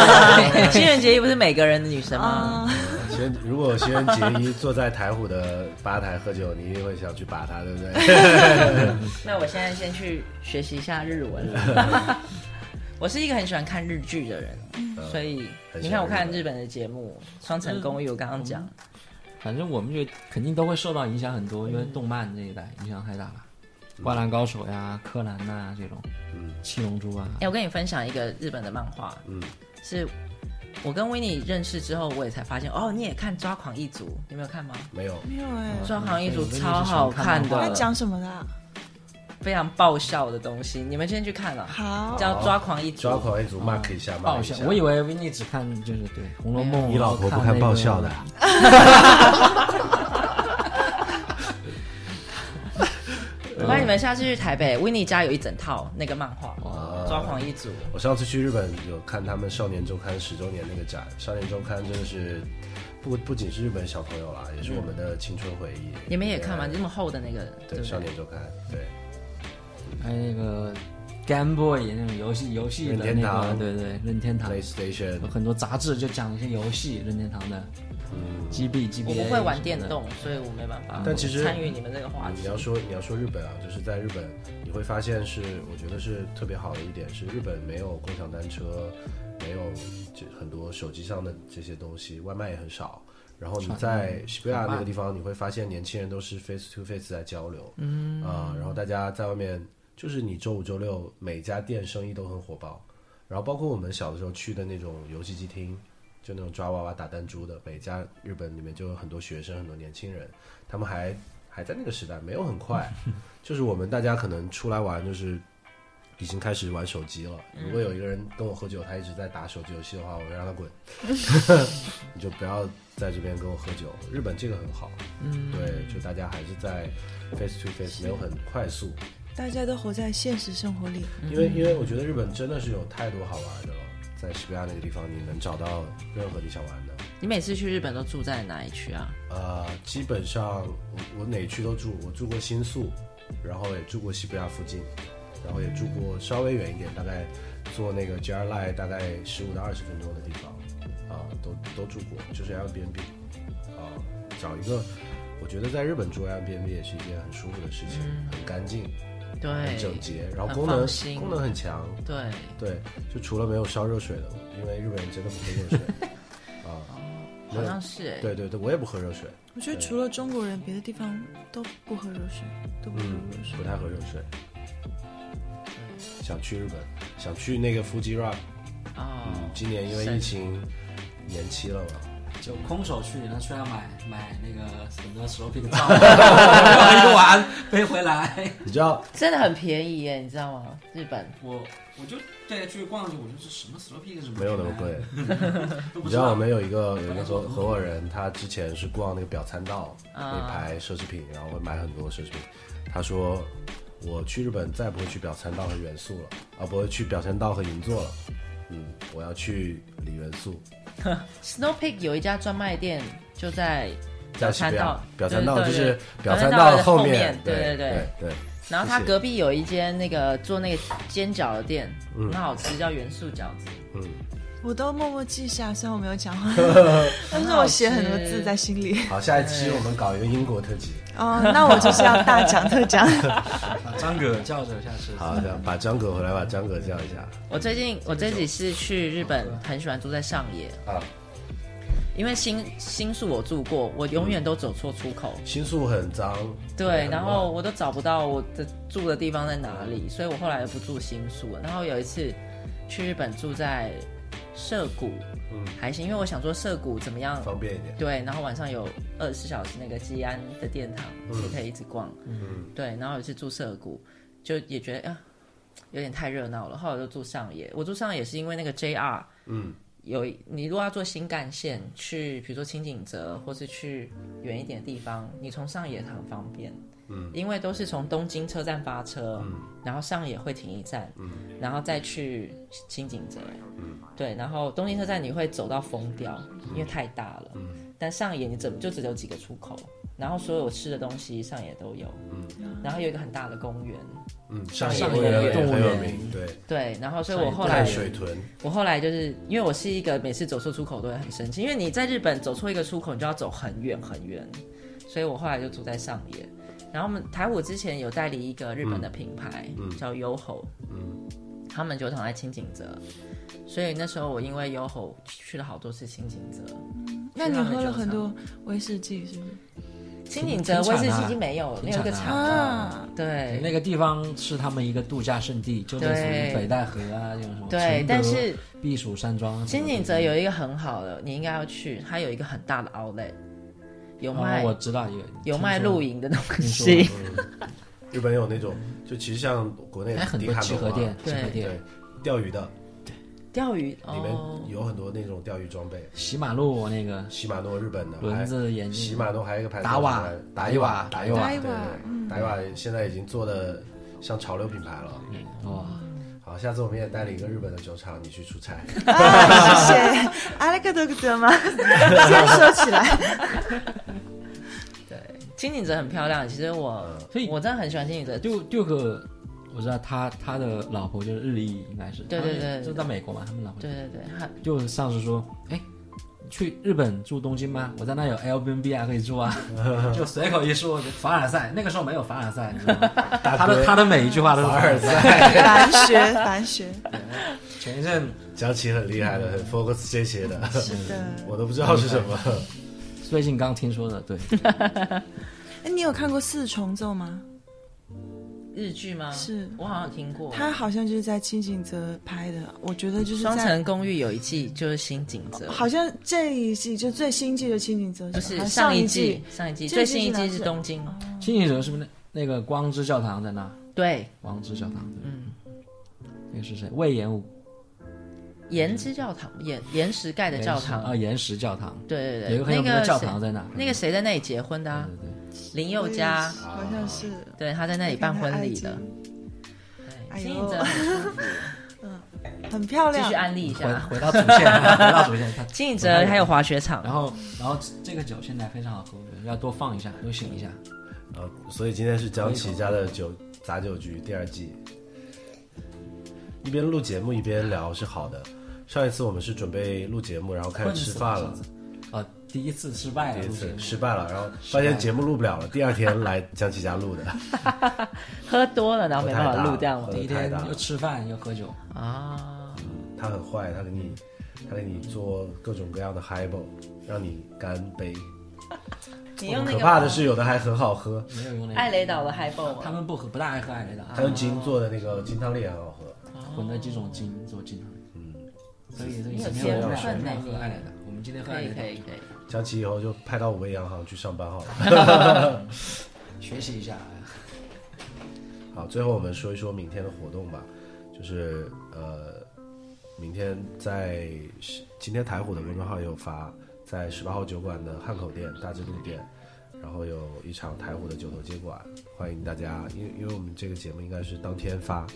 S4: 新垣结衣不是每个人的女生吗？
S2: 啊，
S1: 新垣嗯如果新垣结衣坐在台虎的吧台喝酒，你一定会想去把他，对不 对？
S4: 那我现在先去学习一下日文了。我是一个很喜欢看日剧的人，所以
S1: 很喜欢
S4: 你看我看
S1: 日本
S4: 日本的节目《双城公寓》，我刚刚讲，
S3: 反正我们就肯定都会受到影响很多，因为动漫这一代影响太大了，《灌篮高手》呀、《柯南》呐这种，
S1: 嗯
S3: 《七龙珠》啊，
S4: 哎，我跟你分享一个日本的漫画，
S1: 嗯，
S4: 是我跟维尼认识之后，我也才发现哦，你也看《抓狂一族》，你没有看吗？
S1: 没有，
S2: 没有哎，
S4: 《抓狂一族
S3: 嗯》对
S4: 超好看
S3: 我
S2: 他
S3: 也
S4: 的，
S2: 讲什么的啊？
S4: 非常爆笑的东西，你们先去看了，
S2: 好，
S4: 叫《抓狂一族
S1: 抓》。狂一族 mark 一下
S3: 啊爆
S1: ，mark 一
S3: 笑哎
S1: 下。。
S3: 我以为你只看就是对《红楼梦》，
S1: 你老婆不看爆笑的
S3: 然后
S1: 啊，
S4: 我帮你们下次去台北，维尼家有一整套那个漫画《抓狂一族》。
S1: 我上次去日本有看他们少年周刊十周年那个展，少年周刊真的是不不仅是日本小朋友啦，也
S3: 嗯
S1: 是我们的青春回忆。
S4: 你们也看吗？这么厚的那个，
S1: 对，
S4: 不
S1: 少
S4: 对？
S1: 年周刊，对，
S3: 那个还有哎那个 Game Boy 那种游戏游戏的
S1: 任天
S3: 那个，
S1: 堂
S3: 对对，任天堂
S1: PlayStation，
S3: 有很多杂志就讲一些游戏，任天堂的
S1: 嗯，
S3: GB
S4: 我
S3: GB。
S4: 不会玩电动，所以我没办法。
S1: 但其
S3: 嗯
S1: 实
S4: 参与你们这个话
S1: 你
S4: 题
S1: 要，说你要说日本啊，就是在日本，你会发现是我觉得是特别好的一点是日本没有共享单车，没有这很多手机上的这些东西，外卖也很少。然后你在西班牙那个地方，你会发现年轻人都是 face to face 在交流，嗯啊、然后大家在外面就是你周五周六每家店生意都很火爆，然后包括我们小的时候去的那种游戏机厅，就那种抓娃娃打弹珠的，每家日本里面就有很多学生，很多年轻人，他们还还在那个时代，没有很快，就是我们大家可能出来玩就是已经开始玩手机了。如果有一个人跟我喝酒，他一直在打手机游戏的话，我会让他滚，你就不要在这边跟我喝酒。日本这个很好，嗯，对，就大家还是在 face to face，没有很快速，
S2: 大家都活在现实生活里。
S1: 因为因为我觉得日本真的是有太多好玩的了。在西班牙那个地方，你能找到任何你想玩的。
S4: 你每次去日本都住在哪一区啊？
S1: 呃，基本上我我哪区都住，我住过新宿，然后也住过西伯亚附近，然后也住过稍微远一点，大概坐那个 JR Line 大概十五到二十分钟的地方，啊、都都住过，就是 Airbnb，啊、找一个，我觉得在日本住 Airbnb 也是一件很舒服的事情，很干净，很
S4: 对
S1: 整洁，然后
S4: 很
S1: 功能
S4: 放心
S1: 功能很强，
S4: 对，
S1: 对，就除了没有烧热水的，因为日本人真的不喝热水， 啊、
S4: 哦好像是哎、
S1: 对对对，我也不喝热水，
S2: 我觉得除了中国人，别的地方都不喝热水，都不喝
S1: 嗯
S2: 热水，。
S1: 不太喝热水。
S4: 嗯
S1: 想去日本，想去那个 Fuji Rock，嗯
S4: 哦，，
S1: 今年因为
S4: 是
S1: 疫情延期了嘛，
S3: 就空手去，然后去那买买那个什么 s l o p 的 照，玩一个玩背回来。
S1: 你知道
S4: 真的很便宜耶，你知道吗？日本
S3: 我我就带他去逛街，我就是什么 s l o p 是什么
S1: 没有那么 贵，
S3: 都
S1: 你
S3: 不知
S1: 知道
S3: 道
S1: 我们有一个有一个合合伙人，他之前是逛那个表参道
S4: 啊
S1: 那排奢侈品，然后会买很多奢侈品。他说我去日本再不会去表参道和元素了，啊，不会去表参道和银座了，嗯，我要去里元素，
S4: Snow Peak 有一家专卖店就在
S1: 在
S4: 表
S1: 西边
S4: 参道，
S1: 表参道
S4: 对
S1: 就
S4: 对
S1: 是
S4: 对
S1: 表
S4: 表
S1: 参
S4: 参
S1: 道
S4: 道
S1: 的
S4: 的
S1: 后
S4: 后
S1: 面
S4: 面，
S1: 对
S4: 对对对
S1: 对。
S4: 然后它
S1: 谢谢
S4: 隔壁有一间那个做那个煎饺的店，很好吃，叫元素饺子。
S2: 我都默默记下，虽然我没有 讲话，但是我写很多字在心里。
S1: 好，下一期我们搞一个英国特辑，
S2: 哦，那我就是要大讲 特讲。
S3: 把啊张哥叫着下次。
S1: 好，这样把张哥回来，把张哥叫一下
S4: 我最近我这几次去日本，很喜欢住在上野，
S1: 啊。
S4: 因为新新宿我住过，我永远都走错出口。
S1: 新宿很脏，
S4: 对，
S1: 很
S4: 然
S1: 乱
S4: 后我都找不到我的住的地方在哪里，所以我后来不住新宿了。然后有一次去日本住在涩谷，
S1: 嗯
S4: 还行，因为我想说涩谷怎么样，
S1: 方便一点，
S4: 对，然后晚上有二十四小时那个吉安的殿堂，就可以一直逛。
S1: 嗯，
S4: 对，然后有一次住涩谷，就也觉得啊有点太热闹了，后来我就住上野。我住上野是因为那个 JR，
S1: 嗯，
S4: 有一你如果要坐新干线去，比如说清景泽或是去远一点的地方，你从上野很方便。嗯，因为都是从东京车站发车，嗯、然后上野会停一站，嗯、然后再去清景泽，嗯、对，然后东京车站你会走到疯掉，因为太大了，嗯、但上野你怎么就只有几个出口，然后所有吃的东西上野都有，嗯、然后有一个很大的公园，
S1: 嗯，上野
S4: 上
S1: 公
S4: 野
S1: 园
S4: 动
S1: 也
S4: 物
S1: 很有
S3: 园
S1: 名，对，
S4: 对，然后所以我后来
S1: 看水豚，
S4: 我后来就是因为我是一个每次走错出口都会很生气，因为你在日本走错一个出口，你就要走很远很远，所以我后来就住在上野。然后我们台虎之前有代理一个日本的品牌、叫 YOHO，嗯，他们酒厂在清景泽，所以那时候我因为 YOHO 去了好多次清景泽，
S2: 那你喝了很多威士忌是不是？
S4: 清景泽
S3: 停
S4: 威
S3: 产
S4: 士忌
S3: 了
S4: 已经没有了，
S3: 停
S4: 没有一个
S3: 产
S4: 厂
S3: 了
S4: 了，
S2: 啊，
S4: 对，
S3: 那个地方是他们一个度假胜地，就类似于
S4: 对
S3: 北戴河啊，这种什么
S4: 对，但是
S3: 避暑山庄。
S4: 清景泽有一个很好的，你应该要去，它有一个很大的 outlet，有卖、
S3: 哦，我知道有
S4: 有卖露，营的东
S3: 听说
S4: 西，
S1: 日本有那种，就其实像国内
S3: 听说还哎很
S1: 迪
S3: 多
S1: 卡
S3: 集合
S1: 侬
S3: 店
S1: 啊，，
S3: 集
S4: 对
S3: 合店，
S1: 对，钓鱼的
S4: 钓鱼
S1: 里面
S4: 哦，
S1: 有很多那种钓鱼装备，
S3: 洗马路哦那个
S1: 喜马诺日本的
S3: 轮子眼
S1: 喜
S3: 镜，
S1: 哎马诺还有一个牌子
S3: 达瓦
S1: 达伊瓦，
S3: 达
S1: 伊
S3: 伊
S1: 瓦，
S3: 瓦
S1: 对
S2: 达伊瓦
S1: 对，达伊瓦现在已经做的像潮流品牌了。
S3: 嗯哇，
S1: 好，下次我们也带了一个日本的酒厂，你去出差。
S2: 啊谢谢。阿拉克德克德 吗？先说起来，
S4: 清景泽很漂亮。其实我
S3: 所以
S4: 我真的很喜欢清景泽，
S3: 六六个，我知道他他的老婆就是日裔，应该是
S4: 对对对
S3: 他们
S4: 对
S3: 就在美国嘛，他们老婆
S4: 对对对，它
S3: 就上次说，哎，去日本住东京吗？我在那有 Airbnb 啊，可以住 啊，就随口一说凡尔赛，那个时候没有凡尔赛，你知道吗？他的他的每一句话都是
S1: 凡
S3: 嗯凡
S1: 尔
S3: 尔赛，
S1: 赛，
S2: 凡学凡学，
S3: 前一阵，
S1: 江奇很厉
S3: 嗯
S1: 害的，很 focus 这些 的，
S2: 是的。
S1: 我都不知道是什么。
S3: 最近刚听说的，对，
S2: 哎，你有看过四重奏吗？
S6: 日剧吗？
S2: 是
S6: 我好像有听过。
S2: 他好像就是在清景泽拍的，我觉得就是
S4: 双
S2: 在
S4: 层公寓有一季就是新景泽，
S2: 好像这一季就最新季的清景泽
S4: 就
S2: 吧
S4: 是
S2: 还
S4: 上
S2: 一
S4: 季，上一季
S2: 这一
S4: 最
S2: 季
S4: 新一
S2: 是哪
S4: 季是
S2: 是
S4: 东京，
S3: 清醒者是不是那那个光之教堂在那？
S4: 对，
S3: 光之教堂，对，
S4: 嗯，
S3: 那个是谁？魏延武
S4: 岩之教堂，岩岩石盖的教堂，
S3: 啊，岩石教堂，有
S4: 对对
S3: 一个很
S4: 对，
S3: 有
S4: 那
S3: 名的
S4: 个
S3: 教
S4: 谁
S3: 堂嗯在那。
S4: 那个谁在那里结婚的、
S3: 对
S4: 啊？
S3: 对对，
S4: 林
S2: 我
S4: 宥
S2: 也
S4: 嘉，
S2: 是好像是
S4: 对，他在那
S2: 那
S4: 里办婚礼的。
S2: 哎呦
S4: 对，金英哲很舒 服，
S2: 很漂
S4: 继
S2: 亮
S4: 续。安利一
S3: 回
S4: 下。
S3: 回到主线， 回到主线，它
S4: 金英哲还有滑雪场，
S3: 然后，然后这个酒现在非常好喝，要多放一下，多醒一下。
S1: 呃，所以今天是江琪家的酒杂酒局第二季，一边录节目一边聊是好的。上一次我们是准备录节目，然后开始吃饭了，
S3: 呃，第一次失败
S1: 第
S3: 了，
S1: 一
S3: 哎录
S1: 次
S3: 节目
S1: 失败了，然后发
S3: 失败
S1: 现
S3: 了
S1: 节目录不了了，第二天来江琪家录的。
S4: 喝多了然后没办法录掉
S1: 喝太大
S4: 嘛
S1: 了
S3: 第一天又吃饭又喝酒，
S4: 啊，
S1: 他很坏，他给你，他给你做各种各样的 highball，让你干杯。
S4: 你用那
S1: 可
S4: 个
S1: 怕的是，有的还很好喝，
S3: 没有用那
S4: 艾
S3: 个。
S4: 雷岛的啊 h i g h b a
S3: 他们不喝，不大爱喝艾雷的，啊
S1: 还有金做的那个金汤力也很好喝。
S3: 混了几种精做精汤。
S1: 嗯，
S3: 所以所以
S4: 你有
S3: 今天我们
S4: 天分
S3: 俩
S4: 呢
S3: 没有喝艾雷的，我们今天喝
S4: 可
S3: 艾
S4: 以
S3: 雷
S4: 可以
S3: 的，
S4: 可以，
S1: 江琪以后就派到五味洋行去上班好了。
S3: 学习一下。
S1: 好，最后我们说一说明天的活动吧，就是呃，明天在是今天台虎的公众号也有发，在十八号酒馆的汉口店、大智路店，然后有一场台虎的九头接管，欢迎大家，因为因为我们这个节目应该是当天发，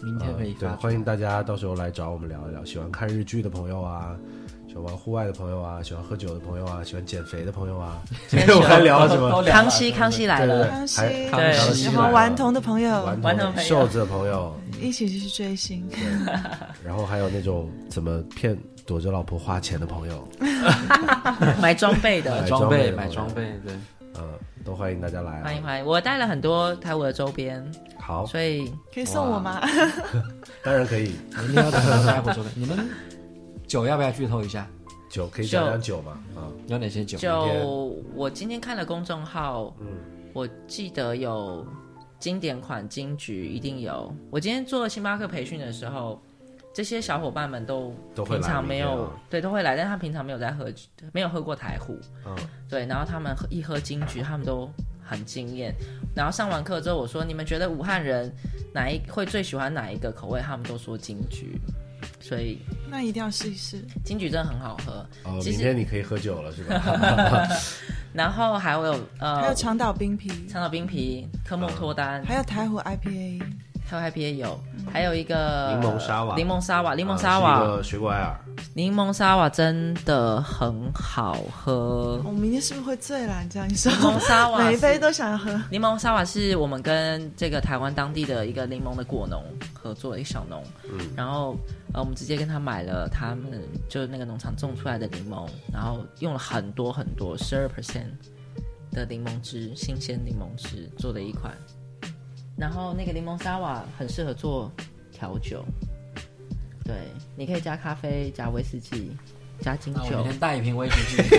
S3: 明天可以
S1: 呃对，
S3: 发出来。
S1: 欢迎大家到时候来找我们聊一聊，喜欢看日剧的朋友啊。喜欢玩户外的朋友啊，喜欢喝酒的朋友啊，喜欢减肥的朋友啊， 今天我还聊了什么？
S3: 都聊了
S4: 康熙康熙来
S1: 对对对
S4: 了，
S2: 康熙，
S1: 还
S4: 对
S1: 康熙
S2: 喜
S1: 来
S2: 欢
S1: 了
S2: 顽童的朋友
S1: 顽
S4: 顽
S1: 童
S4: 童嗯朋友
S1: 瘦子的朋友，
S2: 一起去追星，
S1: 然后还有那种怎么骗躲着老婆花钱的朋友，
S4: 买装备的
S1: 买
S3: 买
S1: 装
S3: 装
S1: 备
S3: 备，
S1: 的
S3: 买
S1: 朋友
S3: 装备，对。
S1: 嗯，都欢迎大家来、啊。
S4: 欢迎欢迎，我带了很多台舞的周边，
S1: 好，
S4: 所以
S2: 可以送我吗？
S1: 当然可以，
S3: 明天要等到待会说的。你们酒要不要剧透一下？
S1: 酒可以讲讲酒嘛？啊，
S3: 有哪些酒？
S4: 就我今天看了公众号，
S1: 嗯，
S4: 我记得有经典款金桔一定有。我今天做星巴克培训的时候，这些小伙伴们都
S1: 都会来
S4: 平常没
S1: 明天
S4: 有
S1: 啊
S4: 对都会来，但他平常没有在喝，没有喝过台虎，
S1: 嗯，
S4: 对，然后他们喝一喝金桔，他们都很惊艳。然后上完课之后，我说你们觉得武汉人哪一会最喜欢哪一个口味？他们都说金桔，所以
S2: 那一定要试一试。
S4: 金桔真的很好喝。
S1: 哦，
S4: 其
S1: 明
S4: 实
S1: 天你可以喝酒了是 吧？
S4: 然后还有呃，
S2: 还有长岛冰啤，
S4: 长岛冰皮、科莫脱单，
S1: 嗯
S2: 还有台虎 IPA，
S4: 还有 IPA 有，还有一个
S1: 柠檬沙瓦
S4: 柠檬沙瓦，柠檬
S1: 啊是一
S4: 沙瓦，
S1: 个水果艾尔，
S4: 柠檬沙瓦真的很好喝。
S2: 我们明天是不是会醉啦？你这样一说
S4: 柠，檬沙 瓦
S2: 每一
S4: 是
S2: 杯都想喝。
S4: 柠檬沙瓦是我们跟这个台湾当地的一个柠檬的果农合作，一个小农，然后呃，我们直接跟他买了他们就是那个农场种出来的柠檬，然后用了很多很多十二 percent 的柠檬汁，新鲜柠檬汁做的一款，然后那个柠檬沙瓦很适合做调酒，对，你可以加咖啡，加威士忌，加金
S3: 那我
S4: 酒
S3: 明，天带一瓶威士忌。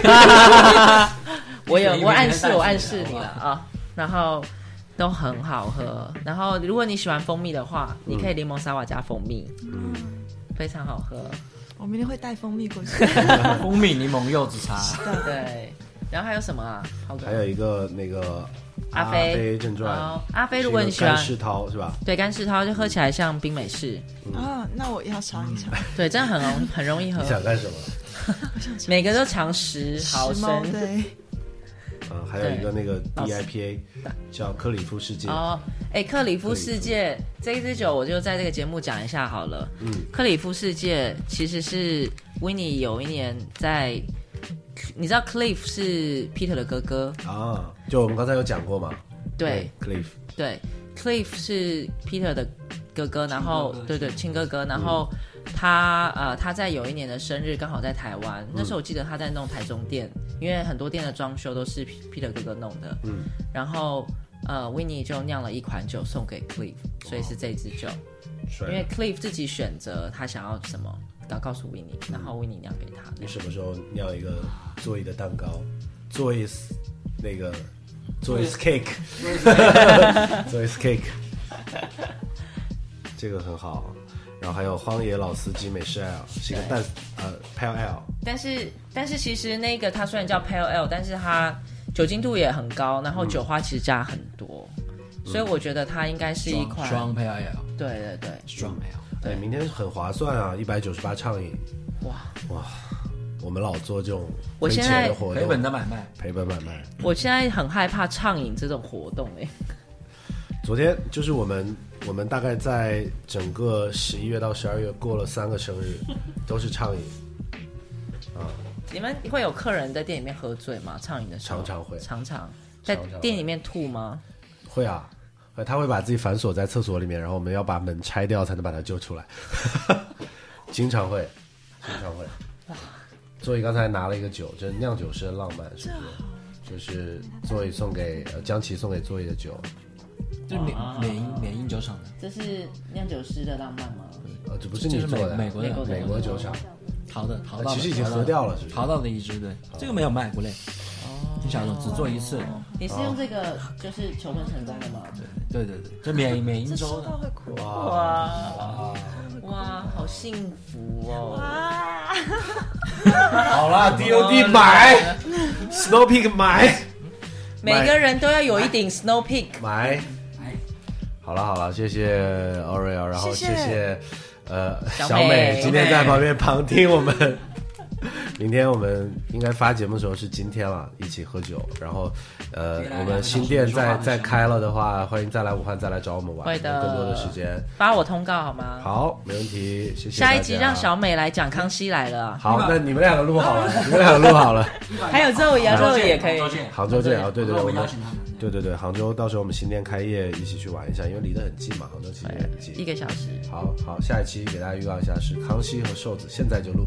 S4: 我有
S3: 一个
S4: 我暗示
S3: 一个
S4: 我暗示你了
S3: 好
S4: 啊，然后都很好喝。然后如果你喜欢蜂蜜的话，你
S1: 嗯
S4: 可以柠檬沙瓦加蜂蜜，非常好喝。
S2: 我明天会带蜂蜜过去。
S3: 蜂蜜柠檬柚子茶，
S4: 对，然后还有什么啊？好哥
S1: 还有一个那个
S4: 阿
S1: 飞
S4: 飞
S1: 正传
S4: 哦，阿飞如果你
S1: 是一
S4: 喜
S1: 个
S4: 欢
S1: 干世涛是吧？
S4: 对干式涛就喝起来像冰美式，
S2: 啊，那我要尝一尝。
S4: 对，真的很容很容易喝
S1: 你，想干什么？
S4: 每个都尝十毫
S2: 时
S4: 升
S2: 髦。对，
S1: 嗯，还有一个那个 DIPA 叫克里夫世界，
S4: 哦，哎，克里夫世界这一支酒，我就在这个节目讲一下好了。
S1: 嗯
S4: 克里夫世界其实是 w i n n e 有一年在，你知道 Cliff 是 Peter 的哥哥，
S1: 啊，就我们刚才有讲过嘛？
S4: 对
S1: 克里夫，
S4: 对，Cliff 是 Peter 的哥哥，然
S3: 亲
S4: 后
S3: 哥哥
S4: 对对亲哥哥，然后他呃他在有一年的生日刚好在台湾，那时候我记得他在弄台中店，因为很多店的装修都是 P- Peter 哥哥弄的，
S1: 嗯，
S4: 然后呃 w i n n e 就酿了一款酒送给 Cliff，所以是这支酒。
S1: 帅
S4: 因为 Cliff 自己选择他想要什么，然后告诉 w i n n i 然后 w i n n i 酿给他
S1: 你什么时候酿一个座椅的蛋糕？座椅那个座椅 cake，座椅 cake， 这个很好。然后还有荒野老司机美式 L，是一个淡呃 Pale L，
S5: 但是但是其实那个它虽然叫 Pale Ale，但是它酒精度也很高，然后酒花其实加很多，所以我觉得它应该是一
S3: 双
S5: 款
S3: 双 P L，
S5: 对对对，
S3: 双 P L。
S1: 哎，明天很划算啊，一百九十八畅饮。
S5: 哇
S1: 哇，我们老做这种
S5: 我
S1: 亏
S5: 现
S1: 钱
S5: 在
S1: 的活动，
S3: 赔本的买卖，
S1: 赔本买卖。
S5: 我现在很害怕畅饮这种活动哎、
S1: 昨天就是我们，我们大概在整个十一月到十二月过了三个生日，都是畅饮，
S5: 你们会有客人在店里面喝醉吗？畅饮的时候
S1: 常常会
S5: 常常在
S1: 常常
S5: 店里面吐吗？
S1: 会啊，呃他会把自己反锁在厕所里面，然后我们要把门拆掉才能把他救出来， 经常会，经常会。座椅刚才拿了一个酒，这酿酒是浪漫，是不是？就是座椅送给呃江琪送给座椅的酒，
S3: 就缅
S5: 啊
S3: 缅因缅因酒厂的，
S5: 这是酿酒师的浪漫吗？
S1: 呃，这不是
S3: 这
S1: 你
S3: 是
S1: 做
S3: 美
S1: 的啊，
S3: 美国的
S1: 美国酒厂，
S3: 淘的淘到的，
S1: 其实已经哦
S3: 淘到
S1: 合
S3: 的
S1: 掉了是不是
S3: 淘到的一支，对，这个没有卖，国内，
S5: 哦
S3: 挺小众，只做一次，
S5: 你是用这个就是求婚成功的吗？
S3: 对对对，这缅缅因州
S2: 收
S3: 的
S2: 到，会哭
S1: 哇，
S5: 哇，好幸福哦！
S2: 啊！
S1: 好啦，DOD 买，Snow Peak 买。
S5: 每个人都要有一顶 Snow Peak。
S1: 买。好了好了，谢谢 Oreo，然后
S2: 谢
S1: 谢
S2: 谢
S1: 呃
S5: 小
S1: 小
S5: 美
S1: 美今天在旁边旁听我们。 明天我们应该发节目的时候是今天了，一起喝酒。然后，呃，我们新店再再开了的话，欢迎再来武汉，再来找我们玩，
S5: 会的
S1: 有更多的时间。
S5: 发我通告好吗？
S1: 好，没问题，谢谢大家。啊
S5: 下一集让小美来讲《康熙来了啊
S1: 好，那你们两个录好了，你们两个录好了。》，
S5: 还有肉爷，肉
S3: 这
S5: 爷也可以。
S1: 杭州见啊，对对对，
S3: 我
S1: 我
S3: 邀
S1: 们
S3: 请他们，
S1: 对对对，杭州到时候我们新店开业，一起去玩一下，因为离得很近嘛，杭州其实也很近，
S5: 一个小时，
S1: 好好，下一期给大家预告一下是康熙和瘦子，现在就录。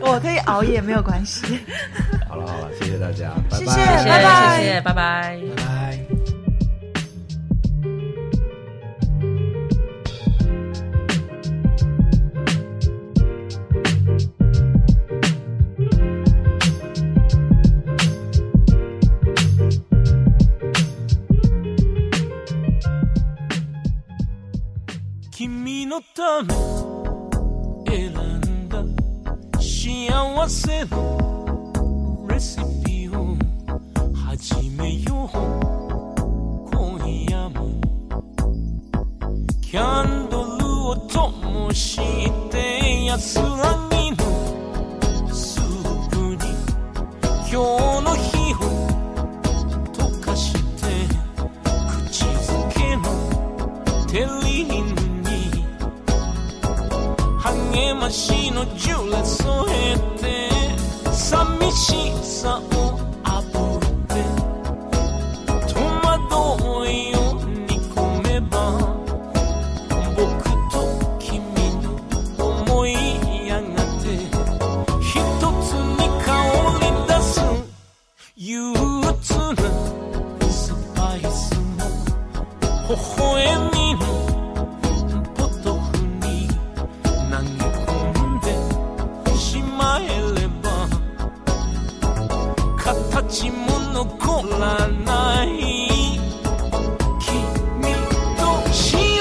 S2: 我可以熬夜没有关系，
S1: 好了好了，谢谢大家，拜拜。
S2: 谢谢
S5: 谢
S2: 拜拜
S5: 谢谢谢，拜拜。
S3: 拜拜。
S7: 君のため選んだ幸せのレシピを始めよう今夜もキャンドルを灯して安らぎのスープに今日の日を溶かして口づけのテリーに励ましのジュレ添えて寂しさを炙って戸惑いを煮込めば僕と君の思いやがて一つに香り出す憂鬱なスパイスの微笑みのポトフに投げ込んでしまえれば形も残らない君と幸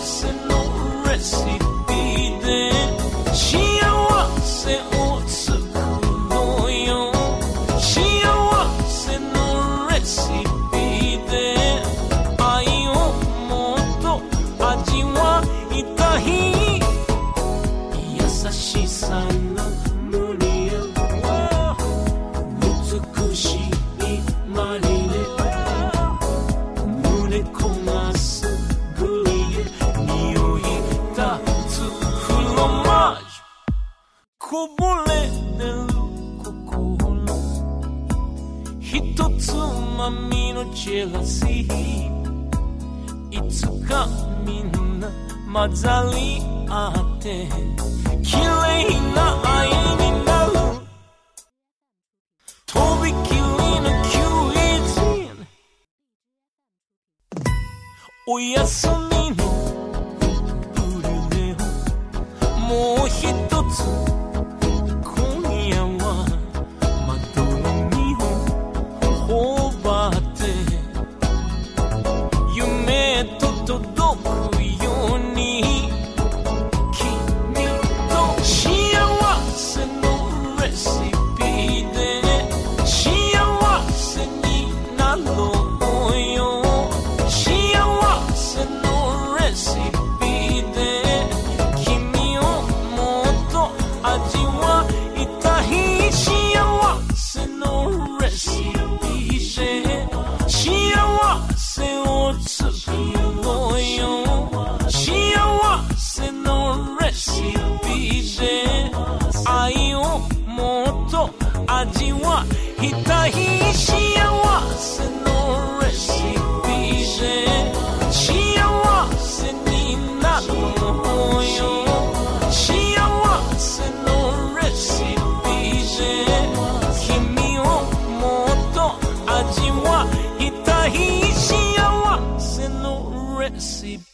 S7: せのレシピで幸せを作ろうよ幸せのレシピで愛をもっと味わいたい優しさが無理や美しいマリネ胸こがすグリエ匂いたつフロマージュこぼれ出る心ひとつまみのジェラシーいつかみんな混ざり合って綺麗な愛になるとびきりのキュイズおやすみのブルネをもうひとつ今夜は窓のみを頬張って夢浸し合わせのレシピで幸せになるのよ幸せのレシピで君をもっと味わいたい幸せのレシピ